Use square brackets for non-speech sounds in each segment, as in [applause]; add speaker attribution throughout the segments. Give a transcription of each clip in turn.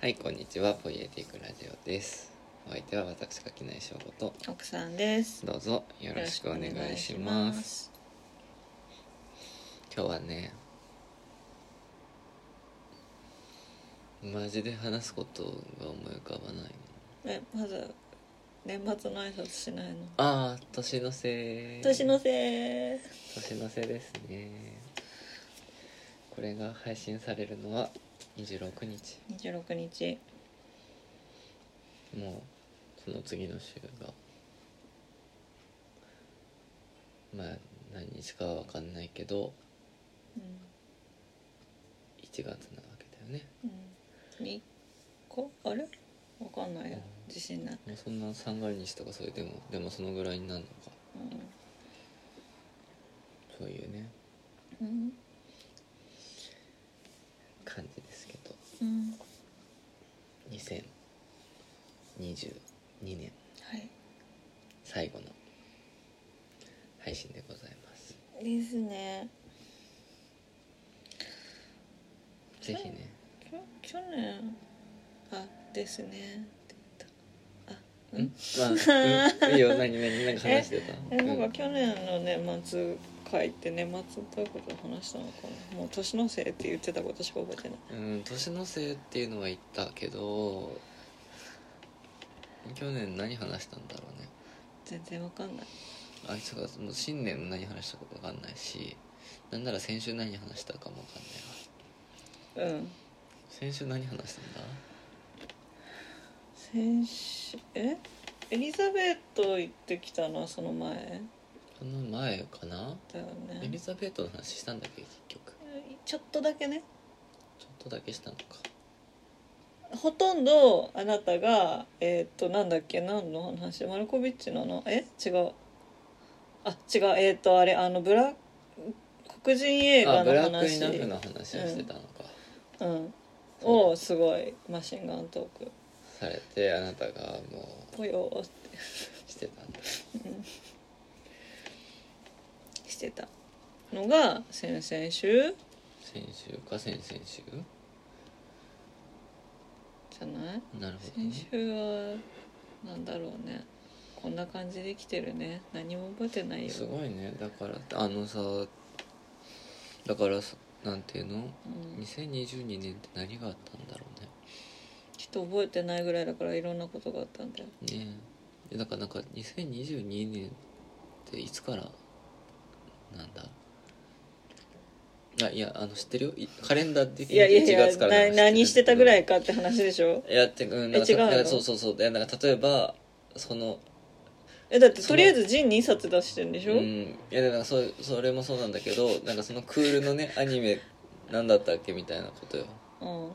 Speaker 1: はい、こんにちは。ポイエティックラジオです。お相手は私、垣内翔吾と、
Speaker 2: 奥さんです。
Speaker 1: どうぞよろしくお願いします。今日はね、マジで話すことが思い浮かばないな。
Speaker 2: よろしくお願いします。え、まず年末の挨拶しないの。
Speaker 1: ああ、年のせい。
Speaker 2: 年のせい。
Speaker 1: 年の瀬ですね。これが配信されるのは26日。
Speaker 2: 二十六日。
Speaker 1: もうその次の週がまあ何日かは分かんないけど
Speaker 2: うん。
Speaker 1: 1月なわけだよね
Speaker 2: うん。三個？あれ？わかんないや。自信ない。
Speaker 1: もうそんな三が日とかそれでもでもそのぐらいになるのかそういうね
Speaker 2: うん。うん。
Speaker 1: 感じですけど
Speaker 2: うん。
Speaker 1: 2022年
Speaker 2: はい。
Speaker 1: 最後の配信でございます
Speaker 2: ですね。
Speaker 1: ぜひね
Speaker 2: きょ去年。あ、ですね。って
Speaker 1: うん、まあ、うん、いいよ何何何か話して [laughs] た
Speaker 2: 言ったえ、なん
Speaker 1: う
Speaker 2: か去年の年末。会って年末どういうこと話したのかなもう年のせいって言ってたことしか覚えてない
Speaker 1: うん年のせいっていうのは言ったけど去年何話したんだろうね
Speaker 2: 全然わかんない
Speaker 1: あいつがもう新年何話したか分かんないしなんなら先週何話したかも分かんないわ
Speaker 2: うん
Speaker 1: 先週何話したんだ
Speaker 2: 先週えエリザベート行ってきたのはその前
Speaker 1: この前かな
Speaker 2: だよ
Speaker 1: エリ
Speaker 2: ね
Speaker 1: ザベートの話したんだっけ結局
Speaker 2: ちょっとだけね
Speaker 1: ちょっとだけしたのか
Speaker 2: ほとんどあなたがえーっとなんだっけ何の話マルコビッチののえ違うあ違うえーっとあれあのブラ黒人映
Speaker 1: あ
Speaker 2: 画
Speaker 1: ブ
Speaker 2: の
Speaker 1: ラックイ
Speaker 2: 話
Speaker 1: ナフの話をしてたのか、
Speaker 2: うんをすごいマシンガントーク
Speaker 1: されてあなたがも
Speaker 2: ぽよーっ
Speaker 1: うしてたんだ
Speaker 2: てしてたのが先々週
Speaker 1: 先週か先々週
Speaker 2: じゃない
Speaker 1: なるほど
Speaker 2: 先
Speaker 1: ね
Speaker 2: 週はなんだろうねこんな感じで来てるね何も覚えてないよ
Speaker 1: す、ごいねだからあのさだからさなんていうの
Speaker 2: うん、
Speaker 1: 2022年って何があったんだろ
Speaker 2: きっと覚えてないぐらいだからいろんなことがあったんだよ
Speaker 1: うねねえだからなんか2022年っていつからなんだあいやあの知ってるよいカレンダー的
Speaker 2: いやいやい
Speaker 1: 1
Speaker 2: や
Speaker 1: 月からな
Speaker 2: なん
Speaker 1: か知ってる
Speaker 2: 何してたぐらいかって話でしょ
Speaker 1: いやってうんなんか
Speaker 2: え違うの
Speaker 1: なんかそうそうそうでなんか例えばその
Speaker 2: えだってとりあえずジン2冊出してるんでしょ、
Speaker 1: うん、いやでもそそれもそうなんだけどなんかそのクールのねアニメなんだったっけみたいなことよ
Speaker 2: うん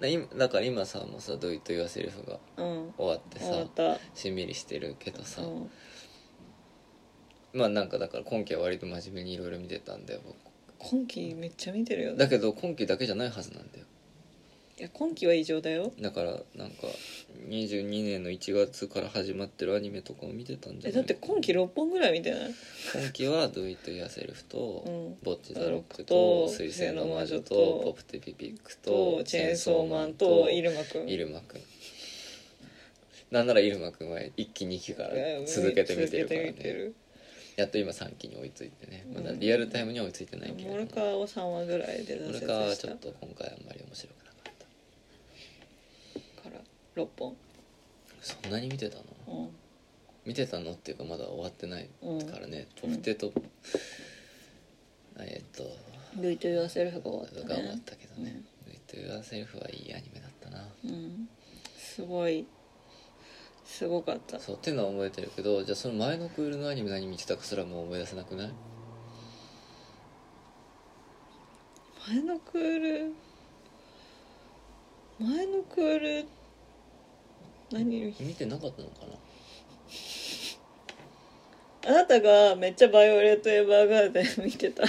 Speaker 1: な今だから今さもうさ「どういと言わせるふ」が
Speaker 2: うん
Speaker 1: 終わって
Speaker 2: 終わ
Speaker 1: さ
Speaker 2: った
Speaker 1: しんみりしてるけどさ、
Speaker 2: うん
Speaker 1: まあなんかだから今期は割と真面目にいろいろ見てたんだよ僕
Speaker 2: 今期めっちゃ見てるよね
Speaker 1: だけど今期だけじゃないはずなんだよ
Speaker 2: いや今期は異常だよ
Speaker 1: だからなんか22年の1月から始まってるアニメとかを見てたんじゃ
Speaker 2: え
Speaker 1: な
Speaker 2: だ
Speaker 1: い
Speaker 2: って今期6本ぐらい見てない
Speaker 1: 今期は「Do It Yourself」と「
Speaker 2: うん
Speaker 1: ボッチ・ザ・ロック」と「水星の魔女」と「ポップ・テ・ピピック」と
Speaker 2: とチェーンソーマンとイルマくん
Speaker 1: イルマくんなんならイルマくんは1期2期から
Speaker 2: うん
Speaker 1: 続けて見てるから
Speaker 2: 続けて見て
Speaker 1: ね
Speaker 2: る
Speaker 1: やっと今3期に追いついてねまだ
Speaker 2: うん
Speaker 1: リアルタイムには追いついてないけれど
Speaker 2: モ
Speaker 1: も
Speaker 2: ルカーを3話ぐらいで
Speaker 1: モ
Speaker 2: 出
Speaker 1: ル
Speaker 2: せ
Speaker 1: カは
Speaker 2: まし
Speaker 1: ち
Speaker 2: た
Speaker 1: ょっ
Speaker 2: か
Speaker 1: と今回あんまり面白くなかった
Speaker 2: ら6本
Speaker 1: そんなに見てたの
Speaker 2: うん
Speaker 1: 見てたのっていうかまだ終わってないからね、ポテト、えっと
Speaker 2: 「ルイと言わせる」が終わった
Speaker 1: が終わっ
Speaker 2: ね
Speaker 1: たけどね「ルイとユアセルフ」はいいアニメだったな
Speaker 2: うんすごいすごかった
Speaker 1: そうっていうのは覚えてるけどじゃあその前のクールのアニメ何見てたかすらもう思い出せなくない
Speaker 2: 前のクール前のクール何
Speaker 1: 見てなかったのかな
Speaker 2: あなたがめっちゃ「バイオレット・エヴァーガーデン」見てた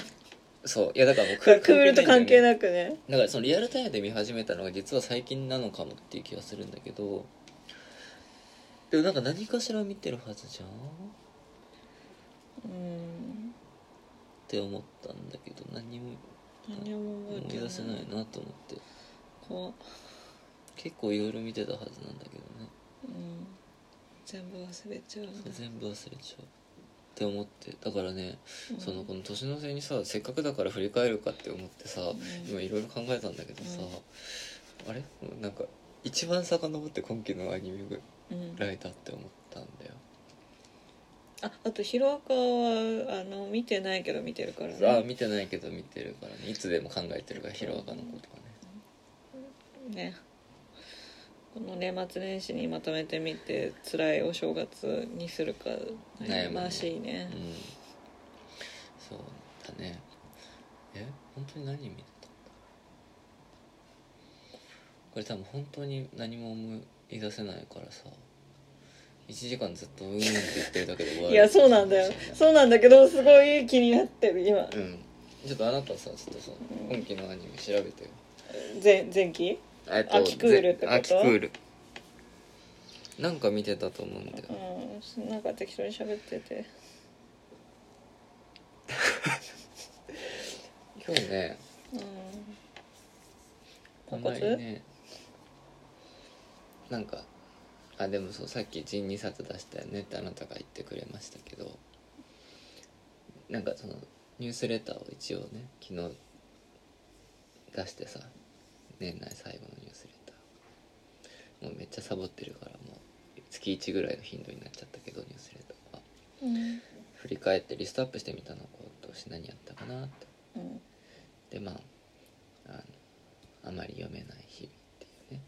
Speaker 1: そういやだからもう
Speaker 2: クールと関係
Speaker 1: い
Speaker 2: なくね
Speaker 1: だからそのリアルタイムで見始めたのが実は最近なのかもっていう気がするんだけどでもなんか何かしら見てるはずじゃんっ
Speaker 2: うん
Speaker 1: て思ったんだけど何も
Speaker 2: 何も
Speaker 1: 思
Speaker 2: 覚え
Speaker 1: い
Speaker 2: てない
Speaker 1: 出せないなと思って
Speaker 2: 怖っ
Speaker 1: 結構いろいろ見てたはずなんだけどね
Speaker 2: うん、全部忘れちゃうんだ
Speaker 1: 全部忘れちゃうって思ってだからね、
Speaker 2: うん
Speaker 1: そのこの年の瀬にさせっかくだから振り返るかって思ってさ、
Speaker 2: ん
Speaker 1: 今いろいろ考えたんだけどさ、あれなんか一番遡って今期のアニメぐ
Speaker 2: うん、
Speaker 1: らいだって思ったんだよ、
Speaker 2: ああとヒロアカはあの見てないけど見てるから
Speaker 1: ああ
Speaker 2: ね
Speaker 1: 見てないけど見てるからねいつでも考えてるからヒロアカのことかね
Speaker 2: ねこの年末年始にまとめてみて辛いお正月にするか
Speaker 1: 悩むね
Speaker 2: 悩ましいね
Speaker 1: うんそうだねえ本当に何見てたんだこれ多分本当に何も思い出せないからさ1時間ずっとうーんって言ってるだけで終わ
Speaker 2: いやそうなんだよそうなんだけどすごい気になってる今
Speaker 1: うんちょっとあなたさちょっとさ今期のアニメ調べてよ
Speaker 2: 前前期
Speaker 1: えっ
Speaker 2: 秋クールってこと
Speaker 1: ぜ秋クールなんか見てたと思うんだよ
Speaker 2: うんなんか適当に喋ってて
Speaker 1: 今日ね
Speaker 2: うん
Speaker 1: あ
Speaker 2: ポ
Speaker 1: ん
Speaker 2: コ
Speaker 1: ま
Speaker 2: ツ
Speaker 1: りねなんかあでもそうさっき「陣2冊出したよね」ってあなたが言ってくれましたけどなんかそのニュースレターを一応ね昨日出してさ年内最後のニュースレターもうめっちゃサボってるからもう月1ぐらいの頻度になっちゃったけどニュースレターは
Speaker 2: うん
Speaker 1: 振り返ってリストアップしてみたの今年何やったかなって
Speaker 2: うん
Speaker 1: でまああのあまり読めない日々っていうね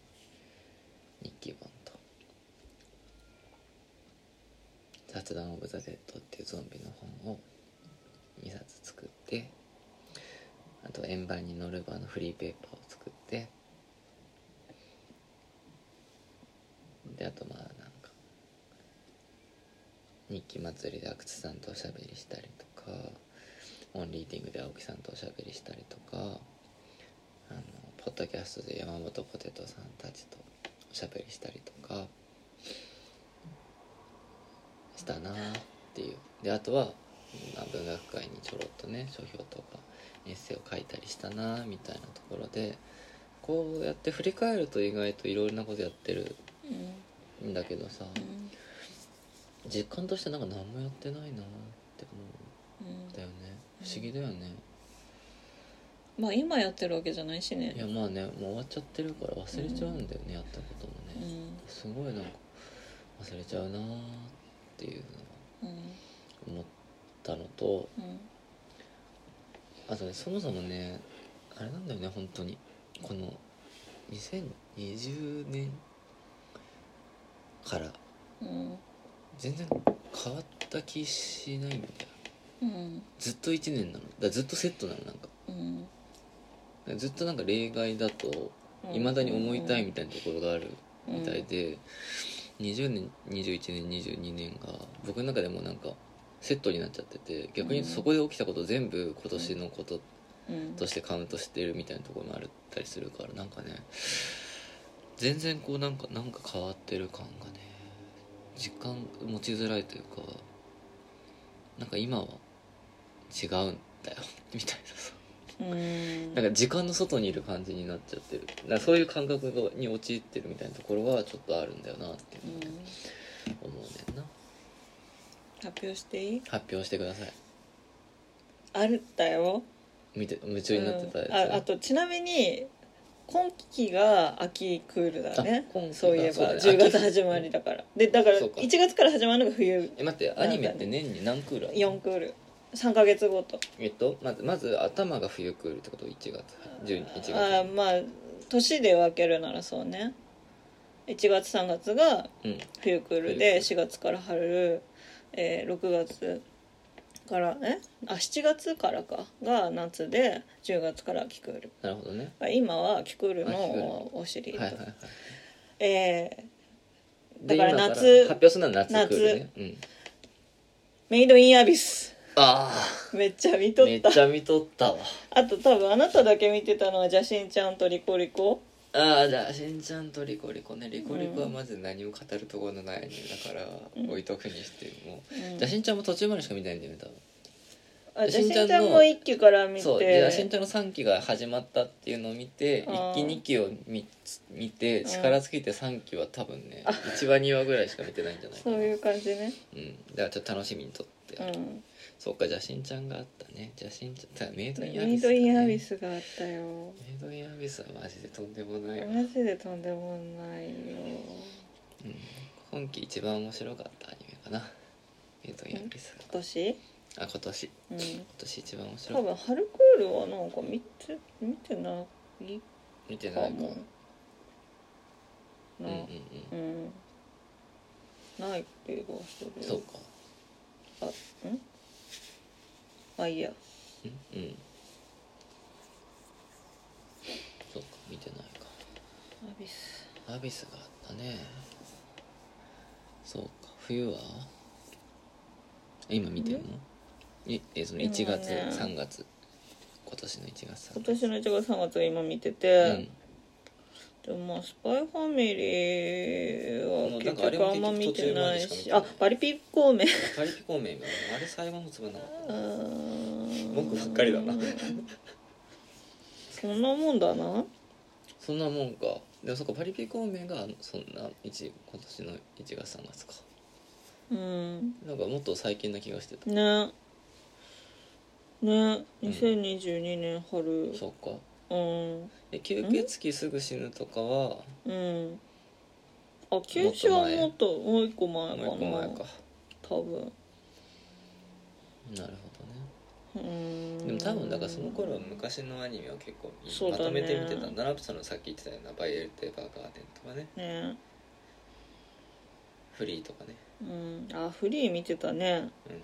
Speaker 1: 日記本と「雑談オブ・ザ・デッド」っていうゾンビの本を2冊作ってあと円盤に乗る場のフリーペーパーを作ってであとまあなんか日記祭りで阿久津さんとおしゃべりしたりとかオンリーディングで青木さんとおしゃべりしたりとかあのポッドキャストで山本ポテトさんたちとおしゃべりしたりとかしたなーっていうであとは、まあ、文学界にちょろっとね書評とかエッセイを書いたりしたなーみたいなところでこうやって振り返ると意外といろいろなことやってる
Speaker 2: うん
Speaker 1: んだけどさ
Speaker 2: うん
Speaker 1: 実感としてなんか何もやってないなーって思
Speaker 2: うん
Speaker 1: うんだよね不思議だよね。
Speaker 2: まあ今やってるわけじゃないしね
Speaker 1: いやまあねもう終わっちゃってるから忘れちゃうんだよね、やったことも
Speaker 2: う
Speaker 1: ね、
Speaker 2: ん
Speaker 1: すごいなんか忘れちゃうなーっていうのは
Speaker 2: うん
Speaker 1: 思ったのと
Speaker 2: うん
Speaker 1: あとねそもそもねあれなんだよね本当にこの2020年から
Speaker 2: うん
Speaker 1: 全然変わった気しないんだよ
Speaker 2: うん
Speaker 1: ずっと1年なのだからずっとセットなのなんか
Speaker 2: うん
Speaker 1: ずっとなんか例外だと
Speaker 2: うん
Speaker 1: いまだに思いたいみたいなところがあるみたいで、20年21年22年が僕の中でもなんかセットになっちゃってて逆にそこで起きたこと全部今年のこと
Speaker 2: うん
Speaker 1: としてカウントしてるみたいなところもあったりするからなんかね全然こうなんかなんか変わってる感がね実感持ちづらいというかなんか今は違うんだよ [laughs] みたいなさ
Speaker 2: うん
Speaker 1: なんか時間の外にいる感じになっちゃってるなんかそういう感覚に陥ってるみたいなところはちょっとあるんだよなっていうの
Speaker 2: う
Speaker 1: はね
Speaker 2: ん
Speaker 1: 思うねんな
Speaker 2: 発表していい
Speaker 1: 発表してください
Speaker 2: あるんだよ
Speaker 1: 見て夢中になってたやつ、
Speaker 2: うんああとちなみに今期が秋クールだね
Speaker 1: あ今期か
Speaker 2: そういえ
Speaker 1: そうだ
Speaker 2: ば、
Speaker 1: ね
Speaker 2: 10月始まりだからでだから
Speaker 1: そうか
Speaker 2: 1月から始まるのが冬
Speaker 1: え待ってアニメって年に何クールある
Speaker 2: 4クール3か月ごと
Speaker 1: えっとまずまず頭が冬クールってこと1月12 1
Speaker 2: あ
Speaker 1: 月
Speaker 2: ーまあ年で分けるならそうね1月3月が
Speaker 1: うん
Speaker 2: 冬クールで4月から春、えー6月からえあ7月からかが夏で10月から秋クール
Speaker 1: なるほどね
Speaker 2: 今は秋クール
Speaker 1: 秋クール
Speaker 2: のお尻
Speaker 1: はい
Speaker 2: と、
Speaker 1: はいはい
Speaker 2: えー
Speaker 1: で
Speaker 2: だから
Speaker 1: 今
Speaker 2: 夏
Speaker 1: 発表するのは夏クールね、うん、
Speaker 2: ーメイドインアビス [laughs]
Speaker 1: あ
Speaker 2: めっちゃ見
Speaker 1: あ
Speaker 2: と
Speaker 1: め
Speaker 2: っ
Speaker 1: ったちゃ見とったわ
Speaker 2: あと多分あなただけ見てたのは邪神ちゃんとリコリコ
Speaker 1: ああじゃあしんちゃんとリコリコねリコリコはまず何も語るところのないアニメだから、
Speaker 2: うん
Speaker 1: 置いとくにしても
Speaker 2: うん
Speaker 1: じゃあしんちゃんも途中までしか見てないんだよね多分
Speaker 2: あじゃあ
Speaker 1: し
Speaker 2: し
Speaker 1: ん
Speaker 2: ん
Speaker 1: ちゃんの
Speaker 2: ちゃんも一期から見て
Speaker 1: そうで新茶の3期が始まったっていうのを見て
Speaker 2: あー
Speaker 1: 1期2期を見見て
Speaker 2: ん
Speaker 1: 力尽きて3期は多分ね1話2話ぐらいしか見てないんじゃないか
Speaker 2: そう
Speaker 1: な
Speaker 2: いう感じね
Speaker 1: うん、だからちょっと楽しみにとって、
Speaker 2: うん
Speaker 1: そっか邪神ちゃんがあったね邪神ちゃんだからメイド
Speaker 2: メ
Speaker 1: インアビ
Speaker 2: イ
Speaker 1: スだ
Speaker 2: ド
Speaker 1: ね、
Speaker 2: インアビスがあったよ
Speaker 1: メイドインアビスはマジでとんでもないわ、
Speaker 2: マジでとんでもないよ
Speaker 1: うん、今季一番面白かったアニメかなメイドインアビス
Speaker 2: 今年
Speaker 1: があ今年
Speaker 2: うん
Speaker 1: 今年一番面白
Speaker 2: 多
Speaker 1: い
Speaker 2: 分ハルクールはなんか見て見てない
Speaker 1: 見て
Speaker 2: か
Speaker 1: ないか
Speaker 2: も
Speaker 1: うん
Speaker 2: な
Speaker 1: うん
Speaker 2: う
Speaker 1: うん
Speaker 2: んないっていうかする
Speaker 1: そうか
Speaker 2: あいいや
Speaker 1: うんうんそうか見てないか
Speaker 2: アビス
Speaker 1: アビスがあったねそうか冬は今見てるのいえその1
Speaker 2: 今
Speaker 1: 月、
Speaker 2: ね
Speaker 1: 3月今年の1月3
Speaker 2: 今
Speaker 1: 月
Speaker 2: 年の1月3月は今見て
Speaker 1: う
Speaker 2: て
Speaker 1: ん、
Speaker 2: でもまあスパイファミリーは結
Speaker 1: なん
Speaker 2: 局
Speaker 1: かあ
Speaker 2: あ
Speaker 1: れ
Speaker 2: ん
Speaker 1: も
Speaker 2: ま
Speaker 1: 結
Speaker 2: 見
Speaker 1: 局途中
Speaker 2: てない
Speaker 1: までし
Speaker 2: し
Speaker 1: か見
Speaker 2: あ
Speaker 1: てない
Speaker 2: パリピ
Speaker 1: [laughs]
Speaker 2: 孔明
Speaker 1: パリピ孔明があれ最後の粒なかった文
Speaker 2: 文
Speaker 1: 句ばっかりだな
Speaker 2: そんなもんだな
Speaker 1: そんなもんかでもそっかパリピ孔明があのそんな一今年の1月3月か
Speaker 2: うん
Speaker 1: なんかもっと最近な気がしてた、
Speaker 2: ねね2022年春
Speaker 1: そっか
Speaker 2: うん
Speaker 1: え吸血鬼すぐ死ぬとかは
Speaker 2: うんあ休止はもっともう一個
Speaker 1: も
Speaker 2: 前
Speaker 1: う
Speaker 2: か
Speaker 1: 一個前
Speaker 2: な
Speaker 1: か
Speaker 2: 多分
Speaker 1: なるほどね
Speaker 2: うん
Speaker 1: でも多分だからその頃は昔のアニメは結構み
Speaker 2: そう
Speaker 1: ま
Speaker 2: だね
Speaker 1: とめて見てたんだなそのさっき言ってたような「バイエル・テーバー・ガーデン」とかね
Speaker 2: ね
Speaker 1: 「フリー」とかね、
Speaker 2: うんあフリー見てたね
Speaker 1: うん、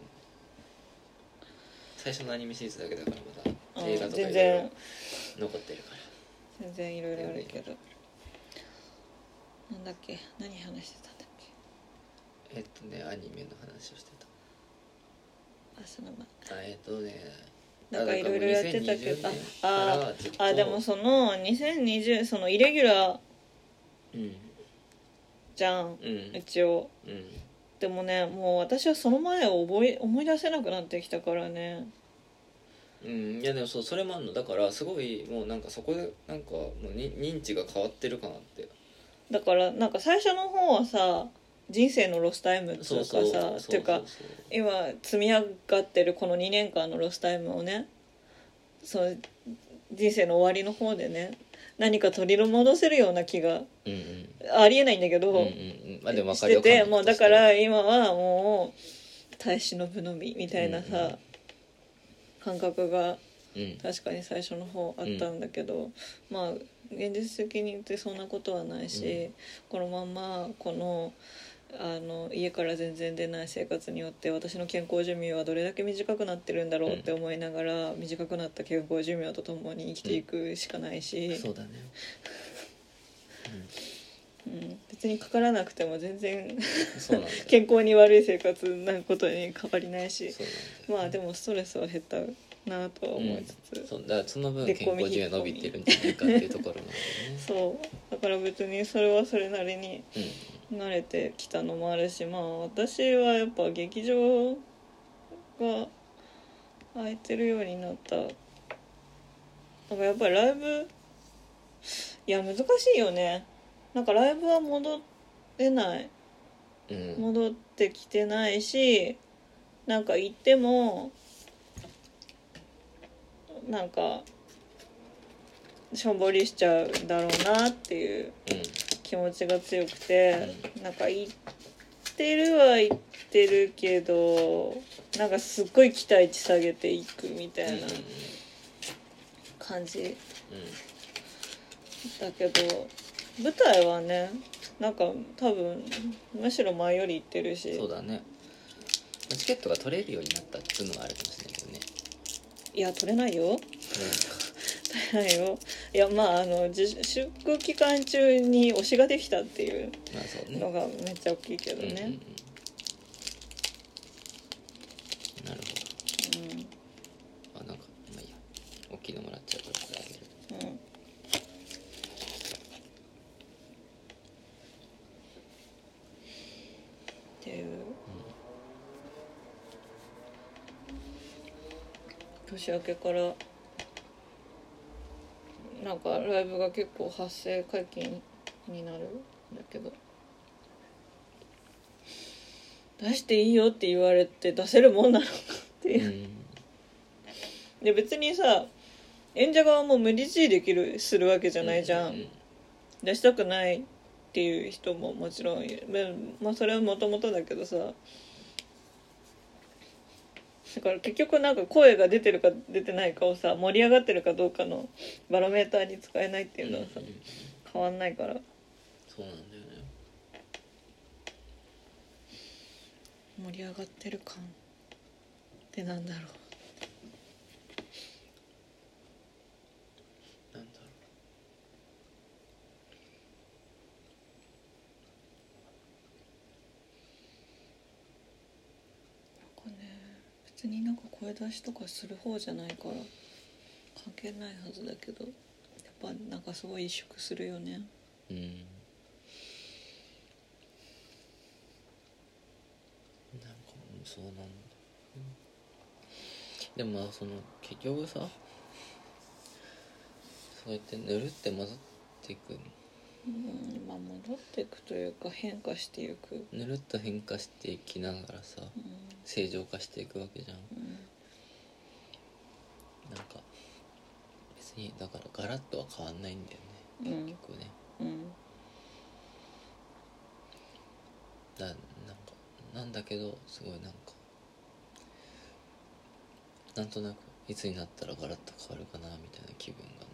Speaker 1: 最初のアニメシリーズだけだからま
Speaker 2: う
Speaker 1: だ
Speaker 2: ん
Speaker 1: 映画とか
Speaker 2: 全
Speaker 1: いろい
Speaker 2: 然
Speaker 1: ろ残ってるから
Speaker 2: 全然いろいろあるけどなんだっけ何話してたんだっ
Speaker 1: え
Speaker 2: け
Speaker 1: っとねアニメの話をして
Speaker 2: あその前
Speaker 1: たあえっとね
Speaker 2: なんかいろいろやってたけど
Speaker 1: あ
Speaker 2: ああでもその2020そのイレギュラー
Speaker 1: うん
Speaker 2: じゃ
Speaker 1: う
Speaker 2: ん
Speaker 1: ん
Speaker 2: 一応
Speaker 1: うん
Speaker 2: でもねもう私はその前を覚え思い出せなくなってきたからね
Speaker 1: うん、いやでもそうそれもあるのだからすごいもうなんかそこでなんかもうに認知が変わってるかなって
Speaker 2: だからなんか最初の方はさ人生のロスタイムっていうかさっていうか
Speaker 1: そう
Speaker 2: 今積み上がってるこの2年間のロスタイムをねその人生の終わりの方でね何か取り戻せるような気が
Speaker 1: うんうん
Speaker 2: ありえないんだけど、
Speaker 1: うんうんうんまあでも分
Speaker 2: し
Speaker 1: かる
Speaker 2: て
Speaker 1: よ
Speaker 2: て
Speaker 1: 感
Speaker 2: もう
Speaker 1: 覚と
Speaker 2: だ
Speaker 1: し
Speaker 2: から今はもう耐え忍ぶのみみたいなさ、
Speaker 1: うんうん
Speaker 2: 感覚が
Speaker 1: うん
Speaker 2: 確かに最初の方あったんだけど、まあ現実的に言ってそんなことはないし、
Speaker 1: う
Speaker 2: このままこの。あの家から全然出ない生活によって私の健康寿命はどれだけ短くなってるんだろうって思いながら、短くなった健康寿命とともに生きていくしかないし、
Speaker 1: そうだね
Speaker 2: うん、別にかからなくても全然 [laughs]
Speaker 1: そうなんだよ
Speaker 2: 健康に悪い生活になることに変わりないし
Speaker 1: そう
Speaker 2: ま
Speaker 1: なんだよ
Speaker 2: あでもストレスは減ったなとは思いつつ、
Speaker 1: うんそうだからその分
Speaker 2: で
Speaker 1: 健康寿命伸びてるんじゃないかっていうところなんだよね
Speaker 2: そうだから別にそれはそれなりに
Speaker 1: うん
Speaker 2: 慣れてきたのもあるしまあ私はやっぱ劇場が空いてるようになったなんかやっぱりライブいや難しいよねなんかライブは戻れない
Speaker 1: うん
Speaker 2: 戻ってきてないしなんか行ってもなんかしょんぼりしちゃうんだろうなっていう気持ちが強くてなんか行ってるは行ってるけどなんかすっごい期待値下げていくみた
Speaker 1: うん
Speaker 2: いな感じだけど舞台はねなんか多分むしろ前より行ってる
Speaker 1: うん
Speaker 2: し
Speaker 1: そうだねチケットが取れるようになったっていうのはあるかもしれないけどね
Speaker 2: いや取れないよ。
Speaker 1: 取れるか
Speaker 2: はいよいやまああの自粛期間中に推しができたっていう
Speaker 1: まあそうね
Speaker 2: のがめっちゃ大きいけど
Speaker 1: うんうんうん
Speaker 2: ね、
Speaker 1: なる
Speaker 2: うん
Speaker 1: ほどあなんかまあいいや大きいのもらっちゃうからこれあげる
Speaker 2: うんっていう年明けからなんかライブが結構発生解禁になるんだけど出していいよって言われて出せるもんなのかっていうう、
Speaker 1: ん
Speaker 2: で別にさ演者側も無理強いできるするわけじゃないじゃん、
Speaker 1: うん
Speaker 2: 出したくないっていう人ももちろんいるでまあそれはもともとだけどさだから結局なんか声が出てるか出てないかをさ盛り上がってるかどうかのバロメーターに使えないっていうのはさ
Speaker 1: うんうん
Speaker 2: 変わんないから
Speaker 1: そうなんだよね
Speaker 2: 盛り上がってる感ってなんだろ
Speaker 1: なんだろ
Speaker 2: うなんかね別になんか声出しとかする方じゃないから関係ないはずだけどやっぱなんかすごい萎縮するよね
Speaker 1: ううんなんかうんそうなんだ、うんでもまあその結局さそうやってぬるって混ざっていく
Speaker 2: うんまあ戻っていくというか変化していく、
Speaker 1: ぬるっと変化していきながらさ
Speaker 2: うん
Speaker 1: 正常化していくわけじゃん
Speaker 2: うん
Speaker 1: なんか別にだからガラッとは変わんないんだよね、
Speaker 2: うん
Speaker 1: 結局ね
Speaker 2: うん
Speaker 1: だなんかなんだけどすごいなんかなんとなくいつになったらガラッと変わるかなみたいな気分が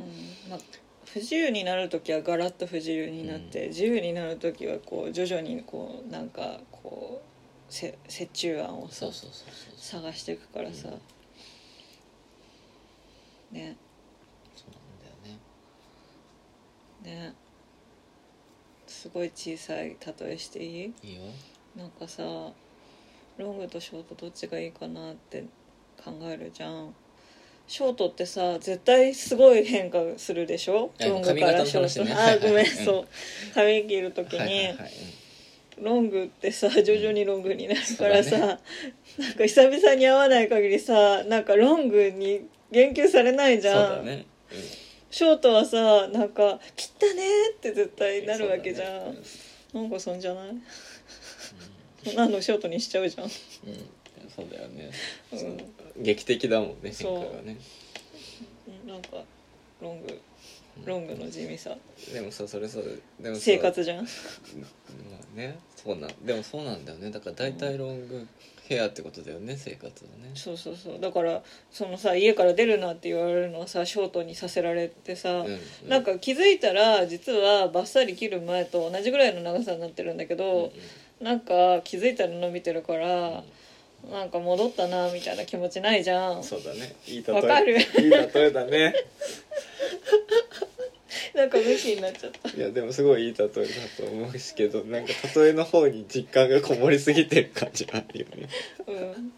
Speaker 2: うんまあ不自由になる時はガラッと不自由になって、
Speaker 1: うん
Speaker 2: 自由になる時はこう徐々にこうなんかこうせ折衷案をさ
Speaker 1: そうそうそうそうそう
Speaker 2: 探していくからさ、ね
Speaker 1: なんだよね
Speaker 2: ねすごい小さい例えしていい
Speaker 1: いいよ
Speaker 2: なんかさロングとショートどっちがいいかなって考えるじゃんショートってさ絶対すごい変化するでしょ
Speaker 1: あ
Speaker 2: ロングから
Speaker 1: 髪
Speaker 2: シ
Speaker 1: 型の話
Speaker 2: ョート、
Speaker 1: ね [laughs]
Speaker 2: あごめ
Speaker 1: はいは
Speaker 2: ん
Speaker 1: いはい
Speaker 2: そう髪切る時に、
Speaker 1: はいはいはい
Speaker 2: ロングってさ徐々にロングになるからさ、
Speaker 1: そうだ
Speaker 2: なんか久々に会わない限りさなんかロングに言及されない
Speaker 1: うん、そ
Speaker 2: じ
Speaker 1: う
Speaker 2: ゃ
Speaker 1: だ
Speaker 2: ん、
Speaker 1: ね、
Speaker 2: ショートはさなんか「切ったね」って絶
Speaker 1: う
Speaker 2: 対
Speaker 1: ん、
Speaker 2: なるわけじゃ、
Speaker 1: そうんだね
Speaker 2: なんかそんじゃないそんなのショートにしちゃうじゃん
Speaker 1: うんうんそうだよね、
Speaker 2: うん
Speaker 1: その劇的だもんね変
Speaker 2: そう
Speaker 1: 化がね
Speaker 2: うんなんかロングロングの地味さ
Speaker 1: でもさそれさでもさ
Speaker 2: 生活じゃん
Speaker 1: まあねそうなんでもそうなんだよねだから大体ロングヘアってことだよね生活はね
Speaker 2: そうそうそうだからそのさ家から出るなって言われるのはさショートにさせられてさ、
Speaker 1: う
Speaker 2: なんか気づいたら実はバッサリ切る前と同じぐらいの長さになってるんだけ
Speaker 1: うんうん
Speaker 2: ど、なんか気づいたら伸びてるから、なんか戻ったなみたいな気持ちないじゃん
Speaker 1: そうだねいい例
Speaker 2: わかる
Speaker 1: いい例えだね
Speaker 2: なんか無気になっちゃった
Speaker 1: [laughs] いやでもすごいいい例えだと思うしけどなんか例えの方に実感がこもりすぎてる感じはあるよね
Speaker 2: うん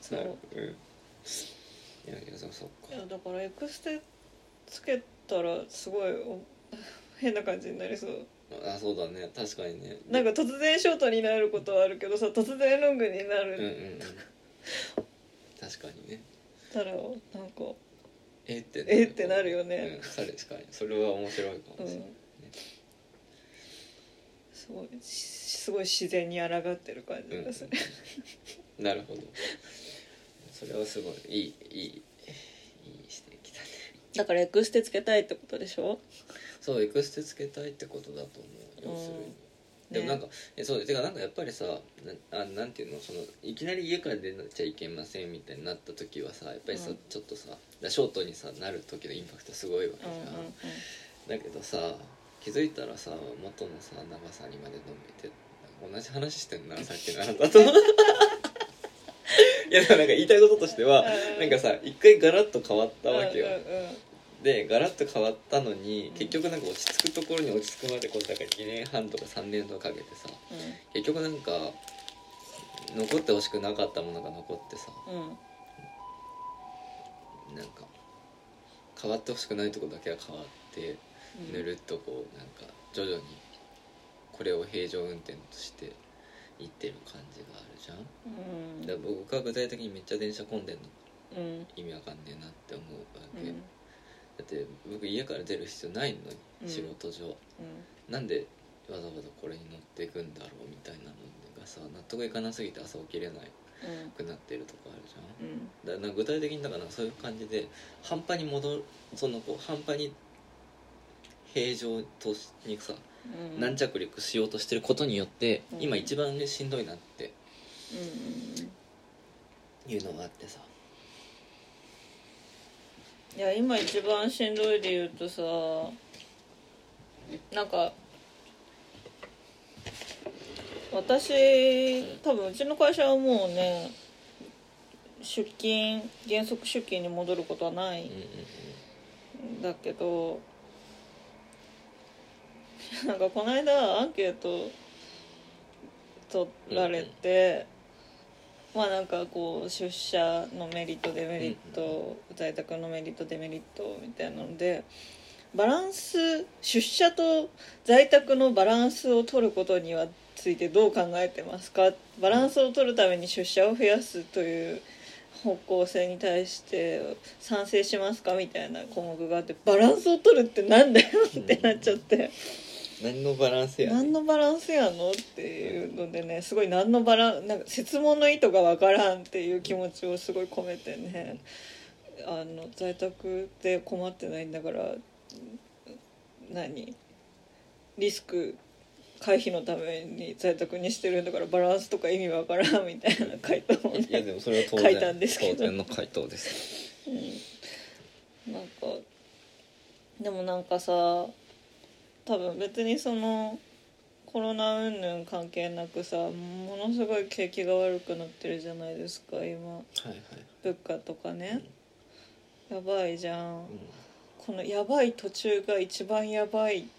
Speaker 2: そう
Speaker 1: うんいやいやでもそっ
Speaker 2: い
Speaker 1: か
Speaker 2: やだからエクステつけたらすごいお変な感じになりそう
Speaker 1: あそうだね確かにね
Speaker 2: なんか突然ショートになることはあるけどさ突然ロングにな
Speaker 1: うんうん
Speaker 2: る
Speaker 1: うん確かにね
Speaker 2: たらなんか
Speaker 1: えってな
Speaker 2: えってなるよね
Speaker 1: うん、確かにそれは面白いか
Speaker 2: う
Speaker 1: も
Speaker 2: ん
Speaker 1: しれない、
Speaker 2: すごいしすごい自然に抗ってる感じがする、
Speaker 1: うん、なるほどそれはすごいいいいいいい指摘だね
Speaker 2: だからエクステつけたいってことでしょ
Speaker 1: そうエクステつけたいってことだと思う要するに、でもなんか、えそうでてかなんかやっぱりさなあなんていうのそのいきなり家から出なきゃいけませんみたいになった時はさやっぱりさ、
Speaker 2: うん
Speaker 1: ちょっとさだショートにさなる時のインパクトすごいわけ
Speaker 2: うんうん
Speaker 1: じゃん、だけどさ気づいたらさ元のさ長さにまで伸びて同じ話して
Speaker 2: [laughs]
Speaker 1: んなさっきのあなたと [laughs] いやでもなんか言いたいこととしては
Speaker 2: うん
Speaker 1: なんかさ一回ガラッと変わった
Speaker 2: うん
Speaker 1: わけよ
Speaker 2: うんうんうん
Speaker 1: でガラッと変わったのに
Speaker 2: うん
Speaker 1: 結局なんか落ち着くところに落ち着くまでこうなんか2年半とか3年とかかけてさ結局なんか残ってほしくなかったものが残ってさ
Speaker 2: うんうん
Speaker 1: なんか変わってほしくないとこだけは変わって。ぬるっとこうなんか徐々にこれを平常運転としていってる感じがあるじゃん
Speaker 2: うん
Speaker 1: だから僕は具体的にめっちゃ電車混んでんの
Speaker 2: うん
Speaker 1: 意味わかんねえなって思うわ
Speaker 2: う
Speaker 1: け、
Speaker 2: ん
Speaker 1: だって僕家から出る必要ないの
Speaker 2: うん
Speaker 1: に仕事上、なんでわざわざこれに乗っていくんだろうみたいなのがさ納得いかなすぎて朝起きれな
Speaker 2: うん
Speaker 1: くなってるとかあるじゃん
Speaker 2: うん
Speaker 1: だからなんか具体的にだからそういう感じで半端に戻るそのこう半端に平常としにさ
Speaker 2: うん
Speaker 1: 軟着陸しようとしてることによって、
Speaker 2: うん
Speaker 1: 今一番ねしんどいなって
Speaker 2: うんうん
Speaker 1: いうのがあってさ
Speaker 2: いや今一番しんどいで言うとさなんか私多分うちの会社はもうね出勤原則出勤に戻ることはな
Speaker 1: うん
Speaker 2: い
Speaker 1: うんうん
Speaker 2: んだけどなんかこの間アンケート取られて、まあなんかこう出社のメリットデメリット、
Speaker 1: うんう
Speaker 2: 在宅のメリットデメリットみたいなのでバランス出社と在宅のバランスを取ることにはついてどう考えてますかバランスを取るために出社を増やすという方向性に対して賛成しますかみたいな項目があってバランスを取るってなんだよってなっちゃって。
Speaker 1: 何のバランスやねん
Speaker 2: 何のバランスやのっていうのでねすごい何のバランなんか説問の意図がわからんっていう気持ちをすごい込めてねあの在宅で困ってないんだから何リスク回避のために在宅にしてるんだからバランスとか意味わからんみたいな回答を
Speaker 1: いや
Speaker 2: ね
Speaker 1: でもそれは当
Speaker 2: [laughs] 書いたん
Speaker 1: 然
Speaker 2: ですけど
Speaker 1: 当然の回答です
Speaker 2: うんなんかでもなんかさ多分別にそのコロナ云々関係なくさものすごい景気が悪くなってるじゃないですか今
Speaker 1: はいはい
Speaker 2: 物価とかねやばいじゃん
Speaker 1: う
Speaker 2: このやばい途中が一番やばい
Speaker 1: ん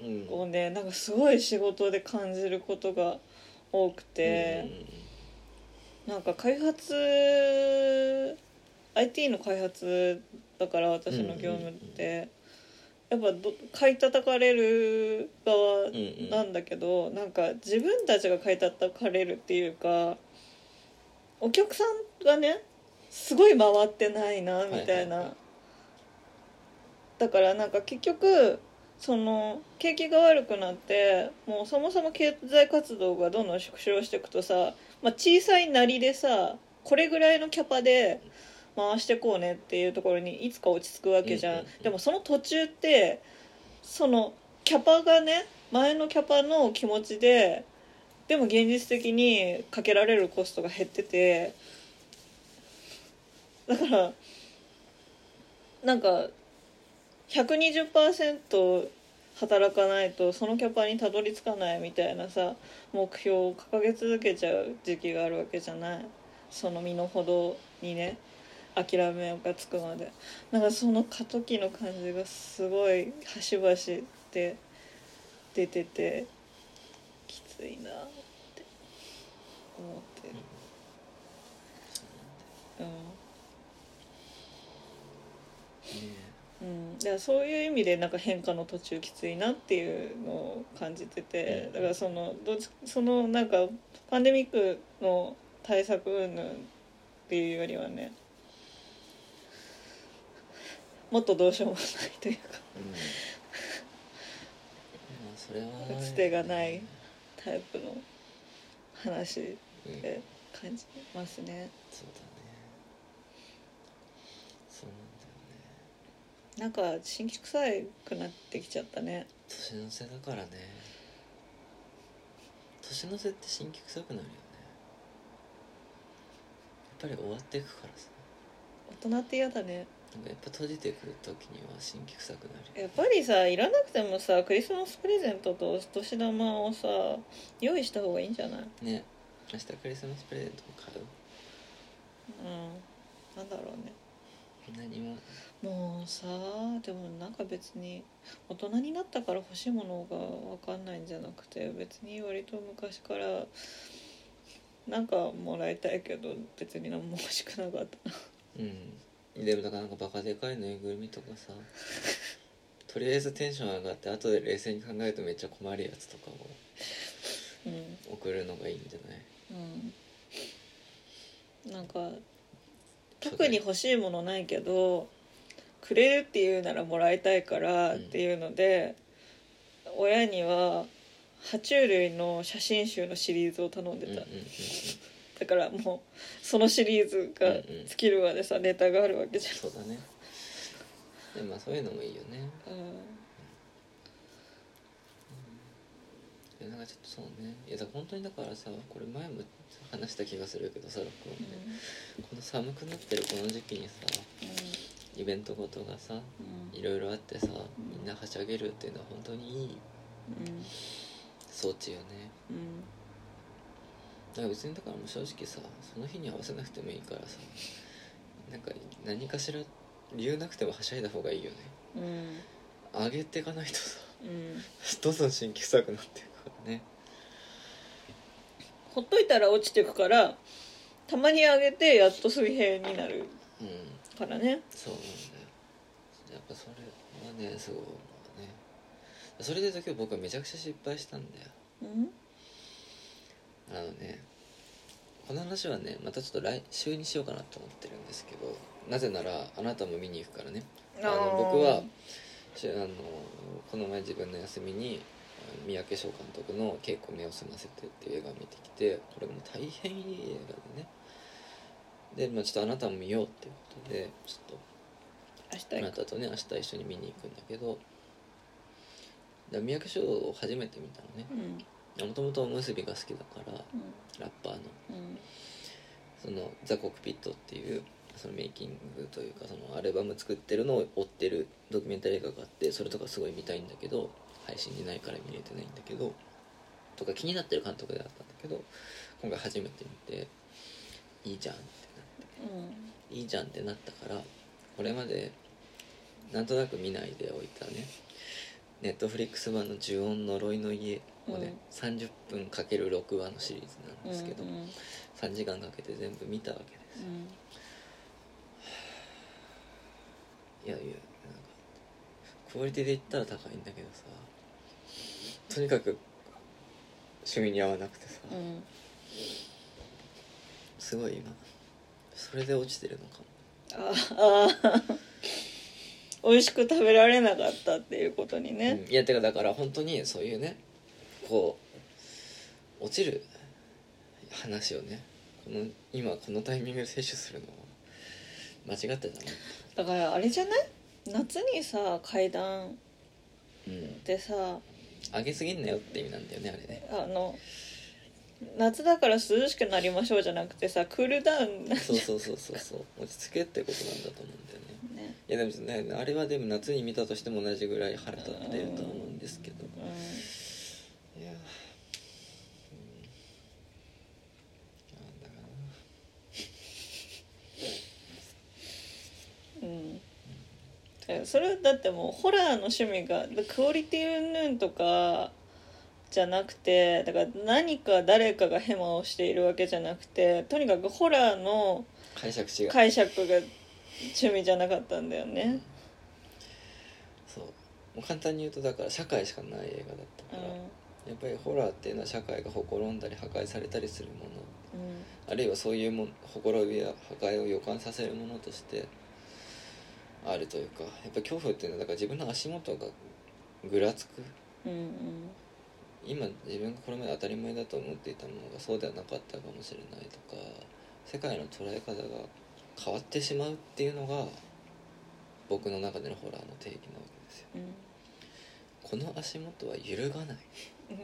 Speaker 1: うん
Speaker 2: をねなんかすごい仕事で感じることが多くて、なんか開発 IT の開発だから私の業務って、やっぱど買い叩かれる側
Speaker 1: うんうんうん
Speaker 2: なんだけど、なんか自分たちが買い叩かれるっていうかお客さんがねすごい回ってないなみた
Speaker 1: はいは
Speaker 2: いな、
Speaker 1: いはい
Speaker 2: だからなんか結局その景気が悪くなってもうそもそも経済活動がどんどん縮小していくとさ、まあ、小さいなりでさこれぐらいのキャパで回してこうねっていうところにいつか落ち着くわけじゃん,、
Speaker 1: うんうんうん
Speaker 2: でもその途中ってそのキャパがね前のキャパの気持ちででも現実的にかけられるコストが減っててだからなんか120%働かないとそのキャパにたどり着かないみたいなさ目標を掲げ続けちゃう時期があるわけじゃないその身の程にね諦めがつくまでなんかその過渡期の感じがすごい端々で出ててきついなって思ってるうん
Speaker 1: ね
Speaker 2: うん、だからそういう意味でなんか変化の途中きついなっていうのを感じてて
Speaker 1: うん
Speaker 2: だからそのどっちそのなんかパンデミックの対策云々っていうよりはねもっとどうしようもないというか [laughs]
Speaker 1: うんまあそれは
Speaker 2: 打つ手がないタイプの話
Speaker 1: うん
Speaker 2: で感じますね。
Speaker 1: そうだねそうなんだよね
Speaker 2: なんか新規臭いくなってきちゃったね。
Speaker 1: 年の瀬だからね年の瀬って新規臭くなるよねやっぱり終わっていくからさ
Speaker 2: 大人って嫌だね。
Speaker 1: なんかやっぱ閉じてくる時には新規臭くなる
Speaker 2: や
Speaker 1: よ
Speaker 2: っぱりさいらなくてもさクリスマスプレゼントとお年玉をさ用意した方がいいんじゃないうん
Speaker 1: ね明日クリスマスプレゼントも買う
Speaker 2: なんだろうね
Speaker 1: 何も
Speaker 2: もうさでもなんか別に大人になったから欲しいものが分かんないんじゃなくて別に割と昔からなんかもらいたいけど別に何も欲しくなかったな
Speaker 1: うんでもだからなんかバカでかいぬいぐるみとかさとりあえずテンション上がって後で冷静に考えるとめっちゃ困るやつとかを
Speaker 2: うん
Speaker 1: 送るのがいいんじゃない
Speaker 2: うんなんか特に欲しいものないけどくれるっていうならもらいたいからっていうので、親には爬虫類の写真集のシリーズを頼んで
Speaker 1: うんうん
Speaker 2: た
Speaker 1: うんうん
Speaker 2: だからもうそのシリーズが尽きるまでさネタがあるわけじゃん
Speaker 1: そうだねでもまあそういうのもいいよね
Speaker 2: う
Speaker 1: いやなんかちょっとそうねいやだから本当にだからさこれ前も話した気がするけどさ録音
Speaker 2: ん
Speaker 1: で、この寒くなってるこの時期にさイベントごとがさ
Speaker 2: うん
Speaker 1: いろいろあってさみんなはしゃげるっていうのは本当にいい
Speaker 2: うん
Speaker 1: 装置よね
Speaker 2: うん
Speaker 1: だから別にだからもう正直さその日に合わせなくてもいいからさなんか何かしら理由なくてもはしゃいだ方がいいよね
Speaker 2: うん
Speaker 1: 上げていかないとさ [laughs]
Speaker 2: うん
Speaker 1: どんどん神経臭くなっていくからね
Speaker 2: ほっといたら落ちてくからたまに上げてやっと水平になる
Speaker 1: うん
Speaker 2: からね
Speaker 1: そうなんだよやっぱそれはねすごい思うねそれで今日僕はめちゃくちゃ失敗したんだよ
Speaker 2: うん
Speaker 1: あのねこの話はねまたちょっと来週にしようかなと思ってるんですけどなぜならあなたも見に行くからねあの僕はしあのこの前自分の休みにあの三宅翔監督の「稽古目を澄ませて」っていう映画を見てきてこれも大変いい映画でねで、まあ、ちょっとあなたも見ようっていうことでちょっ
Speaker 2: 明日
Speaker 1: とあ
Speaker 2: 行
Speaker 1: な
Speaker 2: く
Speaker 1: たとね明日一緒に見に行くんだけどだ三宅翔を初めて見たのね
Speaker 2: うん
Speaker 1: もともとおむすびが好きだからラッパーの
Speaker 2: うん
Speaker 1: そのザ・コックピットっていうそのメイキングというかそのアルバム作ってるのを追ってるドキュメンタリー映画があってそれとかすごい見たいんだけど配信にないから見れてないんだけどとか気になってる監督であったんだけど今回初めて見ていいじゃんって
Speaker 2: うん
Speaker 1: ないいじゃんってなったからこれまでなんとなく見ないでおいたねネットフリックス版の「呪音呪いの家」をね、30分 ×6 話のシリーズなんですけど、
Speaker 2: うん
Speaker 1: 3時間かけて全部見たわけです
Speaker 2: うん
Speaker 1: いやいやなんかクオリティで言ったら高いんだけどさとにかく趣味に合わなくてさ、
Speaker 2: うん
Speaker 1: すごい今それで落ちてるのかも
Speaker 2: ああ美味しく食べられなかったっていうことにね、
Speaker 1: うんいやてかだから本当にそういうねこう落ちる話をねこの今このタイミングで摂取するのは間違ってたね
Speaker 2: だからあれじゃない夏にさ階段
Speaker 1: うん
Speaker 2: でさ
Speaker 1: 上げすぎんなよって意味なんだよねあれね
Speaker 2: あの夏だから涼しくなりましょうじゃなくてさクールダウンね
Speaker 1: そうそうそうそうそう落ち着けってことなんだと思うんだよねいやでもねあれはでも夏に見たとしても同じぐらい腹立ってるとは思うんですけど
Speaker 2: うん
Speaker 1: いやうんなんだか
Speaker 2: うんえそれだってもうホラーの趣味がクオリティ云々とかじゃなくてだから何か誰かがヘマをしているわけじゃなくてとにかくホラーの
Speaker 1: な解釈違う
Speaker 2: 解釈が趣味じゃなかったんだよね。
Speaker 1: そうもう簡単に言うとだから社会しかない映画だった
Speaker 2: う
Speaker 1: から、や
Speaker 2: ん
Speaker 1: っぱりホラーっていうのは社会がほころんだり破壊されたりするもの
Speaker 2: うん
Speaker 1: あるいはそういうもんほころびや破壊を予感させるものとしてあるというかやっぱ恐怖っていうのはだから自分の足元がぐらつく
Speaker 2: うん
Speaker 1: 今自分がこれまで当たり前だと思っていたものがそうではなかったかもしれないとか世界の捉え方が変わってしまうっていうのが僕の中でのホラーの定義なわけですよ
Speaker 2: うん
Speaker 1: この足元は揺るがない
Speaker 2: うん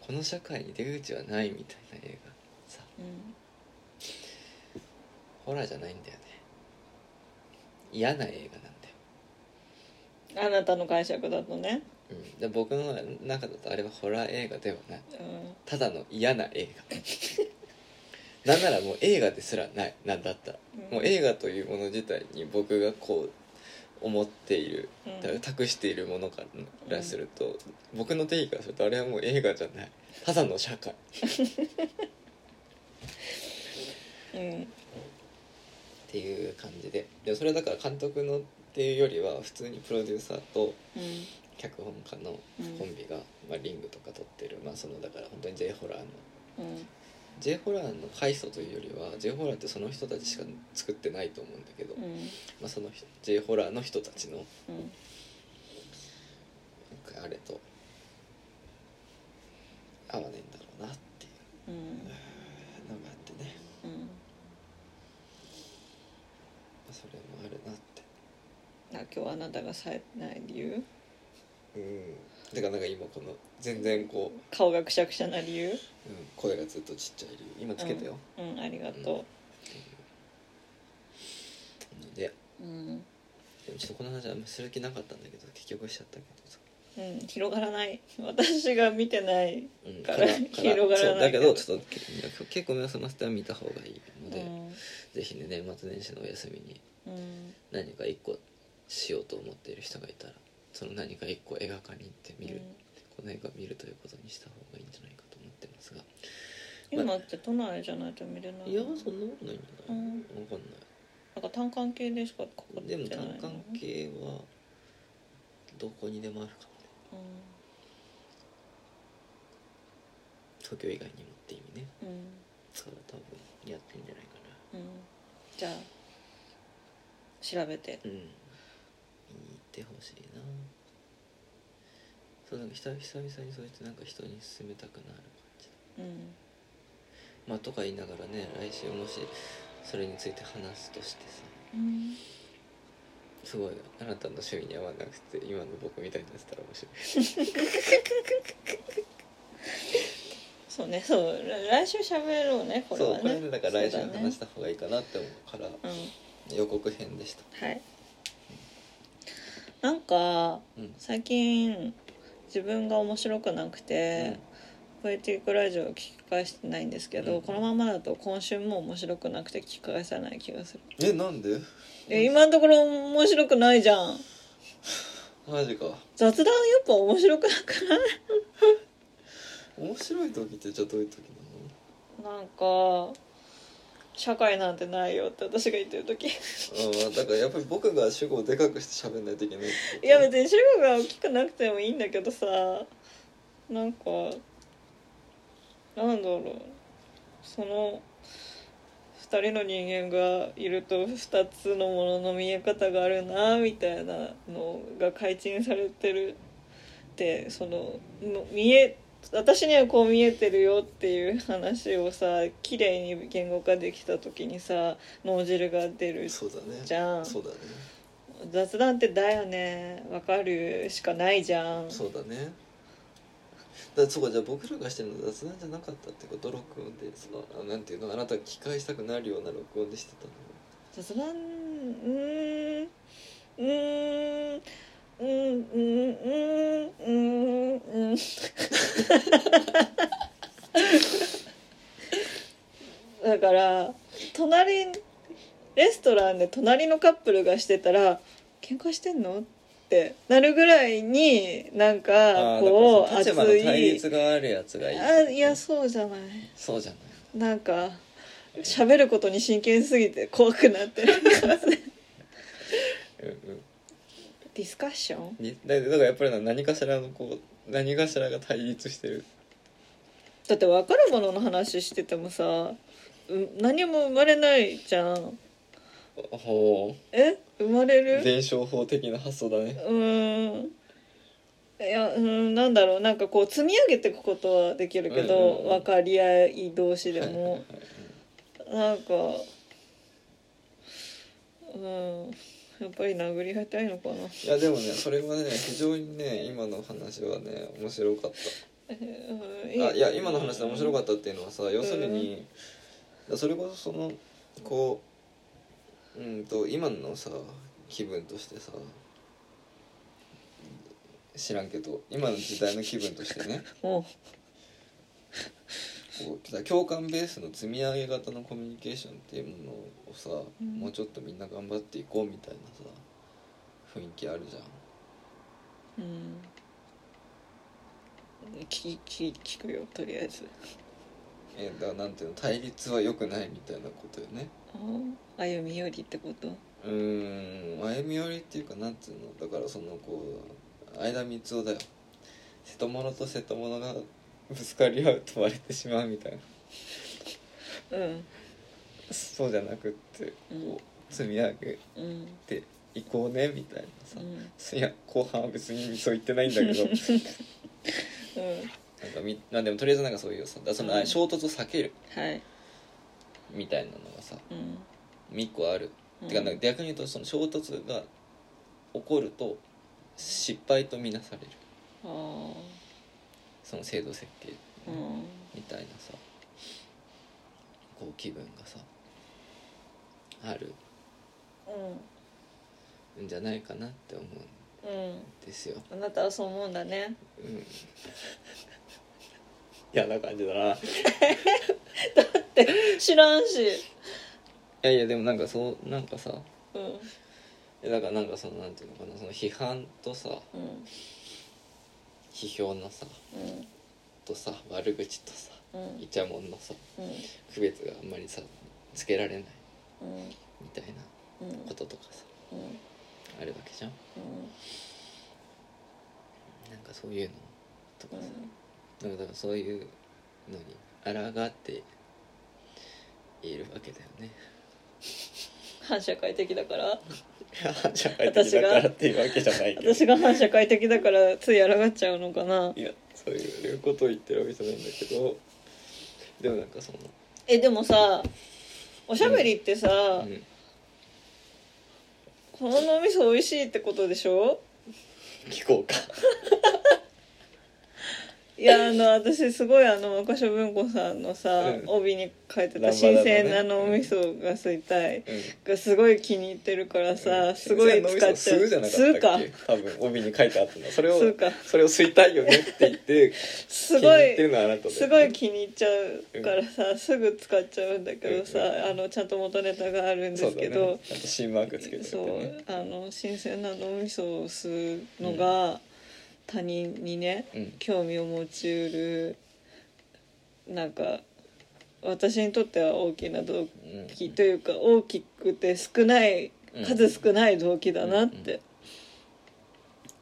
Speaker 1: この社会に出口はないみたいな映画さ
Speaker 2: うん
Speaker 1: ホラーじゃないんだよね嫌な映画なんだよ、
Speaker 2: あなたの解釈だとね。
Speaker 1: うん、で僕の中だとあれはホラー映画ではない
Speaker 2: うん
Speaker 1: ただの嫌な映画 [laughs] なんならもう映画ですらないなんだったら
Speaker 2: うん
Speaker 1: もう映画というもの自体に僕がこう思っている
Speaker 2: うん
Speaker 1: だから託しているものからすると、僕の定義からするとあれはもう映画じゃないただの社会っ
Speaker 2: うん
Speaker 1: ていう感じででそれはだから監督のっていうよりは普通にプロデューサーと
Speaker 2: うん
Speaker 1: 脚本家のコンビが、まあ、リングとか撮ってる、まあ、そのだから本当に J ホラーの
Speaker 2: うん
Speaker 1: J ホラーの敗訴というよりは J ホラーってその人たちしか作ってないと思うんだけど、
Speaker 2: う
Speaker 1: ま
Speaker 2: ん
Speaker 1: あ、その J ホラーの人たちの
Speaker 2: うん
Speaker 1: あれと合わねえんだろうなっていう
Speaker 2: うん
Speaker 1: のがあってね、
Speaker 2: うん
Speaker 1: まあそれもあるなって
Speaker 2: あ今日あなたが冴えない理由
Speaker 1: うんだからなんか今この全然こう、
Speaker 2: 顔がくしゃくしゃな理由
Speaker 1: うん声がずっとちっちゃい理由今つけたよ、
Speaker 2: うんありがと
Speaker 1: ので
Speaker 2: ううん、
Speaker 1: でもちょっとこの話はあんまする気なかったんだけど結局しちゃったけどさ
Speaker 2: うん、広がらない私が見てない
Speaker 1: うん
Speaker 2: から広が
Speaker 1: そ
Speaker 2: らない
Speaker 1: うだけどちょっとけ結構目を覚ませては見た方がいいので、
Speaker 2: うん
Speaker 1: ぜひね年末年始のお休みに
Speaker 2: うん
Speaker 1: 何か一個しようと思っている人がいたらその何か一個映画館に行って見る、
Speaker 2: うん
Speaker 1: この映画見るということにした方がいいんじゃないかと思ってますが
Speaker 2: 今って都内じゃないと見れない
Speaker 1: いやそんなことないんじゃない、
Speaker 2: うん
Speaker 1: わかんない
Speaker 2: なんか単管系でしかここって
Speaker 1: で
Speaker 2: ない
Speaker 1: も
Speaker 2: の
Speaker 1: 単関係はどこにでもあるかもね東京以外にもって意味ね
Speaker 2: うんうん
Speaker 1: だから多分やってんじゃないか
Speaker 2: うんじゃあ調べて
Speaker 1: なうん見に行ってほしいなそうなんか久々久々にそうやってなんか人に勧めたくなる感じだ
Speaker 2: うん
Speaker 1: まあとか言いながらね来週もしそれについて話すとしてさ
Speaker 2: うん
Speaker 1: すごいあなたの趣味に合わなくて今の僕みたいになってたら面白い
Speaker 2: そうねそうら来週喋ろうねこれは
Speaker 1: そう
Speaker 2: ね
Speaker 1: これでだから来週
Speaker 2: そうだね
Speaker 1: 話した方がいいかなって思うから
Speaker 2: うん
Speaker 1: 予告編でした
Speaker 2: はいなんか
Speaker 1: うん
Speaker 2: 最近自分が面白くなくて、ポエティックラジオを聞き返してないんですけど、
Speaker 1: うん
Speaker 2: このままだと今週も面白くなくて聞き返さない気がする
Speaker 1: うんえなんで
Speaker 2: え今のところ面白くないじゃん
Speaker 1: マジか
Speaker 2: 雑談やっぱ面白くなくない
Speaker 1: 面白い時ってじゃあどういう時な
Speaker 2: なんか社会なんてないよって私が言ってる時
Speaker 1: のあだからやっぱり僕が主語をでかくして喋んないといけないってこと
Speaker 2: いや別に主語が大きくなくてもいいんだけどさなんかなんだろうその2人の人間がいると2つのものの見え方があるなみたいなのが解禁されてるってそのの見え私にはこう見えてるよっていう話をさ綺麗に言語化できた時にさ脳汁が出る
Speaker 1: そうだね
Speaker 2: じゃん
Speaker 1: そうだね
Speaker 2: 雑談ってだよねわかるしかないじゃん
Speaker 1: そうだねだからそうかじゃあ僕らがしてるの雑談じゃなかったってこと録音でさあなんていうのあなたが聞き返したくなるような録音でしてたの
Speaker 2: 雑談うーんうーんうーんうーんうーんうーんうーんだから隣レストランで隣のカップルがしてたら「喧嘩してんの?」ってなるぐらいになんかこう
Speaker 1: あーだからその立場
Speaker 2: 熱
Speaker 1: の対
Speaker 2: い
Speaker 1: 立があるやつがいい
Speaker 2: あいやそうじゃない
Speaker 1: そうじゃない
Speaker 2: なんか喋ることに真剣すぎて怖くな [laughs] ってる
Speaker 1: うんうん
Speaker 2: ディスカッション
Speaker 1: にだだからやっぱりな何かしらのこう何かしらが対立してる
Speaker 2: だって分かるものの話しててもさうん何も生まれないじゃん
Speaker 1: ほ
Speaker 2: え生まれ
Speaker 1: う
Speaker 2: る
Speaker 1: 伝承法的な発想だね
Speaker 2: うーんいやうんなんだろうなんかこう積み上げていくことはできるけど、
Speaker 1: うんうんうん
Speaker 2: 分かり合い同士で
Speaker 1: はいはいは
Speaker 2: も
Speaker 1: い
Speaker 2: なんかうんやっぱり殴り合いたいのかない
Speaker 1: やでもねそれはね非常にね今の話はね面白かっ
Speaker 2: うん
Speaker 1: たあいや今の話で面白かったっていうのはさ要するに、それこそそのこううんと今のさ気分としてさ知らんけど今の時代の気分として [laughs] ね
Speaker 2: お
Speaker 1: こうだから共感ベースの積み上げ型のコミュニケーションっていうものをさ、
Speaker 2: うん
Speaker 1: もうちょっとみんな頑張っていこうみたいなさ雰囲気あるじゃん。
Speaker 2: うん聞き聞くよとりあえず
Speaker 1: えーだからなんていうの対立は良くないみたいなことよね
Speaker 2: あ歩み寄りってこと
Speaker 1: うーん歩み寄りっていうかなんていうのだからそのこう相田光雄だよ瀬戸物と瀬戸物がぶつかり合うと割れてしまうみたいな
Speaker 2: うん
Speaker 1: そうじゃなくって
Speaker 2: うん
Speaker 1: こう積み上げ
Speaker 2: うん
Speaker 1: ていこうねみたいな
Speaker 2: う
Speaker 1: さ、
Speaker 2: ん
Speaker 1: いや後半は別にそう言ってないんだけ [laughs] ど
Speaker 2: うん
Speaker 1: なんかみなんでもとりあえずなんかそういうさだからその、
Speaker 2: うん
Speaker 1: 衝突を避ける
Speaker 2: はい
Speaker 1: みたいなのがさ
Speaker 2: うん
Speaker 1: 3個ある、
Speaker 2: うん
Speaker 1: てかなんか逆に言うとその衝突が起こると失敗とみなされる
Speaker 2: あー
Speaker 1: その制度設計
Speaker 2: うん
Speaker 1: みたいなさこう気分がさある
Speaker 2: うん
Speaker 1: んじゃないかなって思うん
Speaker 2: うん
Speaker 1: ですよ。
Speaker 2: あなたはそう思うんだね
Speaker 1: うん、 [laughs] 嫌な感じだな。い
Speaker 2: 知らんし
Speaker 1: やいやでもなんかそうなんかさ
Speaker 2: うん
Speaker 1: いやだからなんかそのなんていうのかなその批判とさ
Speaker 2: うん
Speaker 1: 批評のさ
Speaker 2: うん
Speaker 1: とさ悪口とさ
Speaker 2: うん
Speaker 1: イチャモンのさ
Speaker 2: うん
Speaker 1: 区別があんまりさつけられない
Speaker 2: うん
Speaker 1: みたいな
Speaker 2: うん
Speaker 1: こととかさ
Speaker 2: うん
Speaker 1: あるわけじゃんなんかそういうのとかさ、なんかだからそういうのに抗っているわけだよね
Speaker 2: 反社会的だから
Speaker 1: [laughs] 社会的だからっていうわけじゃないけど
Speaker 2: 私が反社会的だからついあらがっちゃうのかない
Speaker 1: やそういうことを言ってるわけじゃないんだけどでもなんかその
Speaker 2: えでもさおしゃべりってさ、
Speaker 1: うん
Speaker 2: この脳みそ美味しいってことでしょ
Speaker 1: 聞こうか
Speaker 2: いやあの私すごいあの若所文庫さんのさ、
Speaker 1: うん
Speaker 2: 帯に書いて
Speaker 1: ランバダのね
Speaker 2: た「新鮮な脳みそが吸いたい」がすごい気に入ってるからさ、すごい使っちゃう
Speaker 1: 数じゃなか
Speaker 2: 吸う
Speaker 1: った
Speaker 2: か
Speaker 1: っけ多分帯に書いてあったのそれを
Speaker 2: 吸うか
Speaker 1: それを吸いたいよねって言 [laughs] って
Speaker 2: す
Speaker 1: 気に
Speaker 2: ご
Speaker 1: 入ってる
Speaker 2: い
Speaker 1: のはあなただよね
Speaker 2: すごい気に入っちゃうからさ、すぐ使っちゃうんだけどさ、
Speaker 1: うんうん
Speaker 2: あのちゃんと元ネタがあるんで
Speaker 1: そう
Speaker 2: す
Speaker 1: だね
Speaker 2: けど、
Speaker 1: あと新マークつけて
Speaker 2: そ
Speaker 1: る
Speaker 2: う
Speaker 1: ね
Speaker 2: あの新鮮な脳みそを吸うのが他人にね、
Speaker 1: うん
Speaker 2: 興味を持ちうるなんか私にとっては大きな動
Speaker 1: うん
Speaker 2: 機というか大きくて少ない
Speaker 1: うん
Speaker 2: 数少ない動機だなっ
Speaker 1: うんう
Speaker 2: て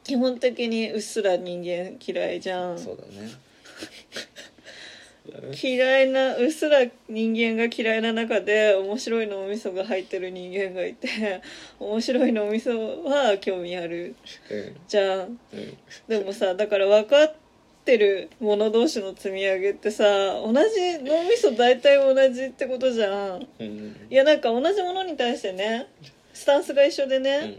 Speaker 2: 基本的にうっすら人間嫌いじゃん
Speaker 1: そうだねそうだね
Speaker 2: 嫌いなうっすら人間が嫌いな中で面白い脳みそが入ってる人間がいて [laughs] 面白い脳みそは興味あるじゃん
Speaker 1: うんうん
Speaker 2: でもさだから分かってる者同士の積み上げってさ同じ脳みそ大体同じってことじゃん
Speaker 1: うん
Speaker 2: いやなんか同じものに対してねスタンスが一緒で
Speaker 1: う
Speaker 2: ね、
Speaker 1: ん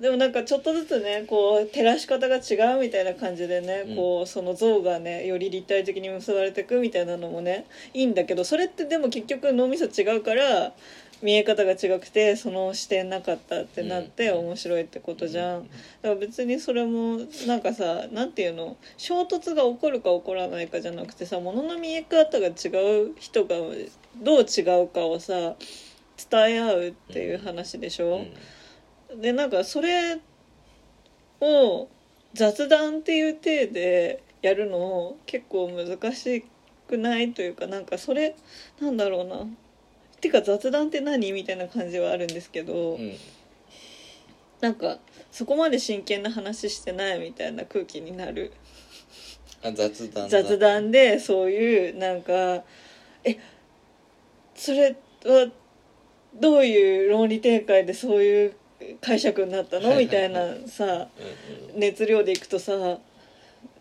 Speaker 2: でもなんかちょっとずつねこう照らし方が違うみたいな感じでね、
Speaker 1: うん
Speaker 2: こうその像がねより立体的に結ばれていくみたいなのもねいいんだけどそれってでも結局脳みそ違うから見え方が違くてその視点なかったってなって
Speaker 1: うん
Speaker 2: 面白いってことじゃん、だから別にそれもなんかさなんていうの衝突が起こるか起こらないかじゃなくてさものの見え方が違う人がどう違うかをさ伝え合うっていう話でし
Speaker 1: う
Speaker 2: ょ、
Speaker 1: ん
Speaker 2: でなんかそれを雑談っていう体でやるの結構難しくないというかなんかそれなんだろうなてか雑談って何みたいな感じはあるんですけど、
Speaker 1: うん
Speaker 2: なんかそこまで真剣な話してないみたいな空気になる
Speaker 1: あ雑談だ
Speaker 2: 雑談でそういうなんかえそれはどういう論理展開でそういう解釈になったのみたいなさ
Speaker 1: うんうん
Speaker 2: 熱量でいくとさ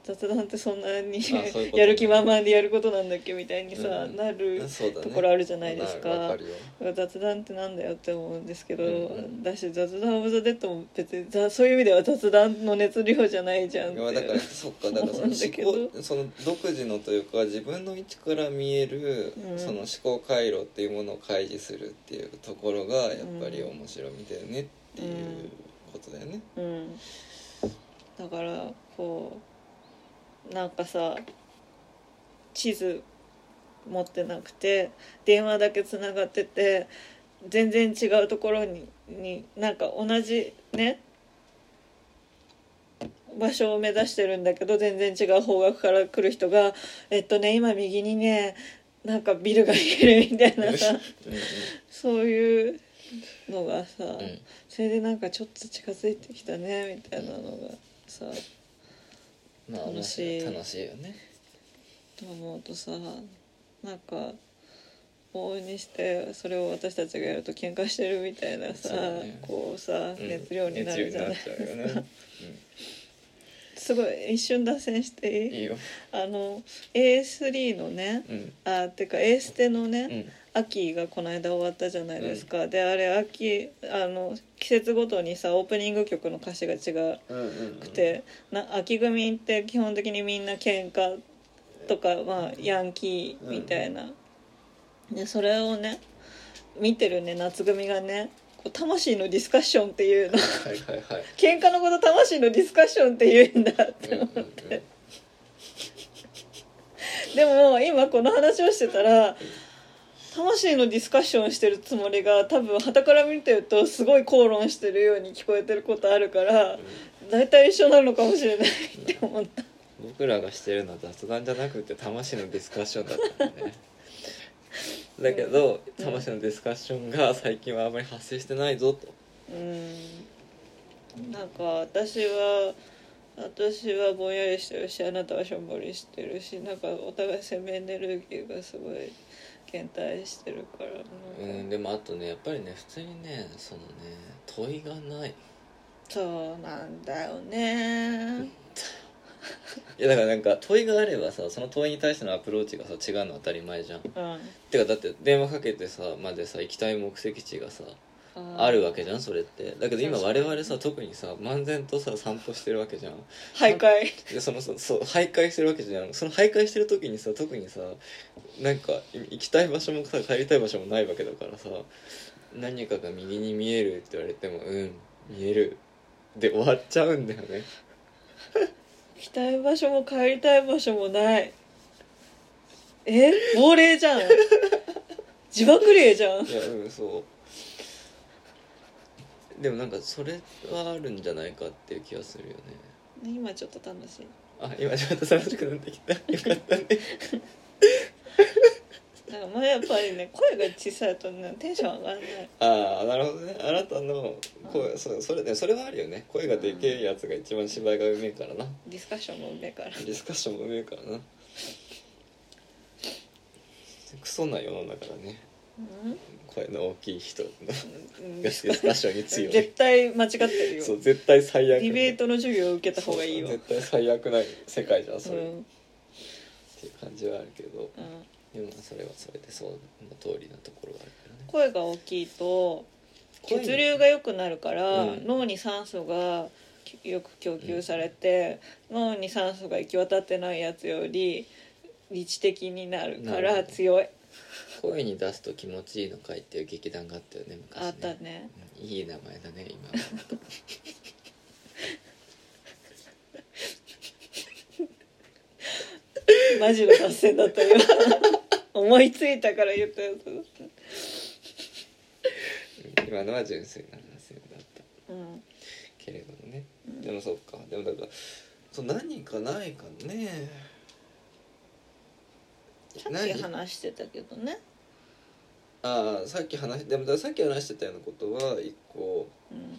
Speaker 2: 雑談ってそんなに
Speaker 1: あそういうことね
Speaker 2: やる気満々でやることなんだっけみたいにさ、
Speaker 1: うん
Speaker 2: なる
Speaker 1: そうだね
Speaker 2: ところあるじゃないですか
Speaker 1: わかるよ
Speaker 2: 雑談ってなんだよって思うんですけど、
Speaker 1: うんうん
Speaker 2: だし雑談オブザ・デッドも別にざそういう意味では雑談の熱量じゃないじゃんっ
Speaker 1: い
Speaker 2: て
Speaker 1: やだからそっかだからその
Speaker 2: 思うんだけど
Speaker 1: 思考その独自のというか自分の位置から見える、
Speaker 2: うん
Speaker 1: その思考回路っていうものを開示するっていうところがやっぱり面白みだよねっていうことだよね。
Speaker 2: うん、だからこうなんかさ地図持ってなくて電話だけつながってて全然違うところにになんか同じね場所を目指してるんだけど全然違う方角から来る人が「えっとね今右にねなんかビルが見える」みたいなさそういうのがさ、
Speaker 1: うんうん
Speaker 2: それでなんかちょっと近づいてきたねみたいなのがさ
Speaker 1: まあ
Speaker 2: 楽しい
Speaker 1: 楽しいよね。
Speaker 2: と思うとさなんか往々にしてそれを私たちがやると喧嘩してるみたいなさ
Speaker 1: そうだね
Speaker 2: こうさ
Speaker 1: うん
Speaker 2: 熱量になるじゃない、
Speaker 1: 熱量になっちゃうよね、
Speaker 2: すごい一瞬脱線して
Speaker 1: う
Speaker 2: い
Speaker 1: ん、
Speaker 2: い
Speaker 1: いいよ
Speaker 2: あの A3 のね
Speaker 1: うん
Speaker 2: あてか A ステのね、
Speaker 1: うん
Speaker 2: 秋がこの間終わったじゃないですか、であれ秋あの季節ごとにさオープニング曲の歌詞が違
Speaker 1: うんうん
Speaker 2: くて、な秋組って基本的にみんな喧嘩とか、まあ、ヤンキーみたいな、でそれをね見てるね夏組がねこう魂のディスカッションっていうの [laughs]
Speaker 1: はいはいはい
Speaker 2: 喧嘩のこと魂のディスカッションって言うんだって
Speaker 1: うんうん
Speaker 2: 思っ
Speaker 1: う
Speaker 2: て、
Speaker 1: ん
Speaker 2: [laughs] でも今この話をしてたら魂のディスカッションしてるつもりが多分傍から見てるとすごい口論してるように聞こえてることあるから大体一緒なのかもしれないって思った
Speaker 1: 僕らがしてるのは雑談じゃなくて魂のディスカッションだったんだねだけど
Speaker 2: うん
Speaker 1: 魂のディスカッションが最近はあまり発生してないぞと
Speaker 2: うんなんか私は私はぼんやりしてるしあなたはしょんぼりしてるしなんかお互い生命エネルギーがすごい減退してるからなんか
Speaker 1: うんでもあとねやっぱりね普通にねそのね問いがない
Speaker 2: そうなんだよね
Speaker 1: いやだからなんか問いがあればさその問いに対してのアプローチがさ違うの当たり前じゃん
Speaker 2: うん
Speaker 1: てかだって電話かけてさまでさ行きたい目的地がさ
Speaker 2: あ
Speaker 1: あるわけじゃんそれってだけど今
Speaker 2: 確か
Speaker 1: 我
Speaker 2: に
Speaker 1: 々さ特にさ漫然とさ散歩してるわけじゃん
Speaker 2: 徘徊
Speaker 1: でそのそそう徘徊してるわけじゃんその徘徊してる時にさ特にさなんかい行きたい場所もさ帰りたい場所もないわけだからさ何かが右に見えるって言われてもうん見えるで終わっちゃうんだよね
Speaker 2: 行きたい場所も帰りたい場所もないえ亡霊じゃん自爆霊じゃ
Speaker 1: [laughs]
Speaker 2: ん
Speaker 1: いやうんそうでもなんかそれはあるんじゃないかっていう気がするよね
Speaker 2: 今ちょっと楽しい
Speaker 1: あ今ちょっと寂しくなってきたよかったね
Speaker 2: なんか前やっぱりね声が小さいとねテンション上がらない
Speaker 1: ああなるほどねあなたの声そうそれねそれはあるよね声がでけえやつが一番芝居がうめえからな
Speaker 2: ディスカッションもうめえから
Speaker 1: ディスカッションもうめえからなクソな世の中だね
Speaker 2: うん
Speaker 1: 声の大きい人が
Speaker 2: うん
Speaker 1: ディスカッションに強
Speaker 2: [laughs]
Speaker 1: い
Speaker 2: 絶対間違ってるよ
Speaker 1: そう絶対最悪
Speaker 2: ディベートの授業を受けた方がいいわ
Speaker 1: そう絶対最悪な世界じゃん
Speaker 2: う
Speaker 1: そ
Speaker 2: ん
Speaker 1: れ、
Speaker 2: う
Speaker 1: っ
Speaker 2: ん
Speaker 1: ていう感じはあるけどでもそれはそれでそうの通りなところはあるけどね
Speaker 2: 声が大きいと
Speaker 1: 声の
Speaker 2: 血流が良くなるから、
Speaker 1: うん
Speaker 2: 脳に酸素がきよく供給されて、脳に酸素が行き渡ってないやつより理知的になるか
Speaker 1: なる
Speaker 2: ら
Speaker 1: ほど
Speaker 2: 強い、
Speaker 1: 声に出すと気持ちいいのかいっていう劇団があったよね昔ね
Speaker 2: あったね
Speaker 1: うんいい名前だね今は
Speaker 2: マジの脱線だった
Speaker 1: [laughs]
Speaker 2: よ思いついたから言ったやつ、
Speaker 1: うん今のは純粋な話だった
Speaker 2: うん、
Speaker 1: けれどもねでもそっかでもだからそう何かないかね
Speaker 2: さっ
Speaker 1: 何
Speaker 2: き話してたけどね、
Speaker 1: ああさっき話でもだからさっき話してたようなことは一個
Speaker 2: うん、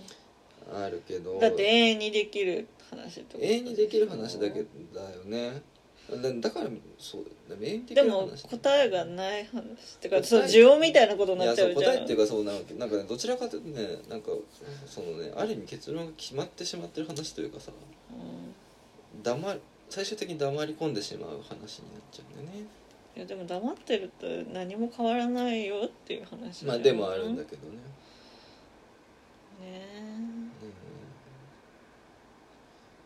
Speaker 1: あるけど
Speaker 2: だって永遠にできる話ってこと
Speaker 1: 永遠にできる話だけだよねだだからそうだ永遠にでき
Speaker 2: で
Speaker 1: る話
Speaker 2: も答えがない話って
Speaker 1: 答え
Speaker 2: かそう需要みたいなことに
Speaker 1: い
Speaker 2: な
Speaker 1: や
Speaker 2: っちゃ
Speaker 1: そう
Speaker 2: うじゃ
Speaker 1: 答
Speaker 2: ん
Speaker 1: えっていうかそうなわけなんかねどちらかというとねなんかそのねある意味結論が決まってしまってる話というかさ
Speaker 2: うん
Speaker 1: 黙る最終的に黙り込んでしまう話になっちゃうんだよね
Speaker 2: いやでも黙ってると何も変わらないよっていう話
Speaker 1: まあでもあるんだ
Speaker 2: ね
Speaker 1: けどね、うん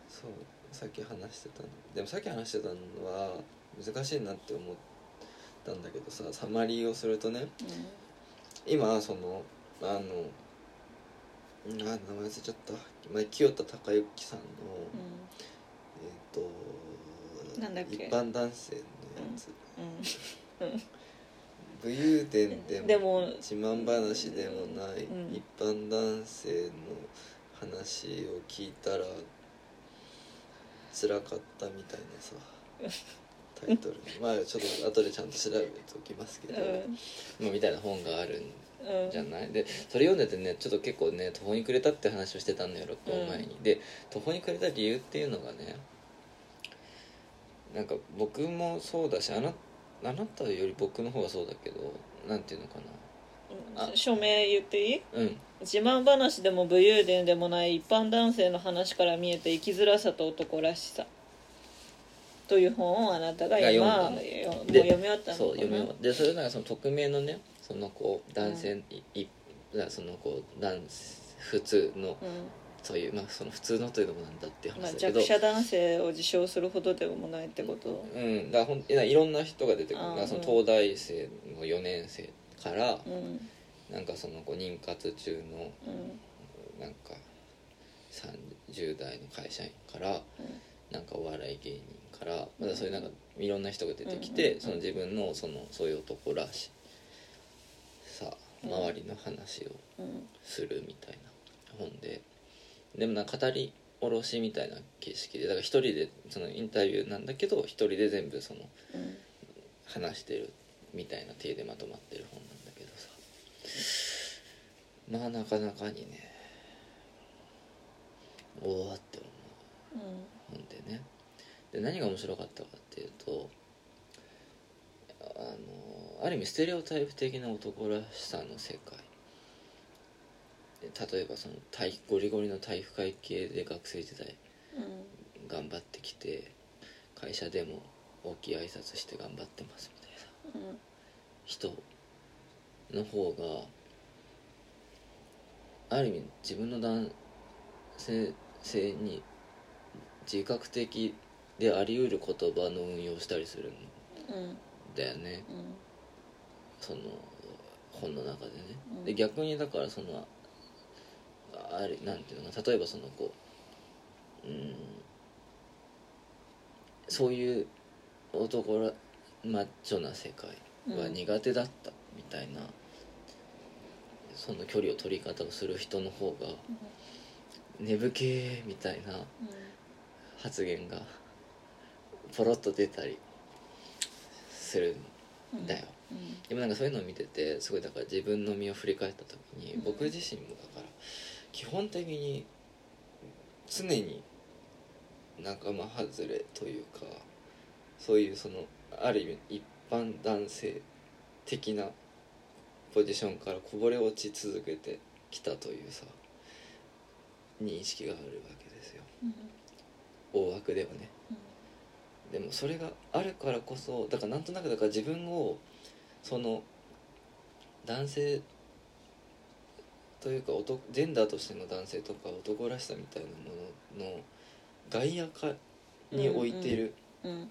Speaker 1: そうさっき話してたのでもさっき話してたのは難しいなって思ったんだけどさサマリーをするとね
Speaker 2: え、
Speaker 1: 今そのあのうんあ名前忘れちゃった、まあ、清田孝之さんの、
Speaker 2: うん
Speaker 1: えっ、と
Speaker 2: なんだっけ
Speaker 1: 一般男性のやつ、
Speaker 2: う
Speaker 1: 武勇伝でも
Speaker 2: でも
Speaker 1: 自慢話でもない、
Speaker 2: うん
Speaker 1: 一般男性の話を聞いたら辛かったみたいなさタイトル
Speaker 2: [laughs]
Speaker 1: まあちょっと後でちゃんと調べておきますけど、まあみたいな本があるん
Speaker 2: んうんうん
Speaker 1: じゃないでそれ読んでてねちょっと結構ね途方に暮れたって話をしてたんだよ録音前に、で途方に暮れた理由っていうのがねなんか僕もそうだしあなあなたより僕の方がそうだけどなんていうのかあ
Speaker 2: 署名言っていい
Speaker 1: なうん
Speaker 2: 自慢話でも武勇伝でもない一般男性の話から見えて生きづらさと男らしさという本をあなたが今
Speaker 1: が読んだの
Speaker 2: よもう
Speaker 1: で
Speaker 2: 読み終わったのか
Speaker 1: そう
Speaker 2: な
Speaker 1: 読み終わってでそれなんかその匿名のねそのこう男性、いいなそのこう男普通のそういうまあその普通のというのもなんだっていう
Speaker 2: うんまあ、
Speaker 1: 話だけど、
Speaker 2: 弱者男性を自称するほどでもないってこと、
Speaker 1: うんだからほんいろんな人が出てくる
Speaker 2: あー
Speaker 1: まあその
Speaker 2: うん
Speaker 1: 東大生の4年生から、
Speaker 2: うんうん
Speaker 1: なんかそのこう妊活中のなんか30代の会社員からなんかお笑い芸人からまだそういうなんかいろんな人が出てき
Speaker 2: うんうん
Speaker 1: て
Speaker 2: うん
Speaker 1: その自分のそのそういう男らしさ
Speaker 2: うん
Speaker 1: 周りの話を
Speaker 2: うんうん
Speaker 1: するみたいな本ででもなんか語り下ろしみたいな形式でだから一人でそのインタビューなんだけど一人で全部その
Speaker 2: うん
Speaker 1: 話してるみたいな体でまとまってる本なんだけどさまあなかなかにねおおって思う
Speaker 2: うん
Speaker 1: 本でねで何が面白かったかっていうとあのある意味ステレオタイプ的な男らしさの世界で例えばその体ゴリゴリの体育会系で学生時代
Speaker 2: うん
Speaker 1: 頑張ってきて会社でも大きい挨拶して頑張ってますみたいな
Speaker 2: うん
Speaker 1: 人の方がある意味自分の男性性に自覚的であり得る言葉の運用をしたりするん
Speaker 2: うん
Speaker 1: だよね
Speaker 2: うん
Speaker 1: その本の中でね
Speaker 2: うん。
Speaker 1: で逆にだからそのああれなんていうのかな例えばそのこううんそういう男らマッチョな世界は苦手だったみたいな、その距離を取り方をする人の方が寝ぶけみたいな
Speaker 2: う
Speaker 1: 発言がポロッと出たりする
Speaker 2: んうん
Speaker 1: んだよ、
Speaker 2: うん
Speaker 1: でもなんかそういうのを見ててすごいだから自分の身を振り返った時に
Speaker 2: うん
Speaker 1: 僕自身もだから基本的に常に仲間外れというかそういうそのある意味一般男性的なポジションからこぼれ落ち続けてきたというさ認識があるわけですよ
Speaker 2: うん
Speaker 1: 大枠ではね。でもそれがあるからこそだからなんとなくだから自分をその男性というか男ジェンダーとしての男性とか男らしさみたいなものの外野かに置いてる
Speaker 2: うんうん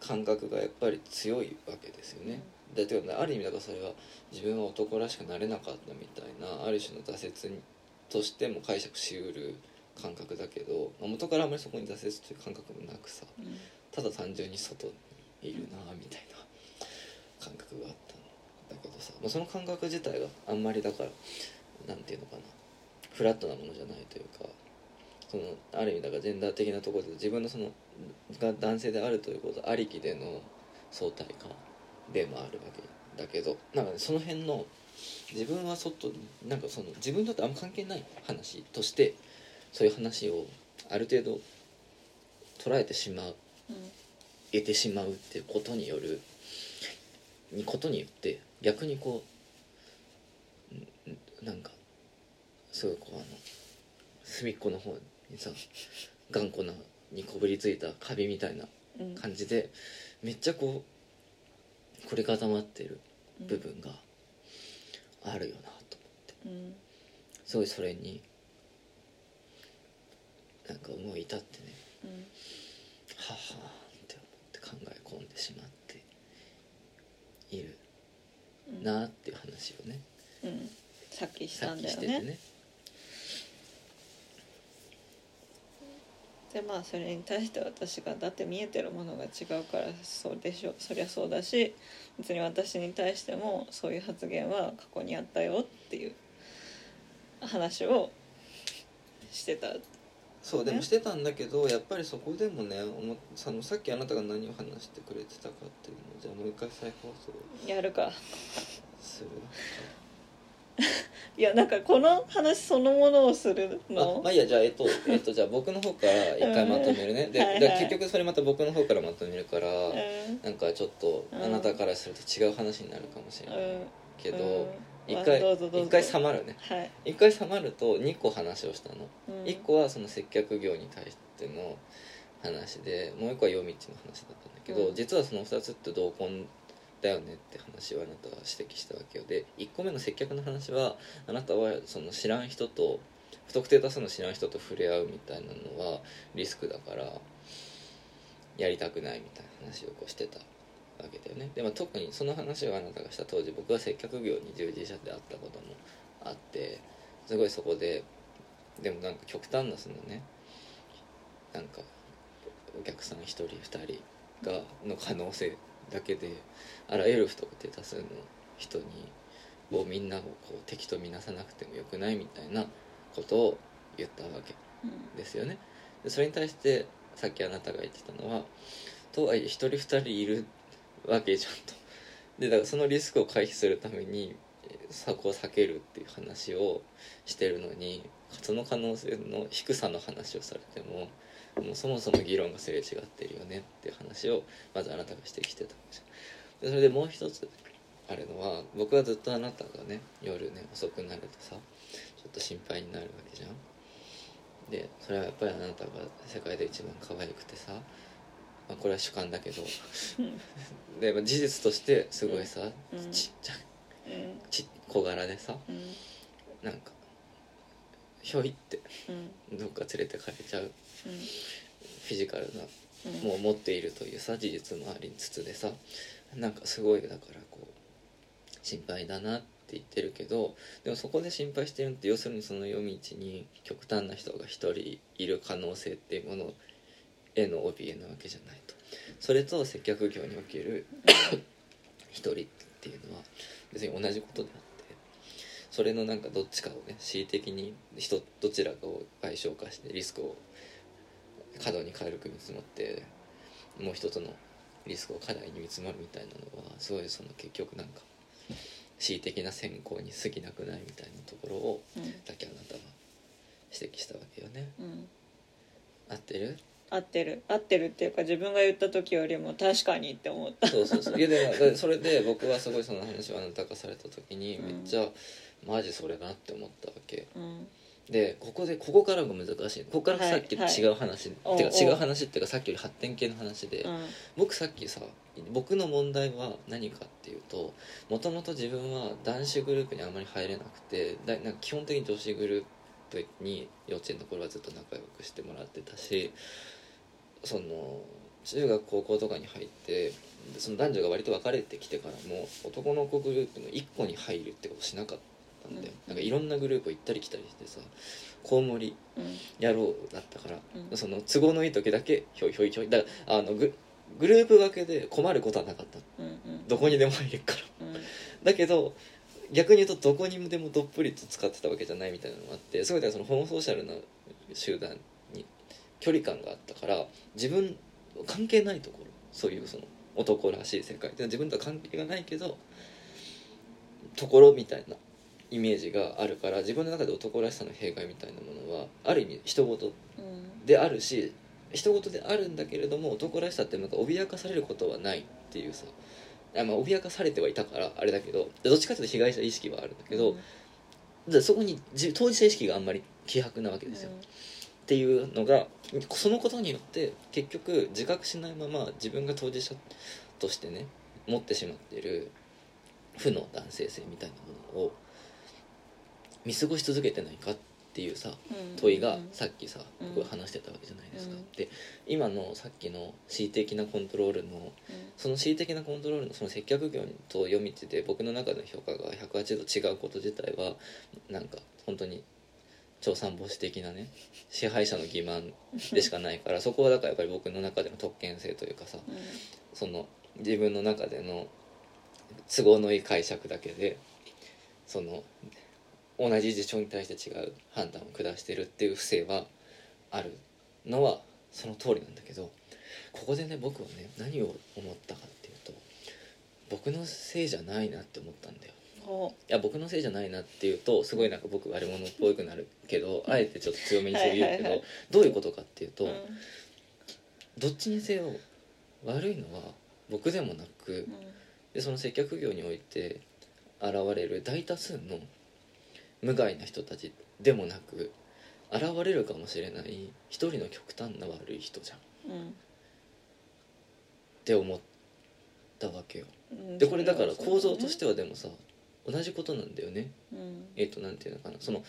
Speaker 1: 感覚がやっぱり強いわけですよね。だってある意味だからそれは自分は男らしくなれなかったみたいなある種の挫折にとしても解釈しうる感覚だけど、まあ元からあまりそこに挫折という感覚もなくさ
Speaker 2: うん
Speaker 1: ただ単純に外にいるなみたいな感覚があったんだけどさ、まあ、その感覚自体があんまりだからなんていうのかなフラットなものじゃないというかそのある意味だからジェンダー的なところで自分のそのが男性であるということありきでの相対化でもあるわけだけどなんかねその辺の自分は外になんかその自分にとってあんま関係ない話としてそういう話をある程度捉えてしまう
Speaker 2: うん
Speaker 1: 得てしまうっていうことによるにことによって逆にこうんんなんかすごいこうあの隅っこの方にさ頑固なにこぶりついたカビみたいな
Speaker 2: うん
Speaker 1: 感じでめっちゃこう凝り固まってる部分があるよなと
Speaker 2: うん
Speaker 1: すごいそれになんか思い至ってね
Speaker 2: うん
Speaker 1: はあはあって思って考え込んでしまっている
Speaker 2: うん
Speaker 1: なっていう話をね
Speaker 2: うんさっきし
Speaker 1: さ
Speaker 2: た
Speaker 1: っ
Speaker 2: ん
Speaker 1: き
Speaker 2: だ
Speaker 1: し
Speaker 2: よ
Speaker 1: てて
Speaker 2: ね
Speaker 1: ね
Speaker 2: でまあそれに対して私がだって見えてるものが違うからそうでしょそりゃそうだし別に私に対してもそういう発言は過去にあったよっていう話をしてた
Speaker 1: そう
Speaker 2: ね
Speaker 1: でもしてたんだけどやっぱりそこでもねおもそのさっきあなたが何を話してくれてたかっていうのをじゃあもう一回再放送
Speaker 2: やるか
Speaker 1: する
Speaker 2: いやなんかこの話そのものをする
Speaker 1: あ
Speaker 2: の
Speaker 1: まあいいやじゃあ
Speaker 2: [laughs]
Speaker 1: えっと、えっと、じゃあ僕の方から一回まとめるね、で
Speaker 2: はいはい
Speaker 1: だから結局それまた僕の方からまとめるから、
Speaker 2: うん
Speaker 1: なんかちょっと
Speaker 2: うん
Speaker 1: あなたからすると違う話になるかもしれない、
Speaker 2: うん
Speaker 1: けど、
Speaker 2: うん
Speaker 1: 一
Speaker 2: あ
Speaker 1: 回
Speaker 2: どうぞどうぞ
Speaker 1: 一回冷まるね
Speaker 2: はい、
Speaker 1: 一回冷まると2個話をしたの、
Speaker 2: うん
Speaker 1: 一1個はその接客業に対しての話でもう1個は夜道の話だったんだけど、
Speaker 2: うん
Speaker 1: 実はその2つって同梱だよねって話をあなたは指摘したわけよで1個目の接客の話はあなたはその知らん人と不特定多数の知らん人と触れ合うみたいなのはリスクだからやりたくないみたいな話をこうしてたわけだよねで、まあ、特にその話をあなたがした当時僕は接客業に従事者であったこともあってすごいそこででもなんか極端なそのねなんかお客さん1人2人がの可能性だけであらゆる不特定多数の人にをみんなをこう敵と見なさなくてもよくないみたいなことを言ったわけ
Speaker 2: うん
Speaker 1: ですよねでそれに対してさっきあなたが言ってたのはとはいえ一人二人いるわけじゃんとでだからそのリスクを回避するためにえーそこを避けるっていう話をしてるのにその可能性の低さの話をされてももうそもそも議論がすれ違ってるよねっていう話をまずあなたがしてきてたわけじゃんでそれでもう一つあるのは僕はずっとあなたがね夜ね遅くなるとさちょっと心配になるわけじゃんでそれはやっぱりあなたが世界で一番可愛くてさ、まあ、これは主観だけどで、まあ、事実としてすごいさ、
Speaker 2: うん
Speaker 1: ちっちゃ
Speaker 2: うん
Speaker 1: ち小柄でさ
Speaker 2: うん
Speaker 1: なんかひょいって
Speaker 2: うん
Speaker 1: どっか連れてかれちゃう
Speaker 2: うん
Speaker 1: フィジカルな
Speaker 2: うん
Speaker 1: もう持っているというさ事実もありつつでさなんかすごいだからこう心配だなって言ってるけどでもそこで心配してるのって要するにその夜道に極端な人が一人いる可能性っていうものへの怯えなわけじゃないとそれと接客業における一人っていうのは別に同じことであってそれのなんかどっちかをね恣意的に人どちらかを賠償化してリスクを過度に軽く見積もってもう一つのリスクを過大に見積もるみたいなのはすごいその結局なんか恣意的な選考に過ぎなくないみたいなところを
Speaker 2: うん
Speaker 1: さっきあなたは指摘したわけよね
Speaker 2: うん
Speaker 1: 合ってる
Speaker 2: 合ってる合ってるっていうか自分が言った時よりも確かにって思った
Speaker 1: そうそうそういやでもだ [laughs] からそれで僕はすごいその話をあなたがされた時に
Speaker 2: うん
Speaker 1: めっちゃ、マジそれなって思ったわけ
Speaker 2: うん
Speaker 1: でここでここからが難しいここからさっきと
Speaker 2: はいはい
Speaker 1: 違う話、
Speaker 2: おう
Speaker 1: てか
Speaker 2: おう
Speaker 1: 違う話っていうかさっきより発展系の話で、
Speaker 2: うん
Speaker 1: 僕さっきさ僕の問題は何かっていうともともと自分は男子グループにあんまり入れなくてだなんか基本的に女子グループに幼稚園の頃はずっと仲良くしてもらってたしその中学高校とかに入ってその男女が割と分かれてきてからも男の子グループの1個に入るってことしなかったんだよ、
Speaker 2: うん
Speaker 1: なんかいろんなグループを行ったり来たりしてさコウモリ
Speaker 2: うん
Speaker 1: 野郎だったから、
Speaker 2: うん
Speaker 1: その都合のいい時だけひょいひょいひょいだからあのググループ分けで困ることはなかった
Speaker 2: うん
Speaker 1: どこにでも入れるから [laughs]
Speaker 2: うんうん
Speaker 1: だけど逆に言うとどこにでもどっぷりと使ってたわけじゃないみたいなのもあってすごいだからそのホモソーシャルな集団に距離感があったから自分関係ないところそういうその男らしい世界で自分とは関係がないけどところみたいなイメージがあるから自分の中で男らしさの弊害みたいなものはある意味人事
Speaker 2: うん
Speaker 1: であるし一言であるんだけれども男らしさってなんか脅かされることはないっていうさあまあ脅かされてはいたからあれだけどでどっちかというと被害者意識はあるんだけど、でそこにじ当事者意識があんまり希薄なわけですよ、っていうのがそのことによって結局自覚しないまま自分が当事者としてね持ってしまっている負の男性性みたいなものを見過ごし続けてないかっていうさ
Speaker 2: うん
Speaker 1: 問いがさっきさ
Speaker 2: うん
Speaker 1: 僕が話してたわけじゃないですか、
Speaker 2: うん
Speaker 1: で今のさっきの恣意的なコントロールのその恣意的なコントロールのその接客業と夜道で僕の中の評価が180度違うこと自体はなんか本当に調査防止的なね支配者の欺瞞でしかないからそこはだからやっぱり僕の中での特権性というかさ
Speaker 2: うんうん
Speaker 1: その自分の中での都合のいい解釈だけでその同じ事象に対して違う判断を下してるっていう不正はあるのはその通りなんだけどここでね僕はね何を思ったかっていうと僕のせいじゃないなって思ったんだよ
Speaker 2: ほ
Speaker 1: いや僕のせいじゃないなっていうとすごいなんか僕悪者っぽくなるけどあえてちょっと強めにそう言うけど
Speaker 2: はいはいはい
Speaker 1: どういうことかっていうと、
Speaker 2: ううん
Speaker 1: どっちにせよ悪いのは僕でもなくでその接客業において現れる大多数の無害な人たちでもなく現れるかもしれない一人の極端な悪い人じゃんっ
Speaker 2: うん
Speaker 1: て思ったわけよ。
Speaker 2: うん
Speaker 1: でこれだから構造としててはでもさ同じことなんだよね。
Speaker 2: うん
Speaker 1: えっとなんていうのかなその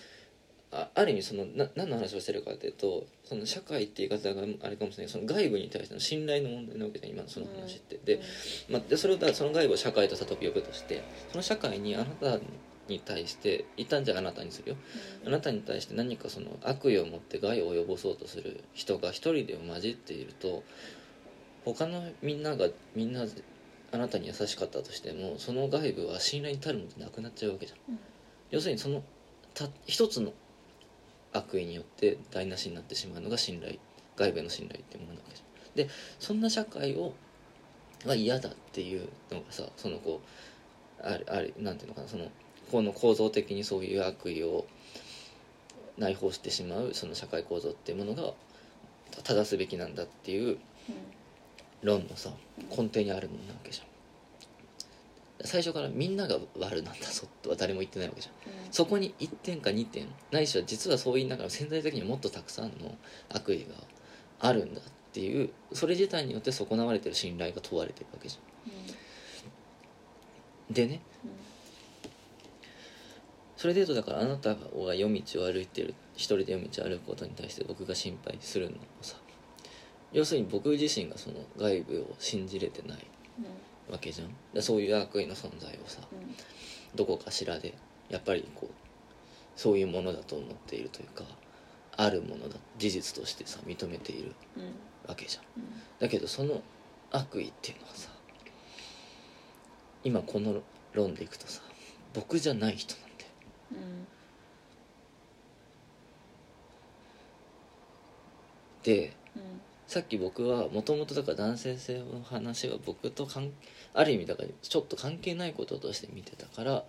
Speaker 1: あある意味そのな何の話をしてるかっていうとその社会って言い方があれかもしれないけどその外部に対しての信頼の問題なわけじゃん今のその話って。でまあ、でそれをだからその外部を社会と例えば呼ぶとしてその社会にあなたに対して一旦じゃああなたにするよあなたに対して何かその悪意を持って害を及ぼそうとする人が一人で混じっていると他のみんながみんなあなたに優しかったとしてもその外部は信頼に足るものでなくなっちゃうわけじゃん
Speaker 2: うん
Speaker 1: 要するにそのた一つの悪意によって台無しになってしまうのが信頼外部への信頼っていうものなわけじゃんでそんな社会をが嫌だっていうのがさそのこうあるあるなんていうのかなそのこの構造的にそういう悪意を内包してしまうその社会構造っていうものが正すべきなんだっていう論もさ根底にあるもんなわけじゃん最初からみんなが悪なんだぞとは誰も言ってないわけじゃん
Speaker 2: うん
Speaker 1: そこに1点か2点ないしは実はそう言いながら潜在的にもっとたくさんの悪意があるんだっていうそれ自体によって損なわれてる信頼が問われてるわけじゃん。でね
Speaker 2: うん
Speaker 1: それで言うとだからあなたが夜道を歩いてる一人で夜道を歩くことに対して僕が心配するのもさ要するに僕自身がその外部を信じれてない
Speaker 2: うん
Speaker 1: わけじゃんでそういう悪意の存在をさ
Speaker 2: うん
Speaker 1: どこかしらでやっぱりこうそういうものだと思っているというかあるものだ事実としてさ認めている
Speaker 2: うんうん
Speaker 1: わけじゃん
Speaker 2: うん
Speaker 1: だけどその悪意っていうのはさ今この論でいくとさ僕じゃない人なんだよ
Speaker 2: うん
Speaker 1: で
Speaker 2: うん
Speaker 1: さっき僕はもともとだから男性性の話は僕と関ある意味だからちょっと関係ないこととして見てたから
Speaker 2: う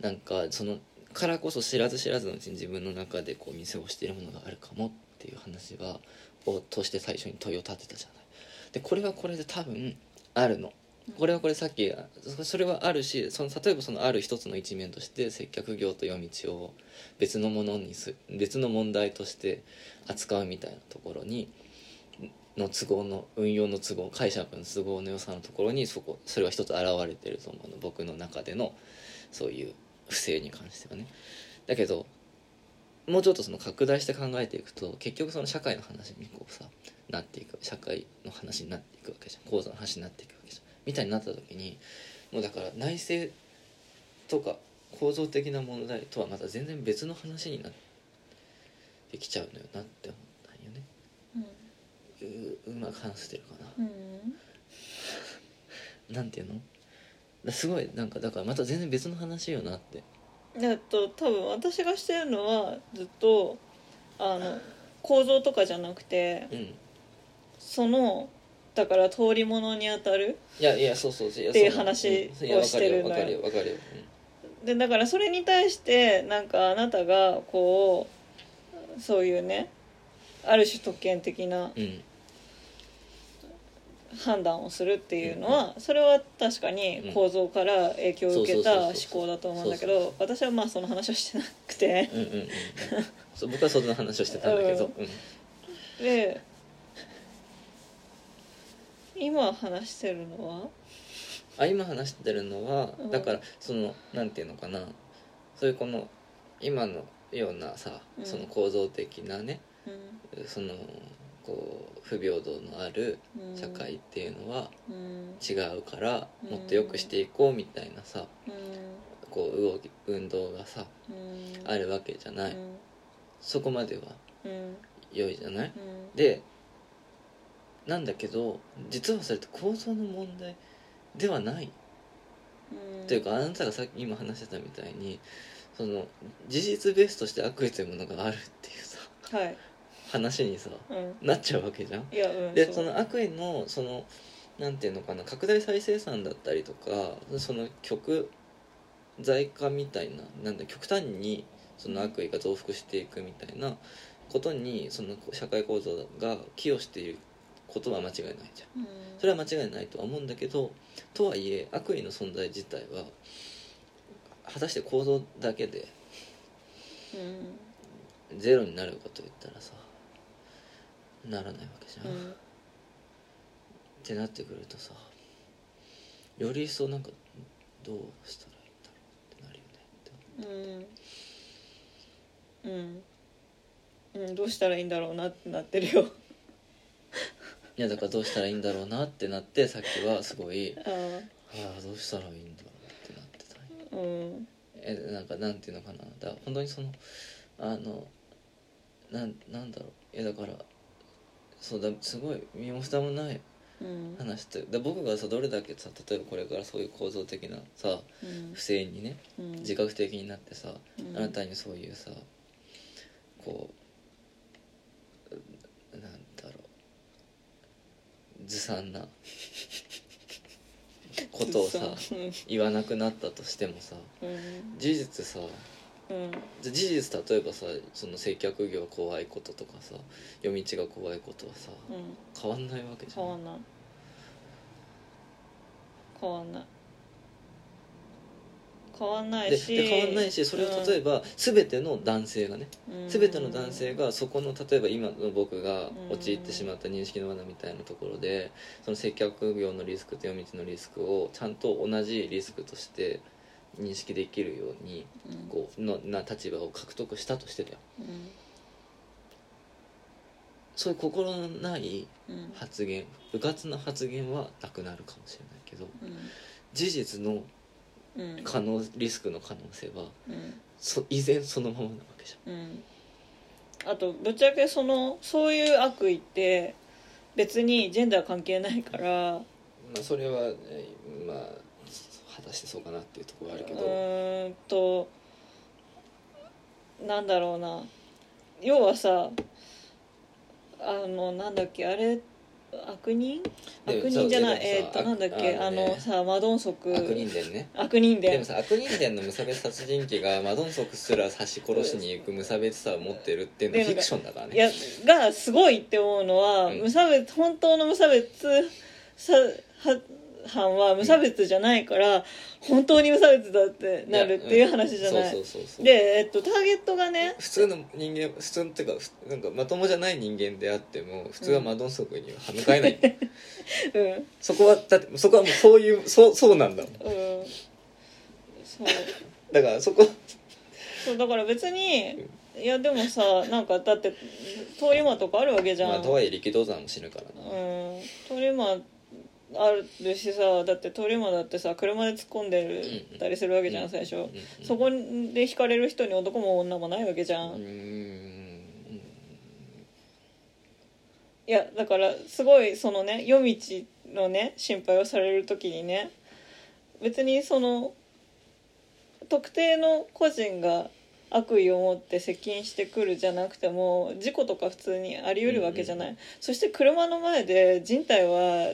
Speaker 1: なんかそのからこそ知らず知らずのうちに自分の中でこう店をしているものがあるかもっていう話はをとして最初に問いを立てたじゃない。でこれはこれで多分あるの。これはこれさっきそそれはあるしその例えばそのある一つの一面として接客業と夜道を別のものにす別の問題として扱うみたいなところにの都合の運用の都合解釈の都合の良さのところにそこそれは一つ現れてると思うの僕の中でのそういう不正に関してはねだけどもうちょっとその拡大して考えていくと結局その社会の話にこうさなっていく社会の話になっていくわけじゃん講座の話になっていくわけじゃんみたいになった時にもうだから内政とか構造的な問題とはまた全然別の話になってきちゃうのよなって思ったんよね
Speaker 2: ん
Speaker 1: ううまく話してるかな
Speaker 2: うん
Speaker 1: なんていうのだすごいなんかだからまた全然別の話よなって
Speaker 2: えっと多分私がしてるのはずっとあの構造とかじゃなくて
Speaker 1: うんい
Speaker 2: そのだから通り物に当たる
Speaker 1: やいやそうそうって
Speaker 2: っていう話をしてるのよ
Speaker 1: わかるよわかるよ
Speaker 2: でだからそれに対してなんかあなたがこうそういうねある種特権的な
Speaker 1: うん、うん
Speaker 2: 判断をするっていうのはそれは確かに構造から影響を受けた
Speaker 1: うん
Speaker 2: 思考だと思うんだけ
Speaker 1: そうそう
Speaker 2: ど私はまあその話をしてなくて
Speaker 1: うんうんうんそう僕はそんな話をしてたんだけど、うん
Speaker 2: で今話してるのは
Speaker 1: あ今話してるのは、
Speaker 2: うん
Speaker 1: だからそのなんていうのかなそういうこの今のようなさ
Speaker 2: うん
Speaker 1: その構造的なね、
Speaker 2: うん
Speaker 1: そのこう不平等のある
Speaker 2: うん
Speaker 1: 社会っていうのは
Speaker 2: うん
Speaker 1: 違うから、
Speaker 2: うん
Speaker 1: もっと良くしていこうみたいなさ
Speaker 2: うん
Speaker 1: こう動き運動がさ
Speaker 2: うん
Speaker 1: あるわけじゃない、
Speaker 2: うん
Speaker 1: そこまでは
Speaker 2: うん
Speaker 1: 良いじゃない
Speaker 2: うん
Speaker 1: でなんだけど実はそれって構造の問題ではない
Speaker 2: うん
Speaker 1: というかあなたがさっき今話してたみたいにその事実ベースとして悪意というものがあるっていうさ
Speaker 2: はい
Speaker 1: 話にさ
Speaker 2: うん
Speaker 1: なっちゃうわけじゃん。
Speaker 2: いやうん
Speaker 1: で
Speaker 2: そ
Speaker 1: そうの悪意のそのなんていうのかな拡大再生産だったりとかその極在家みたいななんだ極端にその悪意が増幅していくみたいなことにその社会構造が寄与していることは間違いないじゃん
Speaker 2: うん
Speaker 1: それは間違いないとは思うんだけどとはいえ悪意の存在自体は果たして行動だけで
Speaker 2: うん
Speaker 1: ゼロになるかといったらさならないわけじゃん、
Speaker 2: う
Speaker 1: っ
Speaker 2: ん
Speaker 1: てなってくるとさより一層なんかどうしたらいいんだろうってなるよねって
Speaker 2: うんうんうんどうしたらいいんだろうなってなってるよ
Speaker 1: いやだからどうしたらいいんだろうなってなってさっきはすごい
Speaker 2: あー
Speaker 1: ああどうしたらいいんだろうってなってたんよ
Speaker 2: うん
Speaker 1: えなんかなんていうのかなだから本当にそのあのなんなんだろういやだからそうだすごい身も蓋もない
Speaker 2: うん
Speaker 1: 話ってだ僕がさどれだけさ例えばこれからそういう構造的なさ
Speaker 2: うん
Speaker 1: 不正にね
Speaker 2: うん
Speaker 1: 自覚的になってさ、
Speaker 2: うん
Speaker 1: あなたにそういうさこうなんだろうずさ
Speaker 2: [laughs]
Speaker 1: んなことをさ
Speaker 2: うん
Speaker 1: 言わなくなったとしてもさ
Speaker 2: うん
Speaker 1: 事実さ
Speaker 2: うん
Speaker 1: じ事実例えばさその接客業怖いこととかさ夜道が怖いことはさ
Speaker 2: うん
Speaker 1: 変わんないわけじゃ
Speaker 2: 変わ
Speaker 1: ん
Speaker 2: んない変わんない変わんない
Speaker 1: で
Speaker 2: し
Speaker 1: で変わんないしそれを例えば、全ての男性がね
Speaker 2: うん
Speaker 1: 全ての男性がそこの例えば今の僕が
Speaker 2: うん
Speaker 1: 陥ってしまった認識の罠みたいなところでその接客業のリスクと夜道のリスクをちゃんと同じリスクとして認識できるように
Speaker 2: うん
Speaker 1: こうのな立場を獲得したとしてだよ
Speaker 2: う
Speaker 1: そういう心のない
Speaker 2: んうん
Speaker 1: 発言部活の発言はなくなるかもしれないけど
Speaker 2: う
Speaker 1: 事実の
Speaker 2: んうん
Speaker 1: 可能リスクの可能性は
Speaker 2: うん
Speaker 1: そ依然そのままなわけじ
Speaker 2: うんあとぶっちゃけそのそういう悪意って別にジェンダー関係ないからう
Speaker 1: ゃん、まあ、それは、まあ果たしてそうかなっていうところはあるけど、
Speaker 2: ーんとなんだろうな要はさあのなんだっけあれ悪人
Speaker 1: で
Speaker 2: 悪人じゃない
Speaker 1: そう
Speaker 2: え
Speaker 1: で
Speaker 2: ー
Speaker 1: も
Speaker 2: っ
Speaker 1: さ
Speaker 2: となんだっけ
Speaker 1: あ
Speaker 2: あ
Speaker 1: あのね
Speaker 2: のさマドンソク
Speaker 1: 悪人伝ね
Speaker 2: 悪人
Speaker 1: でも
Speaker 2: 伝
Speaker 1: さ悪人伝の無差別殺人鬼がマドンソクすら刺し殺しに行く無差別さを持ってるっていうのはフィクションだから
Speaker 2: い
Speaker 1: ね
Speaker 2: やがすごいって思うのは、
Speaker 1: うん
Speaker 2: 無差別本当の無差別さは犯は無差別じゃないから、本当に無差別だってなるっていう話じゃない。
Speaker 1: そうそうそうそう
Speaker 2: で、えっと、ターゲットがね
Speaker 1: 普通の人間普通のっていうかふなんかまともじゃない人間であっても普通はマドンソクには歯向かえない、
Speaker 2: うん
Speaker 1: [laughs] そこはだってそこはもうそういうそうそうなんだもん
Speaker 2: うんそう
Speaker 1: だからそこ
Speaker 2: そうだから別にいやでもさなんかだって通り魔とかあるわけじゃん、
Speaker 1: まあとはいえ力道山も死ぬからな、
Speaker 2: うんトリマーあるしさだってトリマーだってさ車で突っ込んでるたりするわけじゃ
Speaker 1: うん
Speaker 2: ん最初
Speaker 1: うんうん
Speaker 2: そこで惹かれる人に男も女もないわけじゃ
Speaker 1: うー
Speaker 2: ん
Speaker 1: ん
Speaker 2: いやだからすごいそのね夜道のね心配をされる時にね別にその特定の個人が悪意を持って接近してくるじゃなくても事故とか普通にあり得るわけじゃない、
Speaker 1: うん
Speaker 2: そして車の前で人体は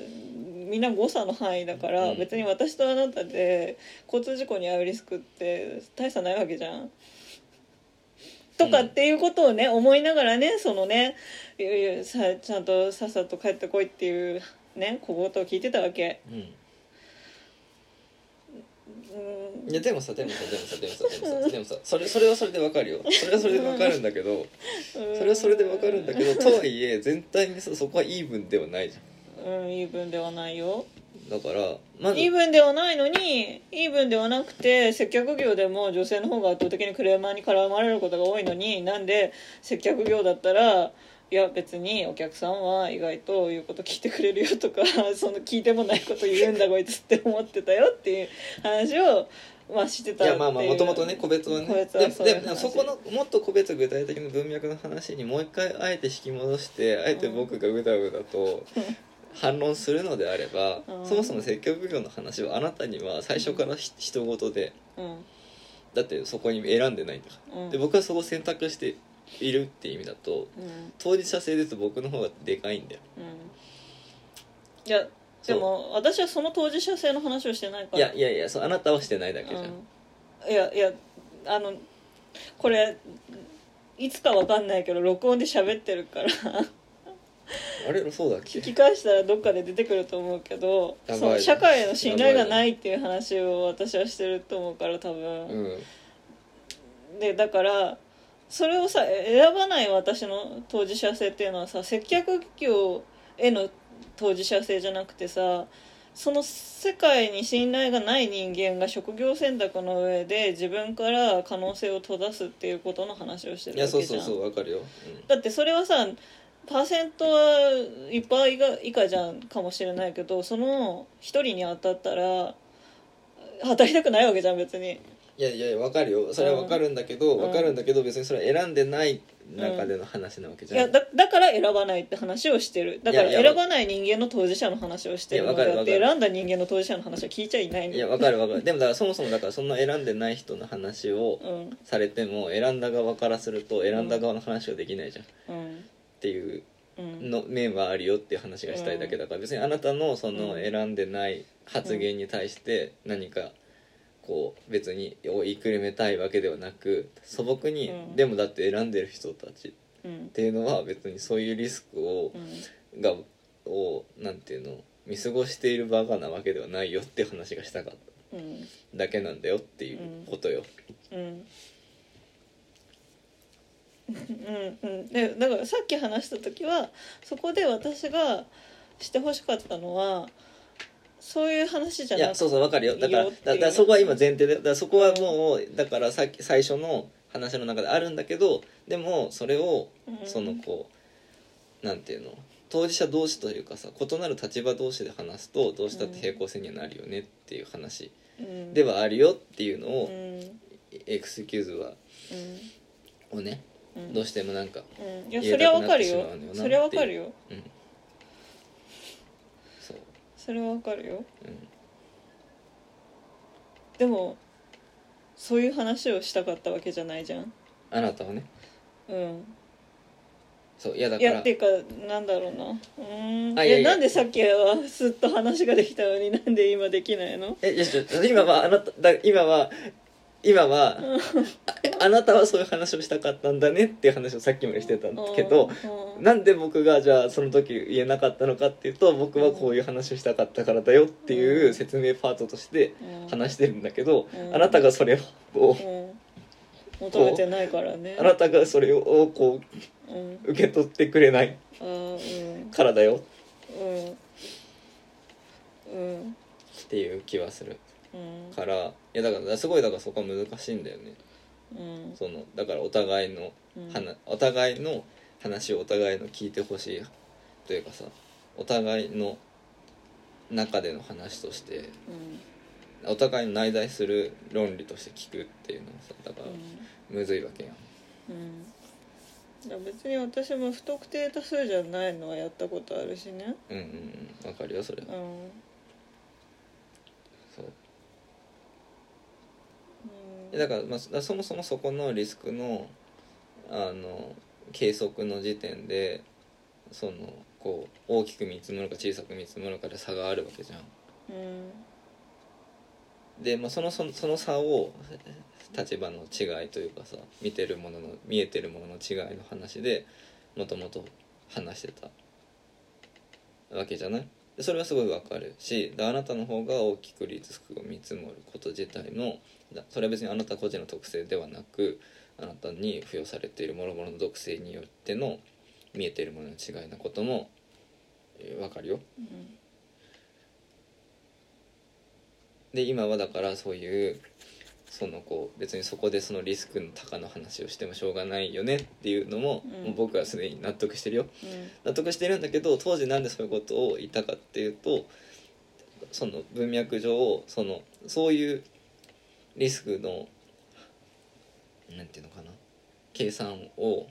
Speaker 2: みんな誤差の範囲だから、
Speaker 1: うん
Speaker 2: 別に私とあなたで交通事故に遭うリスクって大差ないわけじゃん。とかっていうことをね、思いながらねそのねいやいやさちゃんとさっさと帰ってこいっていうね小言を聞いてたわけ。
Speaker 1: うん
Speaker 2: うん
Speaker 1: いやでもさでもさでもさでもさでもさでもさそれそれはそれでわかるよそれはそれでわかるんだけどそれはそれでわかるんだけ
Speaker 2: [laughs]
Speaker 1: どとはいえ全体にさそこはイーブンではないじゃ
Speaker 2: うん言い分ではないよ
Speaker 1: んだからまず
Speaker 2: イーブンではないのにイーブンではなくて接客業でも女性の方が圧倒的にクレーマーに絡まれることが多いのになんで接客業だったらいや別にお客さんは意外と言うこと聞いてくれるよとか [laughs] その聞いてもないこと言うんだこいつって思ってたよっていう話を、まあ、してた
Speaker 1: い
Speaker 2: っ
Speaker 1: や
Speaker 2: ていう
Speaker 1: まあまあもともとね個別はね
Speaker 2: 個別
Speaker 1: で
Speaker 2: は
Speaker 1: も
Speaker 2: そうい
Speaker 1: で
Speaker 2: う話
Speaker 1: もそこのもっと個別具体的な文脈の話にもう一回あえて引き戻してあえて僕がうだうだと反論するのであれば、
Speaker 2: うん
Speaker 1: そもそも接客業の話はあなたには最初からひ人事で
Speaker 2: うん
Speaker 1: だってそこに選んでないんだから、
Speaker 2: うん
Speaker 1: で僕はそこを選択しているっていう意味だと
Speaker 2: うん
Speaker 1: 当事者性ですと僕の方がでかいんだよ
Speaker 2: うんいやでも私はその当事者性の話をしてないか
Speaker 1: い
Speaker 2: ら
Speaker 1: やいやいやそうあなたはしてないだけじゃん、
Speaker 2: うんいやいやあのこれいつかわかんないけど録音で喋ってるから
Speaker 1: [laughs] あれそうだっけ
Speaker 2: 聞き返したらどっかで出てくると思うけど
Speaker 1: やばい
Speaker 2: その社会への信頼がないっていう話を私はしてると思うから多分。
Speaker 1: うん
Speaker 2: でだからそれをさ選ばない私の当事者性っていうのはさ接客業への当事者性じゃなくてさその世界に信頼がない人間が職業選択の上で自分から可能性を閉ざすっていうことの話をして
Speaker 1: い
Speaker 2: る
Speaker 1: や
Speaker 2: わ
Speaker 1: そう
Speaker 2: けじ
Speaker 1: そ
Speaker 2: ゃ
Speaker 1: うんそうわかるよ、
Speaker 2: だってそれはさパーセントはいっぱいが以下じゃんかもしれないけどその一人に当たったら当たりたくないわけじゃん別に
Speaker 1: いやいやいやわかるよそれはわかるんだけど
Speaker 2: うん
Speaker 1: わかるんだけど別にそれは選んでない中での話なわけじ
Speaker 2: い
Speaker 1: ゃ
Speaker 2: や
Speaker 1: ん、い
Speaker 2: だだから選ばないって話をしてるだから
Speaker 1: いやいや
Speaker 2: 選ばない人間の当事者の話をしてる
Speaker 1: い
Speaker 2: の
Speaker 1: やわかる
Speaker 2: だって
Speaker 1: わかる
Speaker 2: 選んだ人間の当事者の話は聞いちゃいないの
Speaker 1: やわかるわかるでもだからそもそもだからそんな選んでない人の話を
Speaker 2: うん
Speaker 1: されても選んだ側からすると選んだ側の話はできないじゃんっ
Speaker 2: うん
Speaker 1: ていう
Speaker 2: うん
Speaker 1: の面はあるよっていう話がしたいだけだから別にあなたのその
Speaker 2: うん
Speaker 1: 選んでない発言に対して何かこう別にを言いくるめたいわけではなく素朴に
Speaker 2: うん
Speaker 1: でもだって選んでる人たち
Speaker 2: うん
Speaker 1: っていうのは別にそういうリスクを
Speaker 2: うん
Speaker 1: がをなんていうの見過ごしているバカなわけではないよっていう話がしたかっ
Speaker 2: うん
Speaker 1: ただけなんだよっていうことよ。
Speaker 2: うんうんうんでだからさっき話した時はそこで私がしてほしかったのはそういう話じゃ
Speaker 1: い
Speaker 2: な
Speaker 1: や
Speaker 2: くて
Speaker 1: そうそうわかるよだから
Speaker 2: いいよ
Speaker 1: だ
Speaker 2: っていう
Speaker 1: だからそこは今前提でだからそこはもうだからさっき最初の話の中であるんだけどでもそれを
Speaker 2: うん
Speaker 1: そのこうなんていうの当事者同士というかさ異なる立場同士で話すとどうしたって平行線にはなるよねっていう話
Speaker 2: うん
Speaker 1: ではあるよっていうの
Speaker 2: う
Speaker 1: を
Speaker 2: ん
Speaker 1: エクスキューズはをね
Speaker 2: うんうん
Speaker 1: どうしてもなんか
Speaker 2: うんいや
Speaker 1: 言
Speaker 2: そ
Speaker 1: え
Speaker 2: れは
Speaker 1: なく
Speaker 2: わ
Speaker 1: な
Speaker 2: か
Speaker 1: って
Speaker 2: る
Speaker 1: しま
Speaker 2: よ
Speaker 1: うのよなっていう
Speaker 2: それはわかるよ
Speaker 1: うんそう
Speaker 2: それはわかるよ
Speaker 1: うん
Speaker 2: でもそういう話をしたかったわけじゃないじゃん
Speaker 1: あなたはね
Speaker 2: うん
Speaker 1: そういやだ
Speaker 2: い
Speaker 1: か
Speaker 2: やっ
Speaker 1: ら
Speaker 2: ていうかなんだろうなうーん
Speaker 1: あ
Speaker 2: い
Speaker 1: いや
Speaker 2: や
Speaker 1: いや
Speaker 2: なんでさっきはすっと話ができたのになんで今できないの
Speaker 1: えいやちょ今はあなただ今は今はああなたはそういう話をしたかったんだねっていう話をさっきまでしてたんだけど
Speaker 2: うん
Speaker 1: なんで僕がじゃあその時言えなかったのかっていうと僕はこういう話をしたかったからだよっていう説明パートとして
Speaker 2: うん
Speaker 1: 話してるんだけど
Speaker 2: うん
Speaker 1: あなたがそれを
Speaker 2: うん求めてないからね
Speaker 1: あなたがそれをこ
Speaker 2: うん
Speaker 1: う受け取ってくれない
Speaker 2: あーうん
Speaker 1: からだよ
Speaker 2: うんうん
Speaker 1: っていう気はする
Speaker 2: うん
Speaker 1: からいやだからすごいだからそこは難しいんだよね
Speaker 2: うん
Speaker 1: そのだからお互いのはなお互いの話をお互いの聞いてほしいというかさお互いの中での話として
Speaker 2: うん
Speaker 1: お互いの内在する論理として聞くっていうのはさだから
Speaker 2: うん
Speaker 1: むずいわけやん
Speaker 2: うんいや別に私も不特定多数じゃないのはやったことあるしね
Speaker 1: うんうんうんわかるよそれは
Speaker 2: うん、
Speaker 1: そうで
Speaker 2: うん、
Speaker 1: だから,、まあ、だからそもそもそこのリスクのあの計測の時点でそのこう大きく見積もるか小さく見積もるかで差があるわけじゃん
Speaker 2: うん
Speaker 1: で、まあ、そのそのその差を立場の違いというかさ見てるものの見えてるものの違いの話でもともと話してたわけじゃないでそれはすごいわかるしであなたの方が大きくリスクを見積もること自体のだそれは別にあなた個人の特性ではなくあなたに付与されている諸々の属性によっての見えているものの違いなこともえーわかるよ。
Speaker 2: うん
Speaker 1: で今はだからそういうそのこう別にそこでそのリスクの高の話をしてもしょうがないよねっていうのも,、
Speaker 2: うん
Speaker 1: もう僕はすでに納得してるよ納得してるんだけど当時なんでそういうことを言ったかっていうとその文脈上そのそういうリスクのなんていうのかな計算を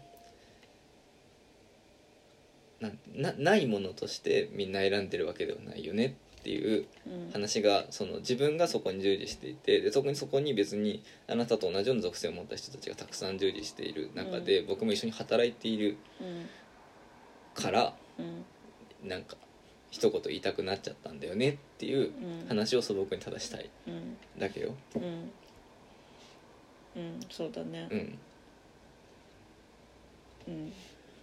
Speaker 1: ななないものとしてみんな選んでるわけではないよねっていう
Speaker 2: うん
Speaker 1: 話がその自分がそこに従事していてで特にそこに別にあなたと同じような属性を持った人たちがたくさん従事している中で、僕も一緒に働いている
Speaker 2: うん
Speaker 1: から
Speaker 2: うん
Speaker 1: なんか一言言いたくなっちゃったんだよねっていう
Speaker 2: うん
Speaker 1: 話を素朴に正したい
Speaker 2: うん
Speaker 1: だけよ
Speaker 2: うんうんそうだね
Speaker 1: うん
Speaker 2: うん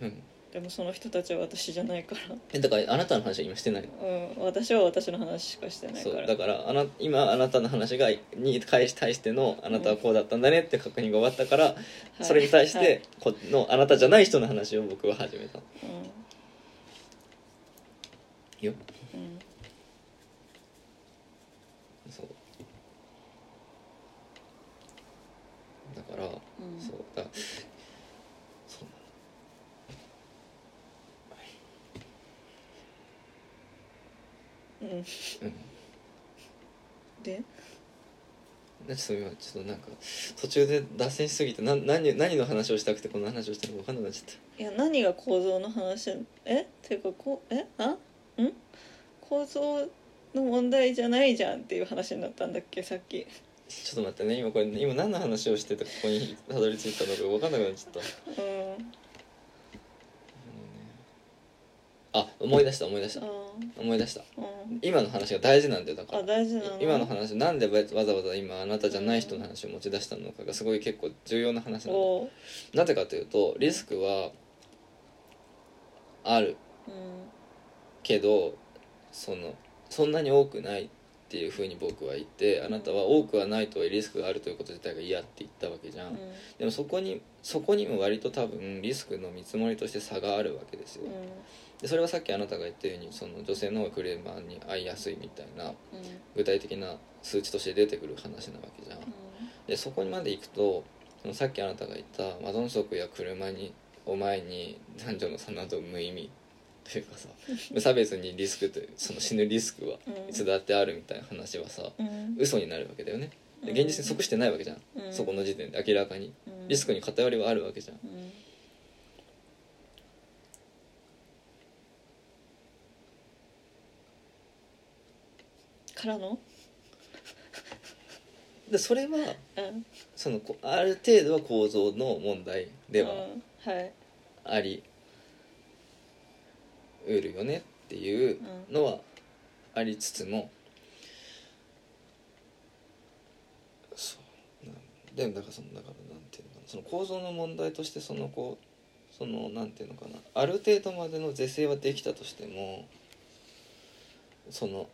Speaker 1: うん
Speaker 2: でもその人たちは私じゃないから
Speaker 1: えだからあなたの話は今してないの
Speaker 2: うん私は私の話しかしてないか
Speaker 1: そう
Speaker 2: ら
Speaker 1: だからあな今あなたの話がに対し対してのあなたはこうだったんだねって確認が終わったから、
Speaker 2: はい
Speaker 1: それに対し
Speaker 2: は
Speaker 1: て
Speaker 2: い
Speaker 1: このあなたじゃない人の話を僕は始めたよ
Speaker 2: うんうん
Speaker 1: そうだから、
Speaker 2: うん
Speaker 1: そうだそう
Speaker 2: うん
Speaker 1: なのうん
Speaker 2: で
Speaker 1: なんかそう今ちょっとなんか途中で脱線しすぎてな何何の話をしたくてこの話をしたのか分かんなくなっちゃっ
Speaker 2: いや何が構造の話えっていうかこうえあん構造の問題じゃないじゃんっていう話になったんだっけさっき
Speaker 1: たちょっと待ってね今これ今何の話をしててここにたどり着いたのか分かんなくなっちゃった
Speaker 2: うん
Speaker 1: あ思い出した思い出した
Speaker 2: あ
Speaker 1: 思い出した
Speaker 2: うん
Speaker 1: 今の話が大事なんだよだか
Speaker 2: あ
Speaker 1: ら
Speaker 2: 大事なの
Speaker 1: 今の話なんでわざわざ今あなたじゃない人の話を持ち出したのかがすごい結構重要な話なんだよ
Speaker 2: を
Speaker 1: なぜかというとリスクはある
Speaker 2: うん
Speaker 1: けどそのそんなに多くないっていうふうに僕は言ってあなたは多くはないとはいえリスクがあるということ自体が嫌って言ったわけじゃん、
Speaker 2: うん
Speaker 1: でもそこにそこにも割と多分リスクの見積もりとして差があるわけですよ、でそれはさっきあなたが言ったようにその女性の方がクレーマーに会いやすいみたいな
Speaker 2: うんうん
Speaker 1: 具体的な数値として出てくる話なわけじゃんでそこにまで行くとそのさっきあなたが言ったマドンソクや車にお前に男女の差など無意味というかさ無差別にリスクというその死ぬリスクは
Speaker 2: うん
Speaker 1: いつだってあるみたいな話はさ
Speaker 2: うん
Speaker 1: 嘘になるわけだよねで
Speaker 2: うん
Speaker 1: 現実に即してないわけじゃん、
Speaker 2: うん
Speaker 1: そこの時点で明らかにリスクに偏りはあるわけじゃん
Speaker 2: うんからの
Speaker 1: でそれは
Speaker 2: うん
Speaker 1: そのこある程度は構造の問題では
Speaker 2: うんはい
Speaker 1: ありうるよねっていうのはありつつも、そうなんでもだからそのだからなんていうのかなその構造の問題としてそのこうそのなんていうのかなある程度までの是正はできたとしてもその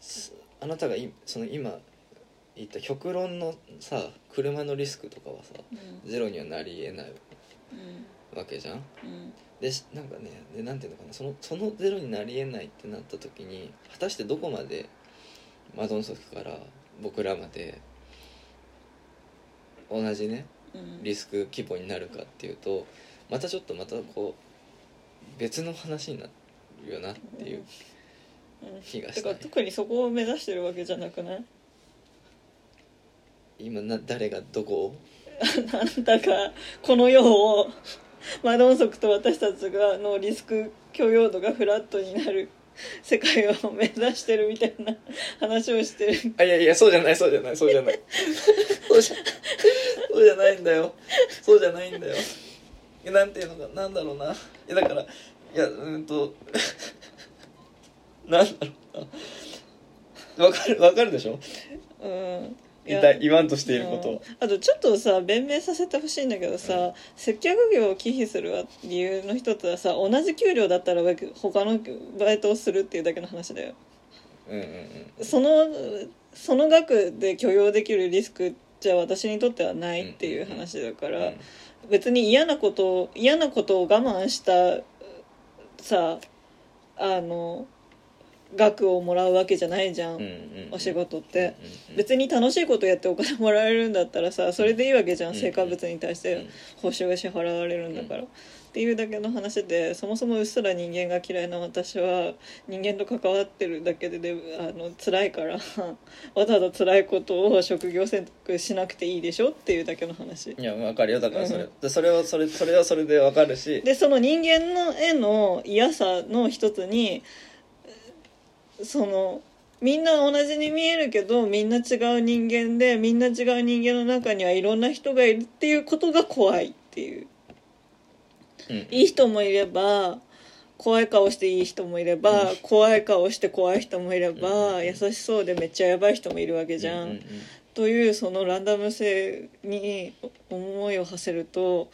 Speaker 1: すあなたがいその今言った極論のさ車のリスクとかはさ
Speaker 2: うん
Speaker 1: ゼロにはなりえない
Speaker 2: うん
Speaker 1: わけじゃん
Speaker 2: うん
Speaker 1: でしなんかねでなんていうのかなそのそのゼロになりえないってなった時に果たしてどこまでマドンソクから僕らまで同じね
Speaker 2: うん
Speaker 1: リスク規模になるかっていうとまたちょっとまたこう別の話になるよなっていう
Speaker 2: うん
Speaker 1: 気が
Speaker 2: て
Speaker 1: した、
Speaker 2: か
Speaker 1: ね、
Speaker 2: 特にそこを目指してるわけじゃなくない
Speaker 1: 今な誰がどこを
Speaker 2: なんだかこの世をマドンソクと私たちがのリスク許容度がフラットになる世界を目指してるみたいな話をしてる
Speaker 1: あいやいやそうじゃないそうじゃないそうじゃない [laughs] そうじゃそうじゃないんだよそうじゃないんだよいやなんていうのかなんだろうないやだからいやうーんと [laughs] なんだろうなわかるわかるでしょ
Speaker 2: うん
Speaker 1: 言
Speaker 2: や
Speaker 1: いたい言わんとしていることを
Speaker 2: うんあとちょっとさ弁明させてほしいんだけどさ、
Speaker 1: う
Speaker 2: 接客業を忌避する理由の一つはさ同じ給料だったら他のバイトをするっていうだけの話だよ
Speaker 1: うんうんうん
Speaker 2: そのその額で許容できるリスクじゃ私にとってはないっていう話だから、
Speaker 1: うん
Speaker 2: 別に嫌なことを嫌なことを我慢したさあの額をもらうわけじゃないじゃん、
Speaker 1: うんうんうん
Speaker 2: お仕事って、
Speaker 1: うん
Speaker 2: 別に楽しいことやってお金もらえるんだったらさそれでいいわけじゃん、
Speaker 1: うん
Speaker 2: 成果物に対し
Speaker 1: う
Speaker 2: て
Speaker 1: ん
Speaker 2: 報酬が支払われるんだから、っていうだけの話でそもそもうっすら人間が嫌いな私は人間と関わってるだけでであの辛いからわざわざ辛いことを職業選択しなくていいでしょっていうだけの話
Speaker 1: いやわかるよだからそれ、
Speaker 2: うん
Speaker 1: でそれはそれそれはそれでわかるし
Speaker 2: でその人間の絵の嫌さの一つにそのみんな同じに見えるけどみんな違う人間でみんな違う人間の中にはいろんな人がいるっていうことが怖いっていう
Speaker 1: うん
Speaker 2: いい人もいれば怖い顔していい人もいれば、
Speaker 1: うん
Speaker 2: 怖い顔して怖い人もいれば、
Speaker 1: うん
Speaker 2: 優しそうでめっちゃやばい人もいるわけじゃ
Speaker 1: う
Speaker 2: ん。
Speaker 1: んうんうん
Speaker 2: というそのランダム性に思いを馳せると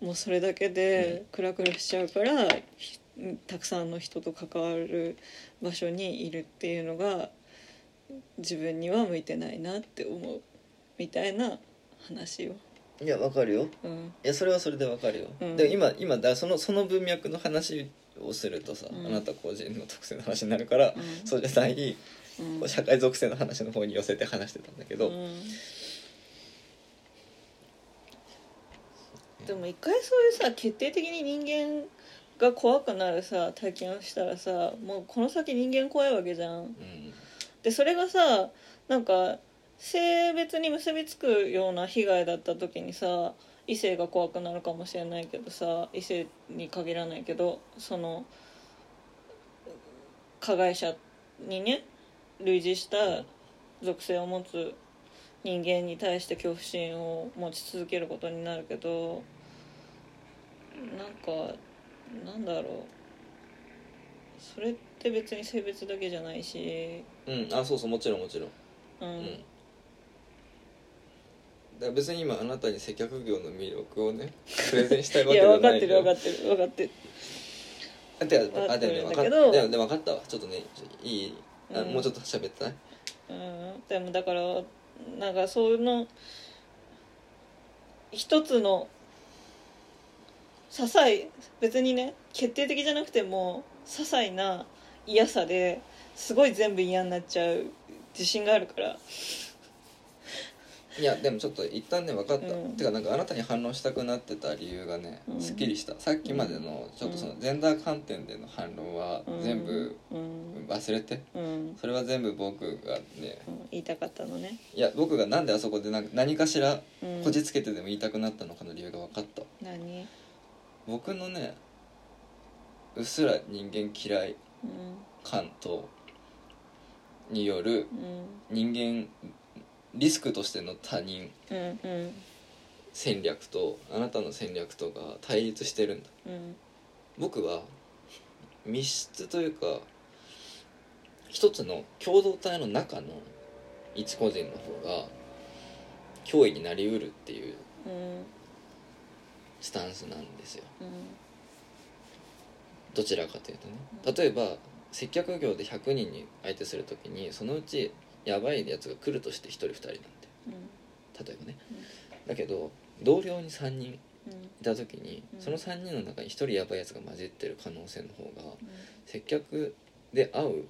Speaker 2: もうそれだけでクラクラしちゃうから、ひたくさんの人と関わる場所にいるっていうのが自分には向いてないなって思うみたいな話を。
Speaker 1: いやわかるよ
Speaker 2: うん
Speaker 1: いやそれはそれでわかるよ、
Speaker 2: うん
Speaker 1: で今今だそのその文脈の話をするとさ、
Speaker 2: うん
Speaker 1: あなた個人の特性の話になるから、
Speaker 2: うん
Speaker 1: そうじゃない、
Speaker 2: うん
Speaker 1: こう社会属性の話の方に寄せて話してたんだけど、
Speaker 2: うんでも一回そういうさ決定的に人間が怖くなるさ体験をしたらさもうこの先人間怖いわけじゃん。
Speaker 1: うん
Speaker 2: でそれがさなんか性別に結びつくような被害だった時にさ異性が怖くなるかもしれないけどさ異性に限らないけどその加害者にね類似した属性を持つ人間に対して恐怖心を持ち続けることになるけどなんかなんだろうそれって別に性別だけじゃないし
Speaker 1: うん、あそうそうもちろんもちろん、
Speaker 2: うん
Speaker 1: うん、だから別に今あなたに接客業の魅力をねプレゼンしたいわ
Speaker 2: い
Speaker 1: けじ
Speaker 2: や
Speaker 1: ゃ
Speaker 2: 分か
Speaker 1: な
Speaker 2: っ
Speaker 1: い
Speaker 2: てる分かってる分かってる
Speaker 1: あでああでもね
Speaker 2: わ
Speaker 1: 分
Speaker 2: か
Speaker 1: か
Speaker 2: っ
Speaker 1: っ
Speaker 2: てるんだけど
Speaker 1: でもでも分かったわちょっとねいいあ、
Speaker 2: うん
Speaker 1: もうちょっと喋ってない
Speaker 2: うんでもだからなんかそういうの一つの些細別にね決定的じゃなくても些細な嫌さですごい全部嫌になっちゃう自信があるから
Speaker 1: いやでもちょっと一旦ね分かった、
Speaker 2: うん
Speaker 1: てかなんかあなたに反応したくなってた理由がね、
Speaker 2: うん
Speaker 1: すっきりしたさっきまでのちょっとそのジェンダー観点での反論は
Speaker 2: うん
Speaker 1: 全部
Speaker 2: うん、
Speaker 1: 忘れて
Speaker 2: うん
Speaker 1: それは全部僕がね
Speaker 2: うん言いたかったのね、
Speaker 1: いや僕がなんであそこでなんか何かしら
Speaker 2: うん、
Speaker 1: こじつけてでも言いたくなったのかの理由が分かった
Speaker 2: 何、
Speaker 1: 僕のねうっすら人間嫌い
Speaker 2: うん
Speaker 1: 感とによる
Speaker 2: うん
Speaker 1: 人間リスクとしての他人
Speaker 2: うんうん
Speaker 1: 戦略とあなたの戦略とが対立してるんだ
Speaker 2: うん
Speaker 1: 僕は密室というか一つの共同体の中の一個人の方が脅威になりうるっていう
Speaker 2: うん
Speaker 1: スタンスなんですよ
Speaker 2: うん
Speaker 1: どちらかというとね例えば接客業で100人に相手するときにそのうちやばいやつが来るとして1人2人なんで
Speaker 2: うん
Speaker 1: 例えばねだけど同僚に3人
Speaker 2: うん
Speaker 1: いた時に
Speaker 2: うん
Speaker 1: その3人の中に1人やばいやつが混じってる可能性の方が
Speaker 2: うん
Speaker 1: 接客で会う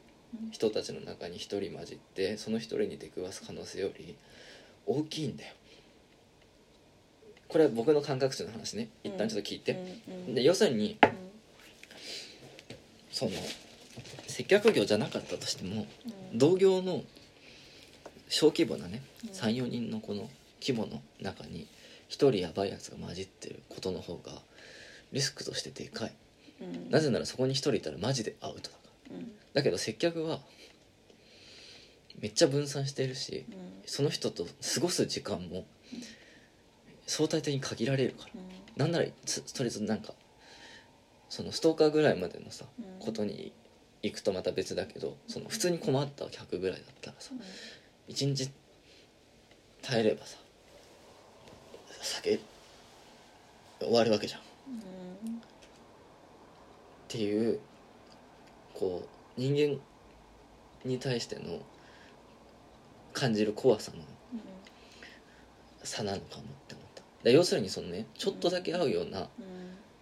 Speaker 1: 人たちの中に1人混じってその1人に出くわす可能性より大きいんだよこれは僕の感覚値の話ね一旦ちょっと聞いて、
Speaker 2: うんうん
Speaker 1: で要するに
Speaker 2: うん
Speaker 1: その接客業じゃなかったとしても
Speaker 2: うん
Speaker 1: 同業の小規模なね
Speaker 2: うん
Speaker 1: 34人のこの規模の中に1人やばいやつが混じってることの方がリスクとしてでかい
Speaker 2: うん
Speaker 1: なぜならそこに1人いたらマジでアウトだから
Speaker 2: うん
Speaker 1: だけど接客はめっちゃ分散しているし
Speaker 2: うん
Speaker 1: その人と過ごす時間も相対的に限られるから
Speaker 2: うん
Speaker 1: なんならつとりあえずなんかそのストーカーぐらいまでのさ
Speaker 2: うん
Speaker 1: ことに行くとまた別だけどその普通に困った客ぐらいだったらさ一日耐えればさ酒終わるわけじゃんっ
Speaker 2: うん
Speaker 1: ていうこう人間に対しての感じる怖さの
Speaker 2: うん
Speaker 1: 差なのかもって思ったで要するにそのねちょっとだけ会うような
Speaker 2: うん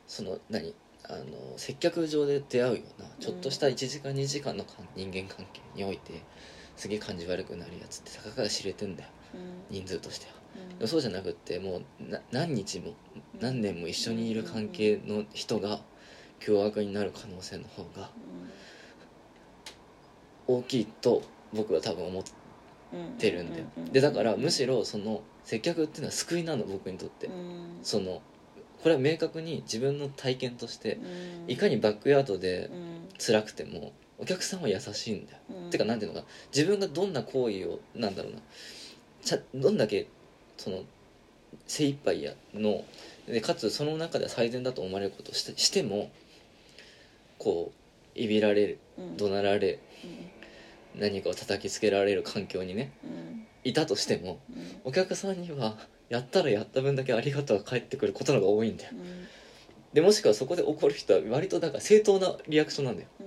Speaker 1: その何あの接客上で出会うようなちょっとした1時間2時間のかん人間関係においてすげえ感じ悪くなるやつってたかが知れてんだよ
Speaker 2: うん
Speaker 1: 人数としては
Speaker 2: うん
Speaker 1: でもそうじゃなくってもうな何日も何年も一緒にいる関係の人が凶悪になる可能性の方が大きいと僕は多分思っ
Speaker 2: うん
Speaker 1: てるんだよ
Speaker 2: ううう
Speaker 1: でだからむしろその接客っていうのは救いなの僕にとって
Speaker 2: うん
Speaker 1: そのこれは明確に自分の体験として
Speaker 2: うん
Speaker 1: いかにバックヤードで
Speaker 2: うん
Speaker 1: 辛くてもお客さんは優しいんだよ、
Speaker 2: うん
Speaker 1: てかなんていうのかな自分がどんな行為をなんだろうなちゃどんだけその精一杯やのでかつその中で最善だと思われることをしてしてもこういびられる
Speaker 2: うん
Speaker 1: 怒鳴られ
Speaker 2: うん
Speaker 1: 何かを叩きつけられる環境にね
Speaker 2: うん
Speaker 1: いたとしても
Speaker 2: うん
Speaker 1: お客さんにはやったらやった分だけありがとうが返ってくることの方が多いんだよ
Speaker 2: うん
Speaker 1: でもしくはそこで怒る人は割となんか正当なリアクションなんだよ
Speaker 2: う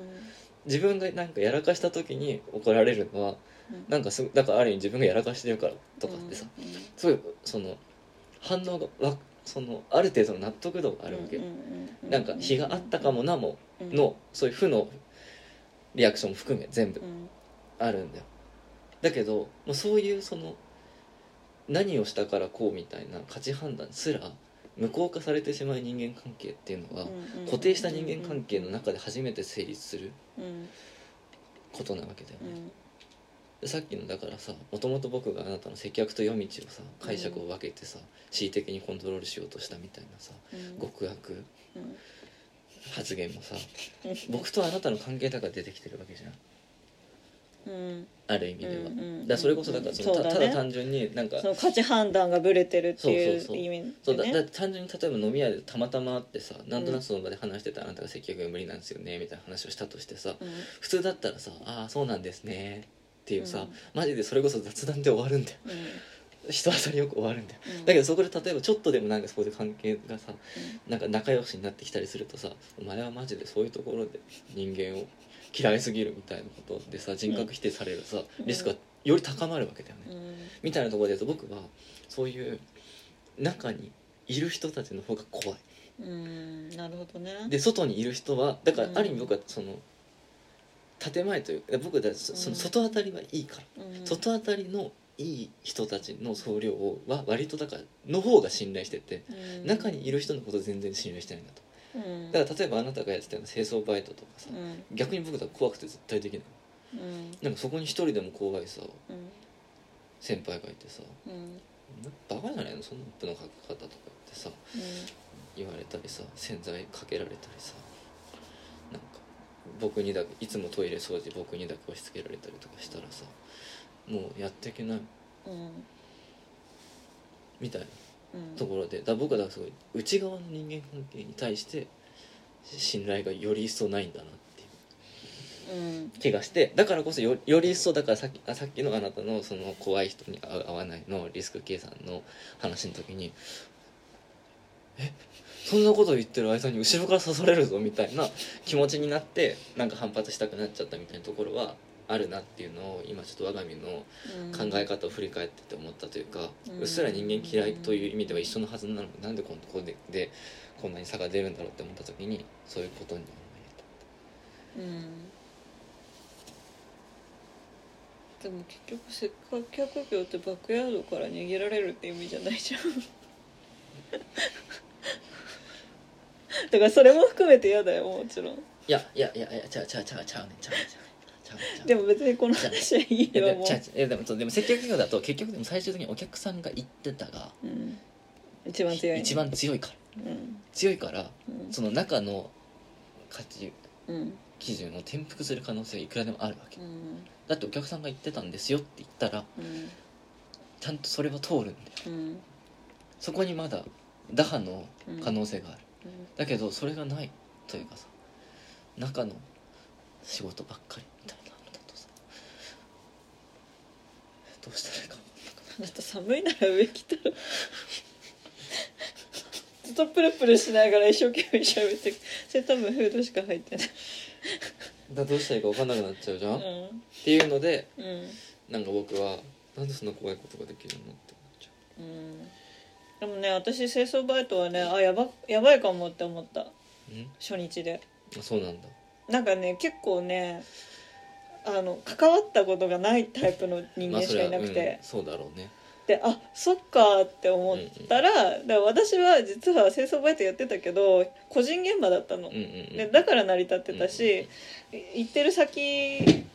Speaker 1: 自分がなんかやらかした時に怒られるのは
Speaker 2: ん
Speaker 1: なんかすごだからある意味自分がやらかしてるからとかってさ、
Speaker 2: うんうん
Speaker 1: すごいその反応がわそのある程度の納得度があるわけよ、
Speaker 2: うう
Speaker 1: なんか「非があったかもな」もの、そういう負のリアクションも含め全部
Speaker 2: うん
Speaker 1: あるんだよだけどもうそういうその何をしたからこうみたいな価値判断すら無効化されてしまう人間関係っていうのは
Speaker 2: うん
Speaker 1: 固定した人間関係の中で初めて成立する
Speaker 2: うん
Speaker 1: ことなわけだよ
Speaker 2: う
Speaker 1: ね、
Speaker 2: ん
Speaker 1: でさっきのだからさもともと僕があなたの接客と夜道をさ解釈を分けてさ恣意的にコントロールしようとしたみたいなさ
Speaker 2: うん
Speaker 1: 極悪
Speaker 2: うん
Speaker 1: 発言もさ
Speaker 2: うん
Speaker 1: 僕とあなたの関係だから出てきてるわけじゃん
Speaker 2: うん
Speaker 1: ある意味では、
Speaker 2: うんうんうん
Speaker 1: だからそれこそだからその
Speaker 2: そう
Speaker 1: た
Speaker 2: だね
Speaker 1: ただ単純になんか
Speaker 2: その価値判断がブレてるって
Speaker 1: そう
Speaker 2: い
Speaker 1: そうそうう
Speaker 2: 意味
Speaker 1: そ
Speaker 2: で
Speaker 1: うだ
Speaker 2: ね
Speaker 1: だって単純に例えば飲み屋でたまたま会ってさなんとなくその場で話してたあなたが接客が無理なんですよねみたいな話をしたとしてさ
Speaker 2: うん
Speaker 1: 普通だったらさ「ああそうなんですね」っていうさ、
Speaker 2: うん
Speaker 1: マジでそれこそ雑談で終わるんだよ [laughs]
Speaker 2: うん
Speaker 1: 人当たりよく終わるんだよ
Speaker 2: うん
Speaker 1: だけどそこで例えばちょっとでもなんかそこで関係がさなんか仲良しになってきたりするとさ「お前はマジでそういうところで人間を嫌いすぎる」みたいなことでさ人格否定されるさ
Speaker 2: うん
Speaker 1: リスクがより高まるわけだよね
Speaker 2: う。ん
Speaker 1: みたいなところで言うと僕はそういう中にいる人たちの方が怖い
Speaker 2: うんなるほどね
Speaker 1: で外にいる人はだから
Speaker 2: うん
Speaker 1: ある意味僕はその建前というか僕はそ
Speaker 2: うん
Speaker 1: その外当たりはいいから、
Speaker 2: うん
Speaker 1: 外当たりのいい人たちの総量をは割とだからの方が信頼してて
Speaker 2: うん
Speaker 1: 中にいる人のこと全然信頼してないんだと
Speaker 2: うん
Speaker 1: だから例えばあなたがやってたような清掃バイトとかさ
Speaker 2: うん
Speaker 1: 逆に僕だから怖くて絶対できない
Speaker 2: うん
Speaker 1: なんかそこに一人でも怖いさ
Speaker 2: うん
Speaker 1: 先輩がいてさ
Speaker 2: うん
Speaker 1: 「バカじゃないのそんなアップのかけ方」とか言ってさ言われたりさ洗剤かけられたりさなんか僕にだけいつもトイレ掃除僕にだけ押し付けられたりとかしたらさもうやっていけない
Speaker 2: うん
Speaker 1: みたいな
Speaker 2: うん
Speaker 1: ところでだから僕はだからすごい内側の人間関係に対して信頼がより一層ないんだなっていう
Speaker 2: うん
Speaker 1: 気がしてだからこそよより一層だからさっきあさっきのあなたのその怖い人に会う会わないのリスク計算の話の時にえそんなこと言ってる間に後ろから刺されるぞみたいな気持ちになってなんか反発したくなっちゃったみたいなところはあるなっていうのを今ちょっと我が身の
Speaker 2: うん
Speaker 1: 考え方を振り返ってて思ったというか、う
Speaker 2: うん
Speaker 1: っすら人間嫌いという意味では一緒のはずなのになんでこんここででこんなに差が出るんだろうって思った時にそういうことに思
Speaker 2: うんでも結局せっかく客業ってバックヤードから逃げられるって意味じゃないじゃんだからそれも含めて嫌だよもちろん
Speaker 1: えたいやいやいやいやちゃうちゃうちゃうちゃうねちゃうねちゃうねちゃうねちゃうね
Speaker 2: でも別にこの話はいい
Speaker 1: いや
Speaker 2: よ
Speaker 1: で
Speaker 2: も
Speaker 1: も
Speaker 2: う
Speaker 1: ちゃうちゃういやでもそうでも接客業だと結局でも最終的にお客さんが言ってたが
Speaker 2: うん一番強いね
Speaker 1: 一番強いから
Speaker 2: うん
Speaker 1: 強いから
Speaker 2: うん
Speaker 1: その中の価値
Speaker 2: うん
Speaker 1: 基準を転覆する可能性がいくらでもあるわけ
Speaker 2: うん
Speaker 1: だってお客さんが言ってたんですよって言ったら
Speaker 2: うん
Speaker 1: ちゃんとそれは通るんだよ
Speaker 2: うん
Speaker 1: そこにまだ打破の可能性がある、
Speaker 2: うん
Speaker 1: だけどそれがないというかさ中の仕事ばっかりみたいなのだとさどうしたらいいか
Speaker 2: あなた寒いなら上着たらずっとプルプルしながら一生懸命喋ってそれ多分フードしか入ってない
Speaker 1: だどうしたらいいか分かんなくなっちゃうじゃん、っ
Speaker 2: うん
Speaker 1: ていうので
Speaker 2: うん
Speaker 1: なんか僕はなんでそんな怖いことができるのって思っちゃ
Speaker 2: うんでもね私清掃バイトはねあやばやばいかもって思った
Speaker 1: ううん
Speaker 2: 初日で
Speaker 1: あそうなんだ
Speaker 2: なんかね結構ねあの関わったことがないタイプの人間しかいなくて、
Speaker 1: うんそうだろうね
Speaker 2: であそっかって思ったら,、だから私は実は清掃バイトやってたけど個人現場だったの、
Speaker 1: うんうんうん
Speaker 2: でだから成り立ってたし、行ってる先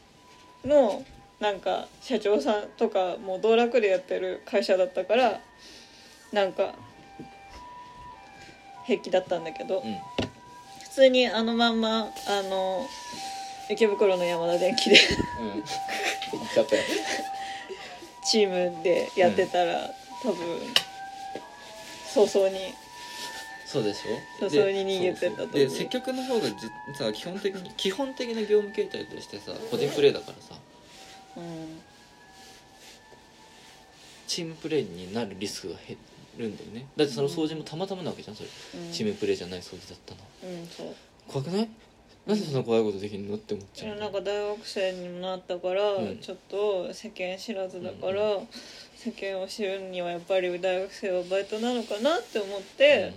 Speaker 2: のなんか社長さんとかも道楽でやってる会社だったからなんか平気だったんだけど、
Speaker 1: うん
Speaker 2: 普通にあのまんまあの池袋の山田電機で [laughs]
Speaker 1: うん言っちゃったよ
Speaker 2: チームでやってたら、多分早々に
Speaker 1: そうでし
Speaker 2: そ
Speaker 1: ょ
Speaker 2: う
Speaker 1: で
Speaker 2: それに逃げてたと
Speaker 1: そう
Speaker 2: 思う
Speaker 1: で接客の方がじさ基本的に基本的な業務形態としてさ個人プレーだからさ
Speaker 2: うん
Speaker 1: チームプレーになるリスクが減るんだよねだってその掃除もたまたまなわけじゃんそれ
Speaker 2: うん
Speaker 1: チームプレーじゃない掃除だったの
Speaker 2: うんそう
Speaker 1: 怖くないなんでそんな怖いことできるのって思っちゃう
Speaker 2: なんか大学生にもなったから、
Speaker 1: うん
Speaker 2: ちょっと世間知らずだから、世間を知るにはやっぱり大学生はバイトなのかなって思って、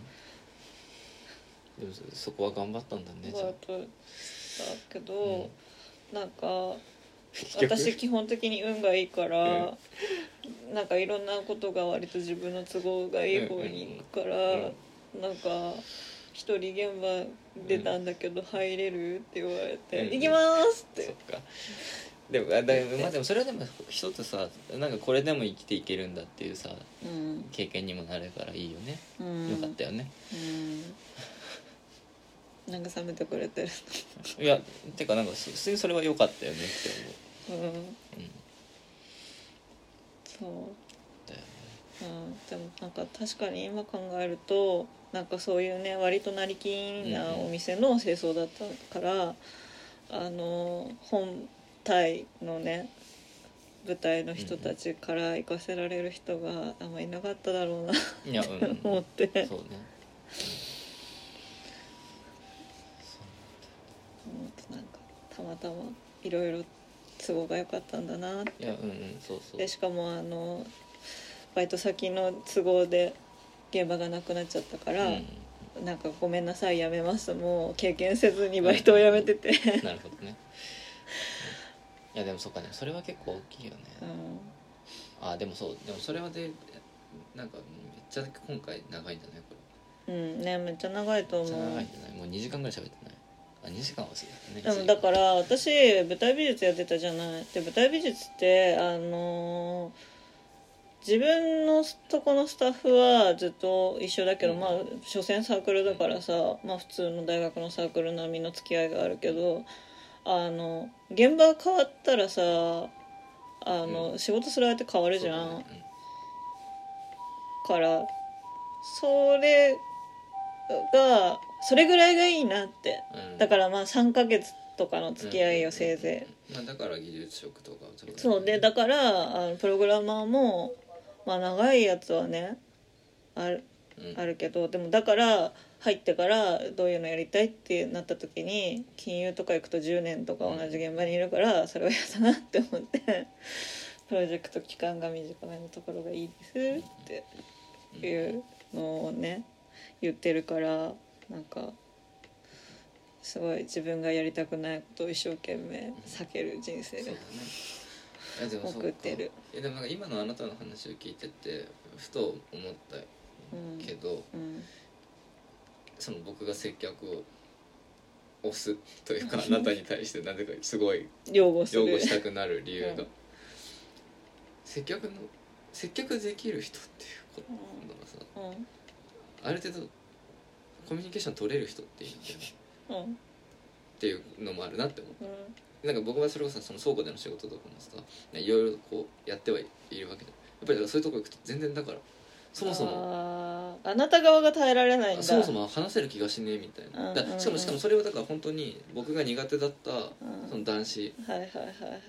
Speaker 1: うんでもそそこは頑張ったんだね
Speaker 2: バ
Speaker 1: じゃあ
Speaker 2: イトしたけど、なんか
Speaker 1: 結 [laughs] 局
Speaker 2: 私基本的に運がいいから
Speaker 1: う、
Speaker 2: なんかいろんなことが割と自分の都合がいい方に行くから、なんか一人現場出たんだけど入れるって言われて
Speaker 1: うん
Speaker 2: 「行きます!」っ
Speaker 1: そ
Speaker 2: て
Speaker 1: っかでもあだまあでもそれはでも一つさなんかこれでも生きていけるんだっていうさ
Speaker 2: うん
Speaker 1: 経験にもなるからいいよね、
Speaker 2: うん
Speaker 1: よかったよね
Speaker 2: うんなんか冷めてくれてる、
Speaker 1: いやてかなんか普通にそれは良かったよねって思う
Speaker 2: うん、
Speaker 1: うん
Speaker 2: そう
Speaker 1: だよね
Speaker 2: うん、でもなんか確かに今考えるとなんかそういうね割となりきなお店の清掃だったから、あの本体のね舞台の人たちから行かせられる人があんまいなかっただろうなって
Speaker 1: いや、うん、 [laughs] うん
Speaker 2: 思って、
Speaker 1: そうね
Speaker 2: 思ってなんかたまたまいろいろ都合が良かったんだなって
Speaker 1: いやうんうんそうそう
Speaker 2: でしかもあのバイト先の都合で現場がなくなっちゃったから、
Speaker 1: うん
Speaker 2: なんか「ごめんなさい辞めます」もう経験せずにバイトを辞めてて、
Speaker 1: なるほどねいやでもそっかねそれは結構大きいよね、
Speaker 2: うん、
Speaker 1: あでもそうでもそれはでなんかめっちゃ今回長いんじゃないこ
Speaker 2: うん、ねめっちゃ長い
Speaker 1: れ
Speaker 2: と
Speaker 1: めっちゃ
Speaker 2: 思
Speaker 1: 長
Speaker 2: う
Speaker 1: いん。じゃないもう2時間ぐらい喋ってないあ2時間は過ぎ
Speaker 2: で
Speaker 1: たね
Speaker 2: もだからら私舞台美術やってたじゃないで舞台美術ってあのー自分のとこのスタッフはずっと一緒だけど、
Speaker 1: うん
Speaker 2: まあ所詮サークルだからさ、まあ、普通の大学のサークル並みの付き合いがあるけどあの現場変わったらさあの、仕事する相手変わるじゃん、からそれがそれぐらいがいいなってだからまあ3ヶ月とかの付き合いよせいぜ
Speaker 1: い、まあ、だから技術職とかはそ
Speaker 2: いそうでだからあのプログラマーもまあ長いやつはねある
Speaker 1: うん
Speaker 2: あるけどでもだから入ってからどういうのやりたいってなった時に金融とか行くと10年とか同じ現場にいるからそれは嫌だなって思ってプロジェクト期間が短めのところがいいですって
Speaker 1: うん
Speaker 2: いうのをね言ってるからなんかすごい自分がやりたくないことを一生懸命避ける人生
Speaker 1: そうだねいやでもそうか
Speaker 2: 送ってる
Speaker 1: いやでもなんか今のあなたの話を聞いててふと思った
Speaker 2: うん
Speaker 1: けど、
Speaker 2: うん
Speaker 1: その僕が接客を押すという
Speaker 2: [laughs]
Speaker 1: かあなたに対してなぜかすごい
Speaker 2: 擁護する
Speaker 1: 擁護したくなる理由が、
Speaker 2: うん
Speaker 1: 接客の接客できる人っていうことなのさ
Speaker 2: うん
Speaker 1: ある程度コミュニケーション取れる人っていうんだよね
Speaker 2: うん
Speaker 1: っていうのもあるなって思
Speaker 2: うん
Speaker 1: うなんか僕はそれこそその倉庫での仕事とかもさねいろいろこうやってはいるわけでやっぱりだからそういうとこ行くと全然だからそもそも
Speaker 2: あーあなた側が耐えられないんだ
Speaker 1: そもそも話せる気がしねえみたいな、だ
Speaker 2: うんうんうん
Speaker 1: しかもしかもそれはだから本当に僕が苦手だった
Speaker 2: ん
Speaker 1: その男子
Speaker 2: はいはいはい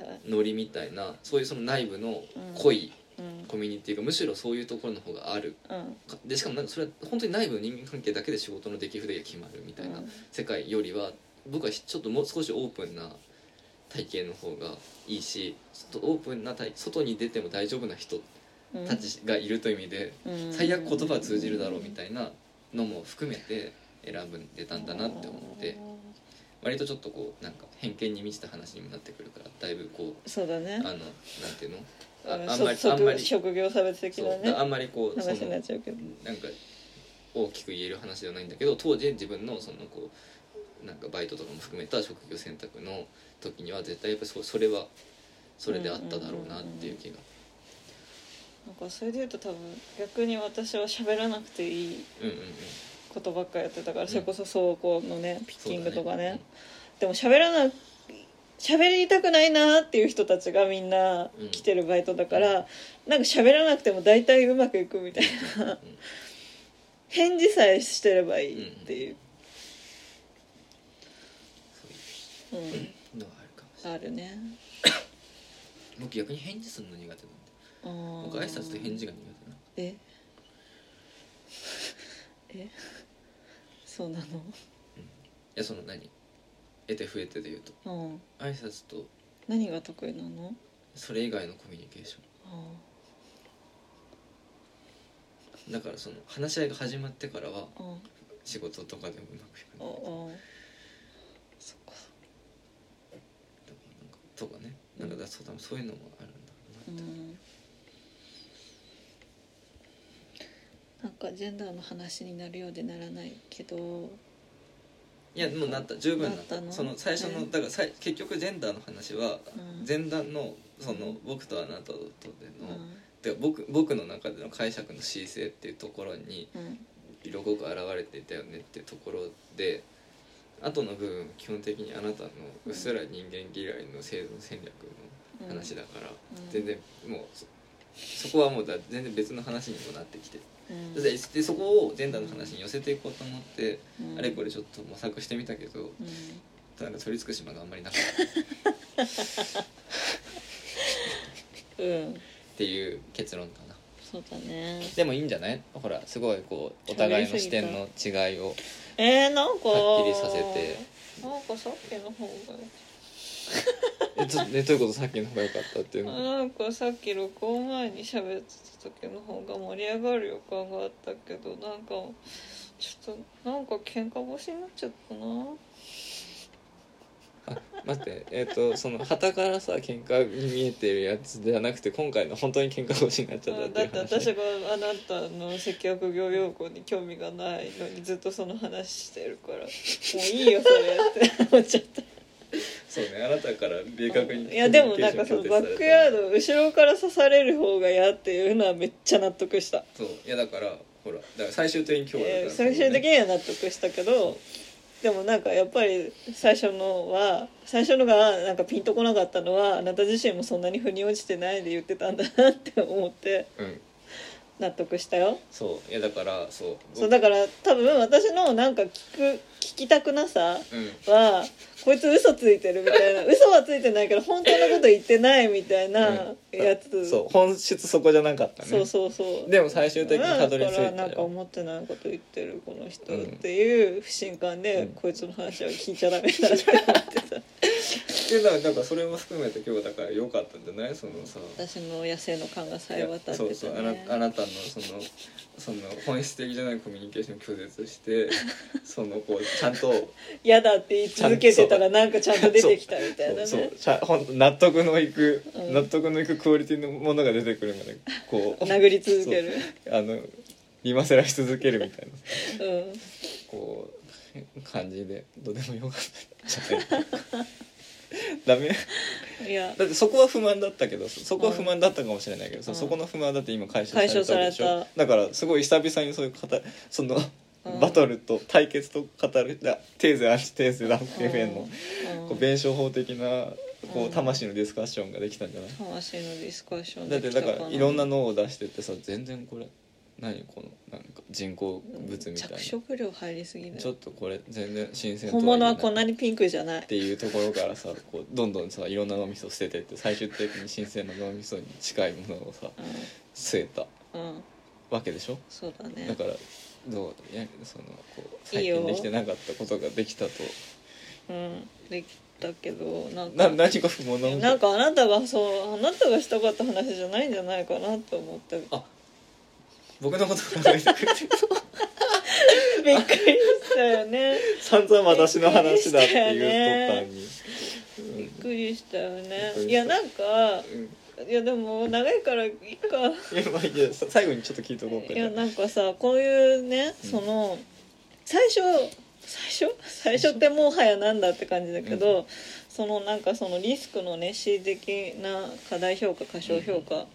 Speaker 2: はい
Speaker 1: ノリみたいなそういうその内部の濃い
Speaker 2: うん
Speaker 1: コミュニティがむしろそういうところの方がある
Speaker 2: うん
Speaker 1: かでしかもなんかそれは本当に内部の人間関係だけで仕事の出来不出が決まるみたいな
Speaker 2: うん
Speaker 1: 世界よりは僕はちょっともう少しオープンな体型の方がいいしちょっとオープンな体外に出ても大丈夫な人
Speaker 2: うん
Speaker 1: たちがいるという意味で
Speaker 2: うん
Speaker 1: 最悪言葉は通じるだろうみたいなのも含めて選ぶんでたんだなって思って割とちょっとこうなんか偏見に満ちた話にもなってくるからだいぶこう
Speaker 2: そうだね
Speaker 1: あのなんていうのああん
Speaker 2: そ
Speaker 1: まりあんまり
Speaker 2: 職業差別的
Speaker 1: そう
Speaker 2: な
Speaker 1: だからあ
Speaker 2: ね
Speaker 1: んまりこうそ
Speaker 2: 話にな
Speaker 1: の
Speaker 2: っちゃうけど
Speaker 1: なんか大きく言える話じゃないんだけど当時自分のそのこうなんかバイトとかも含めた職業選択の時には絶対やっぱりそそれはそれであっただろうなっていう気が
Speaker 2: なんかそれで言うと多分逆に私は喋らなくていい
Speaker 1: うんうんうん
Speaker 2: ことばっかやってたから、それこそ走行のねピッ
Speaker 1: そう
Speaker 2: キ
Speaker 1: だ
Speaker 2: ングとかねでも喋らな喋りたくないなっていう人たちがみんな
Speaker 1: うん
Speaker 2: 来てるバイトだから、なんか喋らなくても大体うまくいくみたい
Speaker 1: うんうん
Speaker 2: 返事さえしてればいいっていう、
Speaker 1: そうい
Speaker 2: うん
Speaker 1: うのがあるかもしれない
Speaker 2: あるね
Speaker 1: 僕逆に返事するの苦手なんで僕
Speaker 2: 僕
Speaker 1: 挨拶と返事が苦手な
Speaker 2: え [laughs] えそうな
Speaker 1: えその何得て増えてで言うと
Speaker 2: のうん
Speaker 1: 挨拶と
Speaker 2: 何が得意なの
Speaker 1: それ以外のコミュニケーシ
Speaker 2: あ
Speaker 1: ョンだからその話し合いが始まってからは
Speaker 2: ああ
Speaker 1: 仕事とかでもうまくいか
Speaker 2: あ
Speaker 1: ない
Speaker 2: あそっか
Speaker 1: とかねなんかだそう多分そういうのもあるんだ
Speaker 2: う
Speaker 1: ろうなって、
Speaker 2: んなんかジェンダーの話になるようでならないけど
Speaker 1: いやもうなった十分な
Speaker 2: なったの
Speaker 1: その最初の、
Speaker 2: ね
Speaker 1: だからさい結局ジェンダーの話は、
Speaker 2: うん
Speaker 1: 前段のその、
Speaker 2: うん
Speaker 1: 僕とあなたとで
Speaker 2: うん
Speaker 1: の、てか僕僕の中での解釈の恣意性っていうところに
Speaker 2: うん
Speaker 1: 色濃く現れていたよねっていうところで後の部分基本的にあなたのうっすら人間嫌いの生存戦略
Speaker 2: うん
Speaker 1: の話だから、
Speaker 2: うん
Speaker 1: 全然もうそそこはもうだ全然別の話にもなってきて
Speaker 2: うん
Speaker 1: ででそこをジェンダーの話に寄せていこうと思って、
Speaker 2: うん
Speaker 1: あれこれちょっと模索してみたけど
Speaker 2: うん
Speaker 1: なんか取り付く島があんまりなかったっ
Speaker 2: うん
Speaker 1: ていう結論かな。
Speaker 2: そうだね
Speaker 1: でもいいんじゃないほらすごいこうお互いの視点の違いを
Speaker 2: えー、なんか
Speaker 1: はっきりさせて
Speaker 2: なんかさっきの方が
Speaker 1: えちょっと [laughs] ねどういうことさっきの方が良かったっていうの
Speaker 2: なんかさっき録音前に喋ってた時の方が盛り上がる予感があったけどなんかちょっとなんか喧嘩腰になっちゃったな
Speaker 1: あ待ってえっ、とその旗からさ喧嘩に見えてるやつじゃなくて今回の本当に喧嘩腰になっちゃった
Speaker 2: あ
Speaker 1: って
Speaker 2: だ
Speaker 1: い
Speaker 2: っ
Speaker 1: う
Speaker 2: て
Speaker 1: 話
Speaker 2: 私があなたの接客業用語に興味がないのにずっとその話してるからもういいよそれって思っち
Speaker 1: [laughs]
Speaker 2: ゃった
Speaker 1: そうねあなたから明確に
Speaker 2: いやでもなんかそのバックヤード後ろから刺される方が嫌っていうのはめっちゃ納得した
Speaker 1: そういやだからほらだから最終的に今日はだから
Speaker 2: えー最終的には納得したけどでもなんかやっぱり最初のは最初のがなんかピンとこなかったのはあなた自身もそんなに腑に落ちてないで言ってたんだなって思って
Speaker 1: うん
Speaker 2: 納得したよ
Speaker 1: そういやだからそう
Speaker 2: そうだから多分私のなんか聞く聞きたくなさ
Speaker 1: うん
Speaker 2: はこいつ嘘ついてるみたいな嘘はついてないけど本当のこと言ってないみたいな
Speaker 1: うん
Speaker 2: やつ、
Speaker 1: そう本質そこじゃなかったね
Speaker 2: そうそうそう
Speaker 1: でも最終的にたどり着いた
Speaker 2: だ
Speaker 1: よ
Speaker 2: からなんか思ってないこと言ってるこの人
Speaker 1: うん
Speaker 2: っていう不信感で、
Speaker 1: うん
Speaker 2: こいつの話は聞いちゃダメだなって思ってた
Speaker 1: でだからなんかそれも含めて今日だから良かったんじゃないそのさ
Speaker 2: 私の野生の感がさえ渡ってた、
Speaker 1: そう
Speaker 2: ね、
Speaker 1: そうあなあなたのそのその本質的じゃないコミュニケーションを拒絶して
Speaker 2: [laughs]
Speaker 1: そのこうちゃんと
Speaker 2: 嫌だって言い続けてたらなんかちゃんと出てきたみたいなね
Speaker 1: そうそうちゃほん納得のいく、
Speaker 2: うん
Speaker 1: 納得のいくクオリティのものが出てくるまでこう
Speaker 2: 殴り続ける
Speaker 1: そうあの見ませらし続けるみたいな
Speaker 2: うん
Speaker 1: こう感じでどうでもよかったじゃないダメ
Speaker 2: いや
Speaker 1: だってそこは不満だったけどそそこは不満だったかもしれないけど、そ
Speaker 2: うん
Speaker 1: そこの不満はだって今解消されたわけでし
Speaker 2: 解
Speaker 1: ょ
Speaker 2: 消さ
Speaker 1: だからすごい久々にそういう方その、
Speaker 2: うん
Speaker 1: バトルと対決と語るだテーゼアンチテーゼだっていう面の、
Speaker 2: うん
Speaker 1: こう弁証法的なこ
Speaker 2: うん
Speaker 1: う魂のディスカッションができたんじゃない、
Speaker 2: 魂のディスカッション
Speaker 1: だっ
Speaker 2: で
Speaker 1: て
Speaker 2: き
Speaker 1: だ
Speaker 2: た
Speaker 1: からいろんな脳を出してってさ全然これ何このなんか人工物みたいな、
Speaker 2: 着
Speaker 1: ち
Speaker 2: 色料入りすぎない
Speaker 1: ょっとこれ全然新鮮とは
Speaker 2: 本
Speaker 1: 言え
Speaker 2: 物
Speaker 1: ない
Speaker 2: はこんなにピンクじゃな
Speaker 1: っ
Speaker 2: い
Speaker 1: ていうところからさこうどんどんさいろんな脳みそを捨ててって最終的に新鮮な脳みそに近いものをさ据えた
Speaker 2: うん、うん、
Speaker 1: わけでしょ
Speaker 2: そうだね
Speaker 1: だからどういやそのこう最
Speaker 2: いいよ
Speaker 1: 近できてなかったことができたと
Speaker 2: うんできたけどなんか
Speaker 1: な何か不毛なの
Speaker 2: なんかあなたがそうあなたがしたかった話じゃないんじゃないかなと思って
Speaker 1: あ僕のこと考えてくれて
Speaker 2: びっくりしたよね
Speaker 1: 散々私の話だっていう途端に、
Speaker 2: びっくりしたよね
Speaker 1: びっくりした
Speaker 2: いやなんか
Speaker 1: うんうん
Speaker 2: いやでも長いからいいか
Speaker 1: いやまあいいやさ最後にちょっと聞いとこうか
Speaker 2: い
Speaker 1: じゃあ
Speaker 2: やなんかさこういうね
Speaker 1: うん
Speaker 2: その最初最初最初ってもはやなんだって感じだけど、そのなんかそのリスクのね恣意的な過大評価過小評価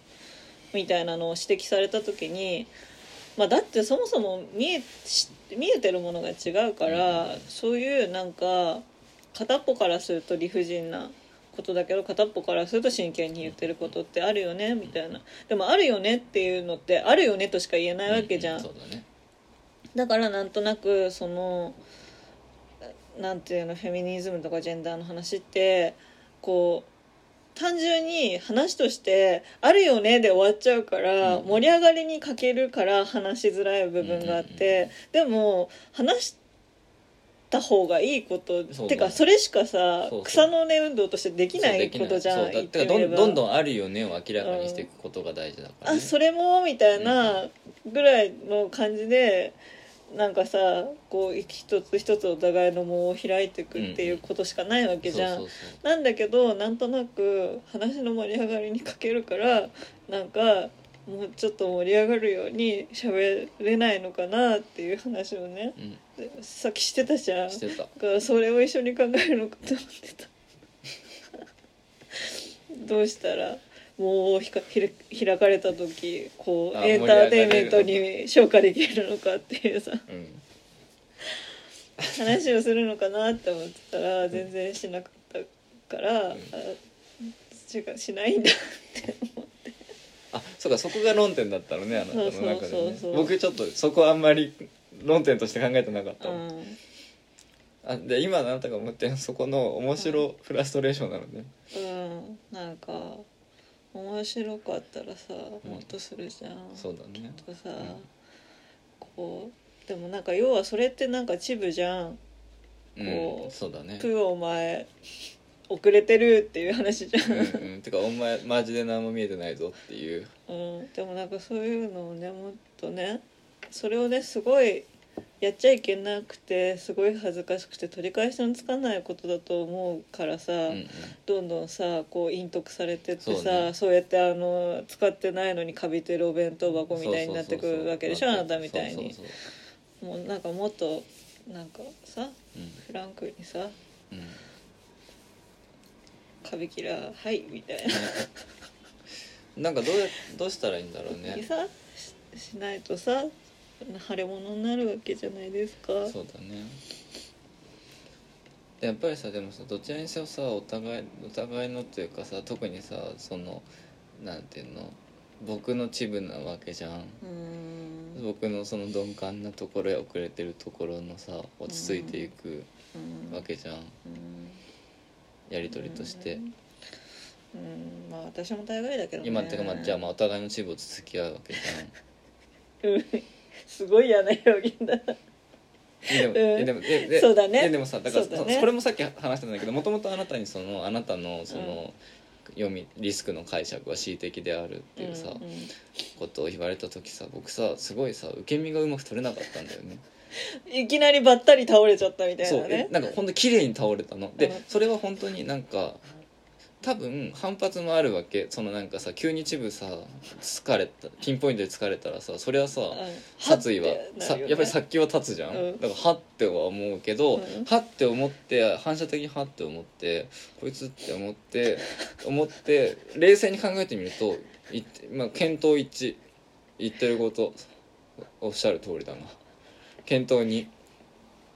Speaker 2: みたいなのを指摘された時に、まあ、だってそもそも見えし見えてるものが違うから、
Speaker 1: うん
Speaker 2: そういうなんか片っぽからすると理不尽なことだけど片っぽからすると真剣に言ってることってあるよねみたいなでもあるよねっていうのってあるよねとしか言えないわけじゃん、
Speaker 1: うそうだね
Speaker 2: だからなんとなくそのなんていうのフェミニズムとかジェンダーの話ってこう単純に話として「あるよね」で終わっちゃうから、
Speaker 1: うん
Speaker 2: 盛り上がりに欠けるから話しづらい部分があって、でも話した方がいいこと
Speaker 1: そう
Speaker 2: てかそれしかさ
Speaker 1: そうそう
Speaker 2: 草の根運動としてできないことじゃ
Speaker 1: そ
Speaker 2: ん
Speaker 1: うだ
Speaker 2: 言
Speaker 1: っ
Speaker 2: ってて
Speaker 1: かど
Speaker 2: みれ
Speaker 1: ん
Speaker 2: ば
Speaker 1: どんどんあるよねを明らかにしていくことが大事だから、ね
Speaker 2: あそれもみたいなぐらいの感じで、なんかさこう一つ一つお互いの門を開いていくっていうことしかないわけじゃん。
Speaker 1: そうそうそう
Speaker 2: なんだけどなんとなく話の盛り上がりに欠けるからなんかもうちょっと盛り上がるように喋れないのかなっていう話をね
Speaker 1: うん
Speaker 2: でさっきしてたじゃん。
Speaker 1: してた
Speaker 2: だからそれを一緒に考えるのかと思ってた [laughs] どうしたらもうひかひら開かれた時こう
Speaker 1: あ
Speaker 2: エンターテインメントに消化できるのかっていうさ
Speaker 1: うん
Speaker 2: 話をするのかなって思ってたら全然しなかったから、あ違うしないんだ
Speaker 1: あそうかそこが論点だったのねあなたの中でね
Speaker 2: そうそうそうそう
Speaker 1: 僕ちょっとそこあんまり論点として考えてなかった
Speaker 2: う
Speaker 1: もん、
Speaker 2: ん
Speaker 1: あで今あなたが思ってるそこの面白フラストレーションなのね、
Speaker 2: うんなんか面白かったらさもっとするじゃん、
Speaker 1: そうだね
Speaker 2: とさ、
Speaker 1: ん
Speaker 2: こうでもなんか要はそれってなんかチブじゃん
Speaker 1: う
Speaker 2: こ
Speaker 1: ん
Speaker 2: う
Speaker 1: そうだ
Speaker 2: 「
Speaker 1: ね
Speaker 2: プーお前遅れてる」っていう話じゃ
Speaker 1: うん
Speaker 2: ん、
Speaker 1: うんてかお前マジで何も見えてないぞっていう
Speaker 2: うん、でもなんかそういうのをねもっとねそれをねすごいやっちゃいけなくてすごい恥ずかしくて取り返しのつかないことだと思うからさ、
Speaker 1: うんうん
Speaker 2: どんどんさこう隠匿されてって
Speaker 1: そ
Speaker 2: さ
Speaker 1: う
Speaker 2: そう,、
Speaker 1: ね
Speaker 2: やってあの使ってないのにかびてるお弁当箱みたいになってくるわけでしょあなたみたいに
Speaker 1: そうそうそ
Speaker 2: もうなんかもっとなんかさ
Speaker 1: う
Speaker 2: フランクにさ
Speaker 1: うんうん
Speaker 2: 「カビキラーはい」みたい
Speaker 1: なんかどうやどうしたらいいんだろう
Speaker 2: な
Speaker 1: ね
Speaker 2: にさししないとさ腫れ物になるわけじゃないですか
Speaker 1: そうだねでやっぱりさでもさどちらにせよさお互いお互いのっていうかさ特にさそのなんていうの僕のチブなわけじゃん
Speaker 2: うーん
Speaker 1: 僕のその鈍感なところや遅れてるところのさ落ち着いていく
Speaker 2: うん
Speaker 1: わけじゃん
Speaker 2: うん
Speaker 1: やり取りとして
Speaker 2: うんまあ私も大概だけどね
Speaker 1: 今っていうかまあじゃあまあお互いのチブを続き合うわけじ
Speaker 2: うん [laughs] すごい嫌な表現だ
Speaker 1: ゃんいやでもいやでもで
Speaker 2: そうだね
Speaker 1: いやでもさだから
Speaker 2: そ
Speaker 1: そう
Speaker 2: だね
Speaker 1: それもさっき話してたんだけどもともとあなたにそのあなたのその、読みリスクの解釈は恣意的であるっていうさ、
Speaker 2: うんうん
Speaker 1: ことを言われた時さ僕さすごいさ受け身がうまく取れなかったんだよね
Speaker 2: いきなりばったり倒れちゃったみたい
Speaker 1: そう
Speaker 2: な
Speaker 1: え
Speaker 2: ね
Speaker 1: なんかほんと綺麗に倒れたので、
Speaker 2: うん
Speaker 1: それは本当になんか多分反発もあるわけそのなんかさ急にチブさ疲れたピンポイントで疲れたらさそれはさ
Speaker 2: うん
Speaker 1: 殺意は、
Speaker 2: ってな
Speaker 1: さ
Speaker 2: るよね
Speaker 1: やっぱり殺気は立つじゃん、
Speaker 2: うん
Speaker 1: だからはっては思うけど、
Speaker 2: うん
Speaker 1: はって思って反射的にはって思ってこいつって思って思って冷静に考えてみるといってまあ、検討1言ってることおっしゃる通りだな検討2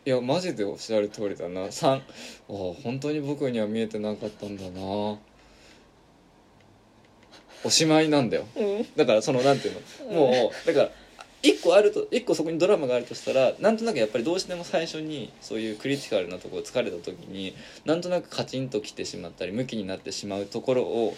Speaker 1: いやマジでおっしゃる通りだな3ああ本当に僕には見えてなかったんだなおしまいなんだよ
Speaker 2: うん
Speaker 1: だからそのなんていうのもうだから一個あると一個そこにドラマがあるとしたらなんとなくやっぱりどうしても最初にそういうクリティカルなところ疲れた時になんとなくカチンと来てしまったりムキになってしまうところを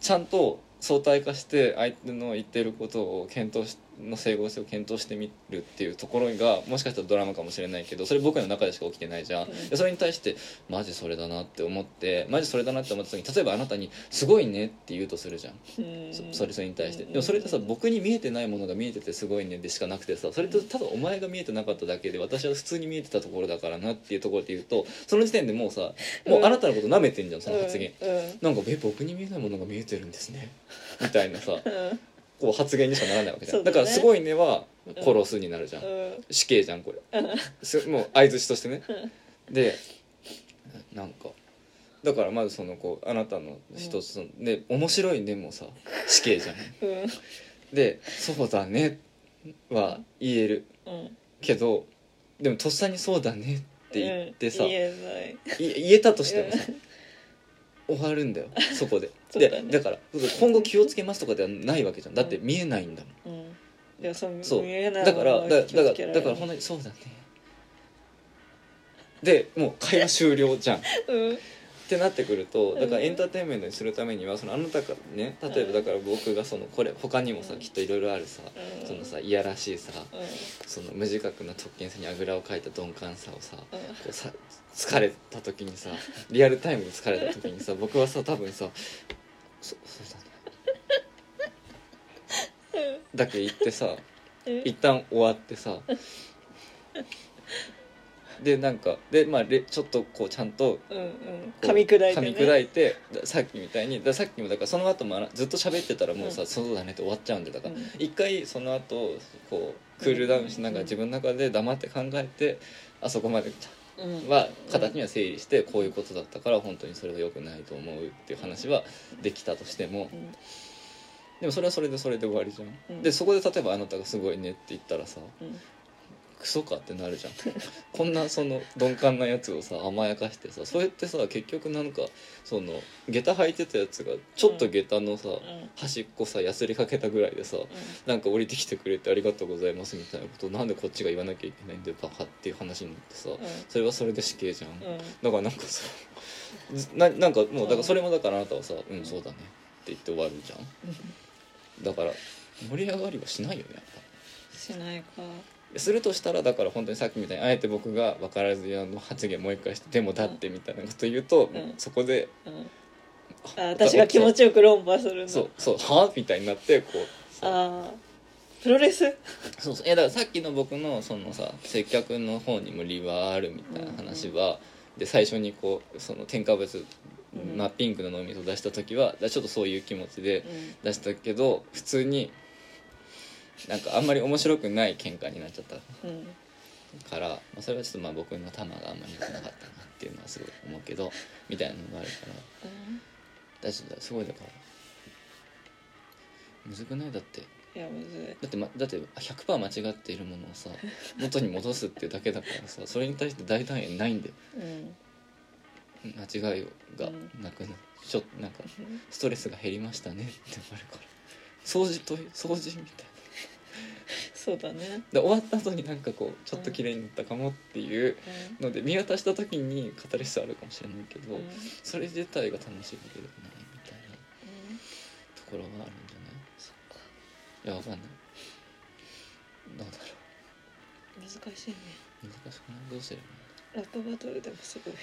Speaker 1: ちゃんと相対化して相手の言っていることを検討しの整合性を検討してみるっていうところがもしかしたらドラマかもしれないけどそれ僕の中でしか起きてないじゃん、
Speaker 2: うん
Speaker 1: でそれに対してマジそれだなって思ってマジそれだなって思った時に例えばあなたに「すごいね」って言うとするじゃん
Speaker 2: うん
Speaker 1: そそれそれに対して
Speaker 2: うん
Speaker 1: でもそれってさ僕に見えてないものが見えててすごいねでしかなくてさそれってただお前が見えてなかっただけで私は普通に見えてたところだからなっていうところで言うとその時点でもうさもうあなたのこと舐めてんじゃんその発言、
Speaker 2: うんうん
Speaker 1: なんかえ僕に見えないものが見えてるんですねみたいなさ
Speaker 2: [laughs] うん
Speaker 1: こう発言にしかならないわけじゃん
Speaker 2: そう
Speaker 1: だ
Speaker 2: だね
Speaker 1: から「すごいね」は「殺す」になるじゃん
Speaker 2: うん
Speaker 1: 死刑じゃんこれすもう相槌としてねでなんかだからまずそのこうあなたの一つの、で面白いねもさ死刑じゃん
Speaker 2: うん
Speaker 1: で「そうだね」は言える
Speaker 2: うん
Speaker 1: けどでもとっさに「そうだね」って言ってさ、
Speaker 2: うん言えない
Speaker 1: い言えたとしてもさ終わるんだよそこで
Speaker 2: [laughs] そうだ
Speaker 1: で
Speaker 2: ね
Speaker 1: だから今後気をつけますとかではないわけじゃんだって見えないんだもん
Speaker 2: うんいやそう
Speaker 1: そう
Speaker 2: 見えない
Speaker 1: だからだだ
Speaker 2: 気を
Speaker 1: か
Speaker 2: つけ
Speaker 1: ら
Speaker 2: ら
Speaker 1: だ
Speaker 2: れ
Speaker 1: から
Speaker 2: る
Speaker 1: 本当にそうだねでもう会話終了じゃんっ
Speaker 2: うん
Speaker 1: てなってくるとだから
Speaker 2: うん
Speaker 1: エンターテインメントにするためにはそのあなたがね例えばだから僕がそのこれ他にもさきっといろいろあるさ
Speaker 2: うん
Speaker 1: そのさいやらしいさ
Speaker 2: うん
Speaker 1: その無自覚な特権さにあぐらをかいた鈍感さをさ
Speaker 2: うん
Speaker 1: こうさ疲れた時にさリアルタイムで疲れた時にさ僕はさ多分さ「そそうだね」だけ言ってさ
Speaker 2: うん
Speaker 1: 一旦終わってさでなんかでまあれちょっとこうちゃんと
Speaker 2: うんうん
Speaker 1: こう
Speaker 2: 噛み砕い
Speaker 1: 噛
Speaker 2: てね
Speaker 1: み砕いてださっきみたいにださっきもだからその後もあらずっと喋ってたらもうさ「
Speaker 2: うん
Speaker 1: そうだね」って終わっちゃうんでだから
Speaker 2: うん
Speaker 1: 一回その後こうクールダウンしながら自分の中で黙って考えてあそこまで
Speaker 2: うん
Speaker 1: は形には整理してこういうことだったから本当にそれは良くないと思うっていう話はできたとしても
Speaker 2: うん
Speaker 1: でもそれはそれでそれで終わりじゃ。
Speaker 2: うんん
Speaker 1: でそこで例えばあなたが「すごいね」って言ったらさ
Speaker 2: うん
Speaker 1: クソかってなるじゃんこんなその鈍感なやつをさ甘やかしてさそれってさ結局なんかその下駄履いてたやつがちょっと下駄のさ、
Speaker 2: うん
Speaker 1: 端っこさやすりかけたぐらいでさなんか降りてきてくれてありがとうございますみたいなことをなんでこっちが言わなきゃいけないんだよバカっていう話になってさそれはそれで死刑じゃん、
Speaker 2: うんうん
Speaker 1: だからなんかさずななんかもうだからそれもだからあなたはさ「うんそうだね」って言って終わるじゃんだから盛り上がりはしないよねやっぱ
Speaker 2: しないか
Speaker 1: するとしたらだから本当にさっきみたいにあえて僕が分からずやの発言もう一回して「でもだって」みたいなこと言うと、
Speaker 2: うん
Speaker 1: そこで
Speaker 2: うんあ私が気持ちよく論破するの
Speaker 1: そうそう「はあ?」みたいになってこうそう
Speaker 2: あープロレス
Speaker 1: そうそういやだからさっきの僕のそのさ接客の方にも理由はあるみたいな話は、で最初にこうその添加物、
Speaker 2: うん
Speaker 1: まあ、ピンクの脳みそ出した時はだからちょっとそういう気持ちで
Speaker 2: うん
Speaker 1: 出したけど普通になんかあんまり面白くない喧嘩になっちゃった
Speaker 2: うん
Speaker 1: から、まあ、それはちょっとまあ僕の玉があんまり良くなかったなっていうのはすごい思うけどみたいなのがあるから
Speaker 2: うん
Speaker 1: 大丈夫だすごいだからむずくないだって
Speaker 2: いやむずい
Speaker 1: だって、ま、だって100%間違っているものを
Speaker 2: [laughs]
Speaker 1: さ元に戻すっていうだけだからさそれに対して大団円ないんで
Speaker 2: うん
Speaker 1: 間違いがなくなちょっとなんか
Speaker 2: うん
Speaker 1: ストレスが減りましたねってなるから掃除と掃除みたいな。
Speaker 2: そうだね
Speaker 1: で終わった後になんかこうちょっと綺麗になったかもっていうので見渡した時に語りスあるかもしれないけ
Speaker 2: うん
Speaker 1: ど、
Speaker 2: うん
Speaker 1: それ自体が楽しいわけではないみたいなところがあるんじゃない
Speaker 2: そっか
Speaker 1: いやわかんないどうだろ
Speaker 2: 難しいね
Speaker 1: う難しくないどうすれば
Speaker 2: ラップバトルでもすごい
Speaker 1: いい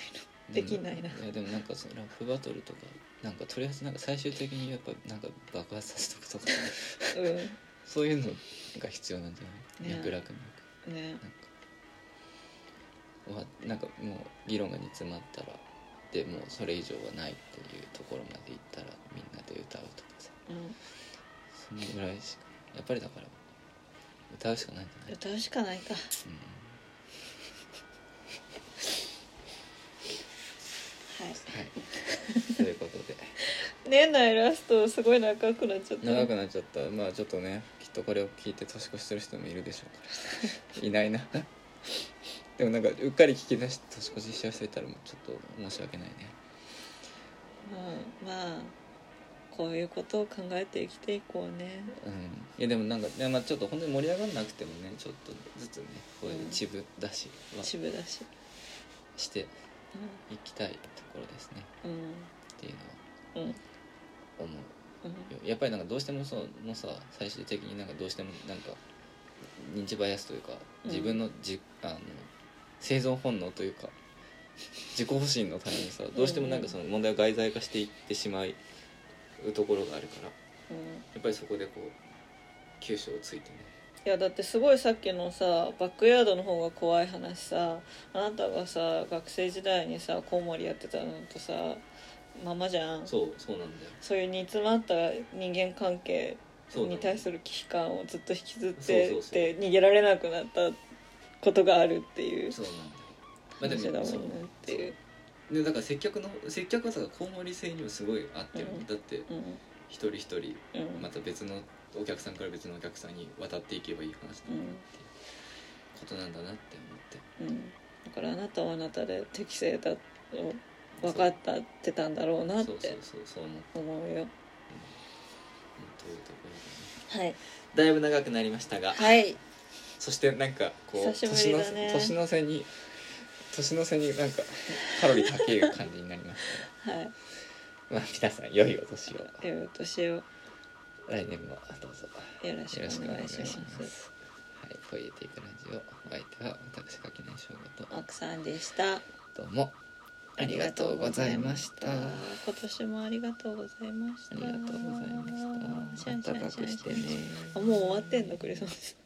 Speaker 1: の
Speaker 2: できないな
Speaker 1: うんいやでもなんかそのラップバトルとかなんかとりあえずなんか最終的にやっぱなんか爆発させとくと
Speaker 2: [laughs]
Speaker 1: か
Speaker 2: の
Speaker 1: そういうのが必要なんじゃない
Speaker 2: ね
Speaker 1: 脈絡に
Speaker 2: うんね
Speaker 1: なんか終わなんかもう議論が煮詰まったらでもうそれ以上はないっていうところまでいったらみんなで歌うとかさ
Speaker 2: うん
Speaker 1: そのぐらいしかやっぱりだから歌うしかないんじゃない、
Speaker 2: 歌うしかない
Speaker 1: う
Speaker 2: か
Speaker 1: ん、
Speaker 2: はい
Speaker 1: はいと
Speaker 2: [laughs]
Speaker 1: いうことで
Speaker 2: 年内ラストすごい長くなっちゃった
Speaker 1: 長くなっちゃったまあちょっとねきっとこれを聞いて年越してる人もいるでしょうからいないなでもなんかうっかり聞き出して年越ししちゃう人いたらもうちょっと申し訳ないね
Speaker 2: うんまあこういうことを考えて生きていこうね
Speaker 1: うんいやでもなんか、ねまあ、ちょっと本当に盛り上がんなくてもねちょっとずつねこういう一部出しは
Speaker 2: 渋だし
Speaker 1: していきたいところですね
Speaker 2: うんうん
Speaker 1: っていうのは
Speaker 2: うん
Speaker 1: 思う
Speaker 2: うん
Speaker 1: よやっぱりなんかどうしてもそのさ最終的になんかどうしてもなんか認知バイアスというか
Speaker 2: うん
Speaker 1: 自分のじ、あの生存本能というか [laughs] 自己保身のためにさどうしてもなんかその問題を外在化していってしまうところがあるからや
Speaker 2: うん
Speaker 1: っぱりそこでこう急所をついてね
Speaker 2: いやだってすごいさっきのさバックヤードの方が怖い話さあなたがさ学生時代にさコウモリやってたのとさままじゃんそう
Speaker 1: そうそうなんだよ
Speaker 2: いう煮詰まった人間関係
Speaker 1: そう
Speaker 2: に
Speaker 1: なんだよ
Speaker 2: 対する危機感をずっと引きずって
Speaker 1: そうそうそう
Speaker 2: って逃げられなくなったことがあるっていう
Speaker 1: そうなんだよまあで
Speaker 2: 話だ
Speaker 1: も
Speaker 2: もん
Speaker 1: そ
Speaker 2: ね
Speaker 1: う
Speaker 2: っていう。
Speaker 1: でだから接客の接客はさコウモリ性にもすごい合ってる、
Speaker 2: うん
Speaker 1: だって
Speaker 2: うん
Speaker 1: 一人一人
Speaker 2: うん
Speaker 1: また別のお客さんから別のお客さんに渡っていけばいい話だなっていうことなんだなって思って
Speaker 2: うんだからあなたはあなたで適正だと分かってたんだろうなっ
Speaker 1: そうそう
Speaker 2: て
Speaker 1: そうそう思う
Speaker 2: 思うよ。
Speaker 1: 本というところで
Speaker 2: はい
Speaker 1: だいぶ長くなりましたが、
Speaker 2: はい
Speaker 1: そしてなんかこう、
Speaker 2: 久し
Speaker 1: 年
Speaker 2: ぶ
Speaker 1: の
Speaker 2: りだね
Speaker 1: 年の瀬に年の瀬になんかカロリー高い感じになりまし
Speaker 2: は
Speaker 1: た
Speaker 2: い
Speaker 1: が、まあ、皆さん良いお年を
Speaker 2: 良いお年をよ
Speaker 1: 来年もどうぞ
Speaker 2: ろしくお願いします
Speaker 1: はい、ポイエティックラジオお相手は私垣内翔吾と
Speaker 2: 奥さんでした
Speaker 1: どうもありがとうございました
Speaker 2: 今年もありがとうございまし
Speaker 1: あ
Speaker 2: た
Speaker 1: りがとうございました
Speaker 2: シャンシャ
Speaker 1: 暖
Speaker 2: ン
Speaker 1: か
Speaker 2: シャン
Speaker 1: くして
Speaker 2: シャン
Speaker 1: ね
Speaker 2: あもう終わってんだクリスマス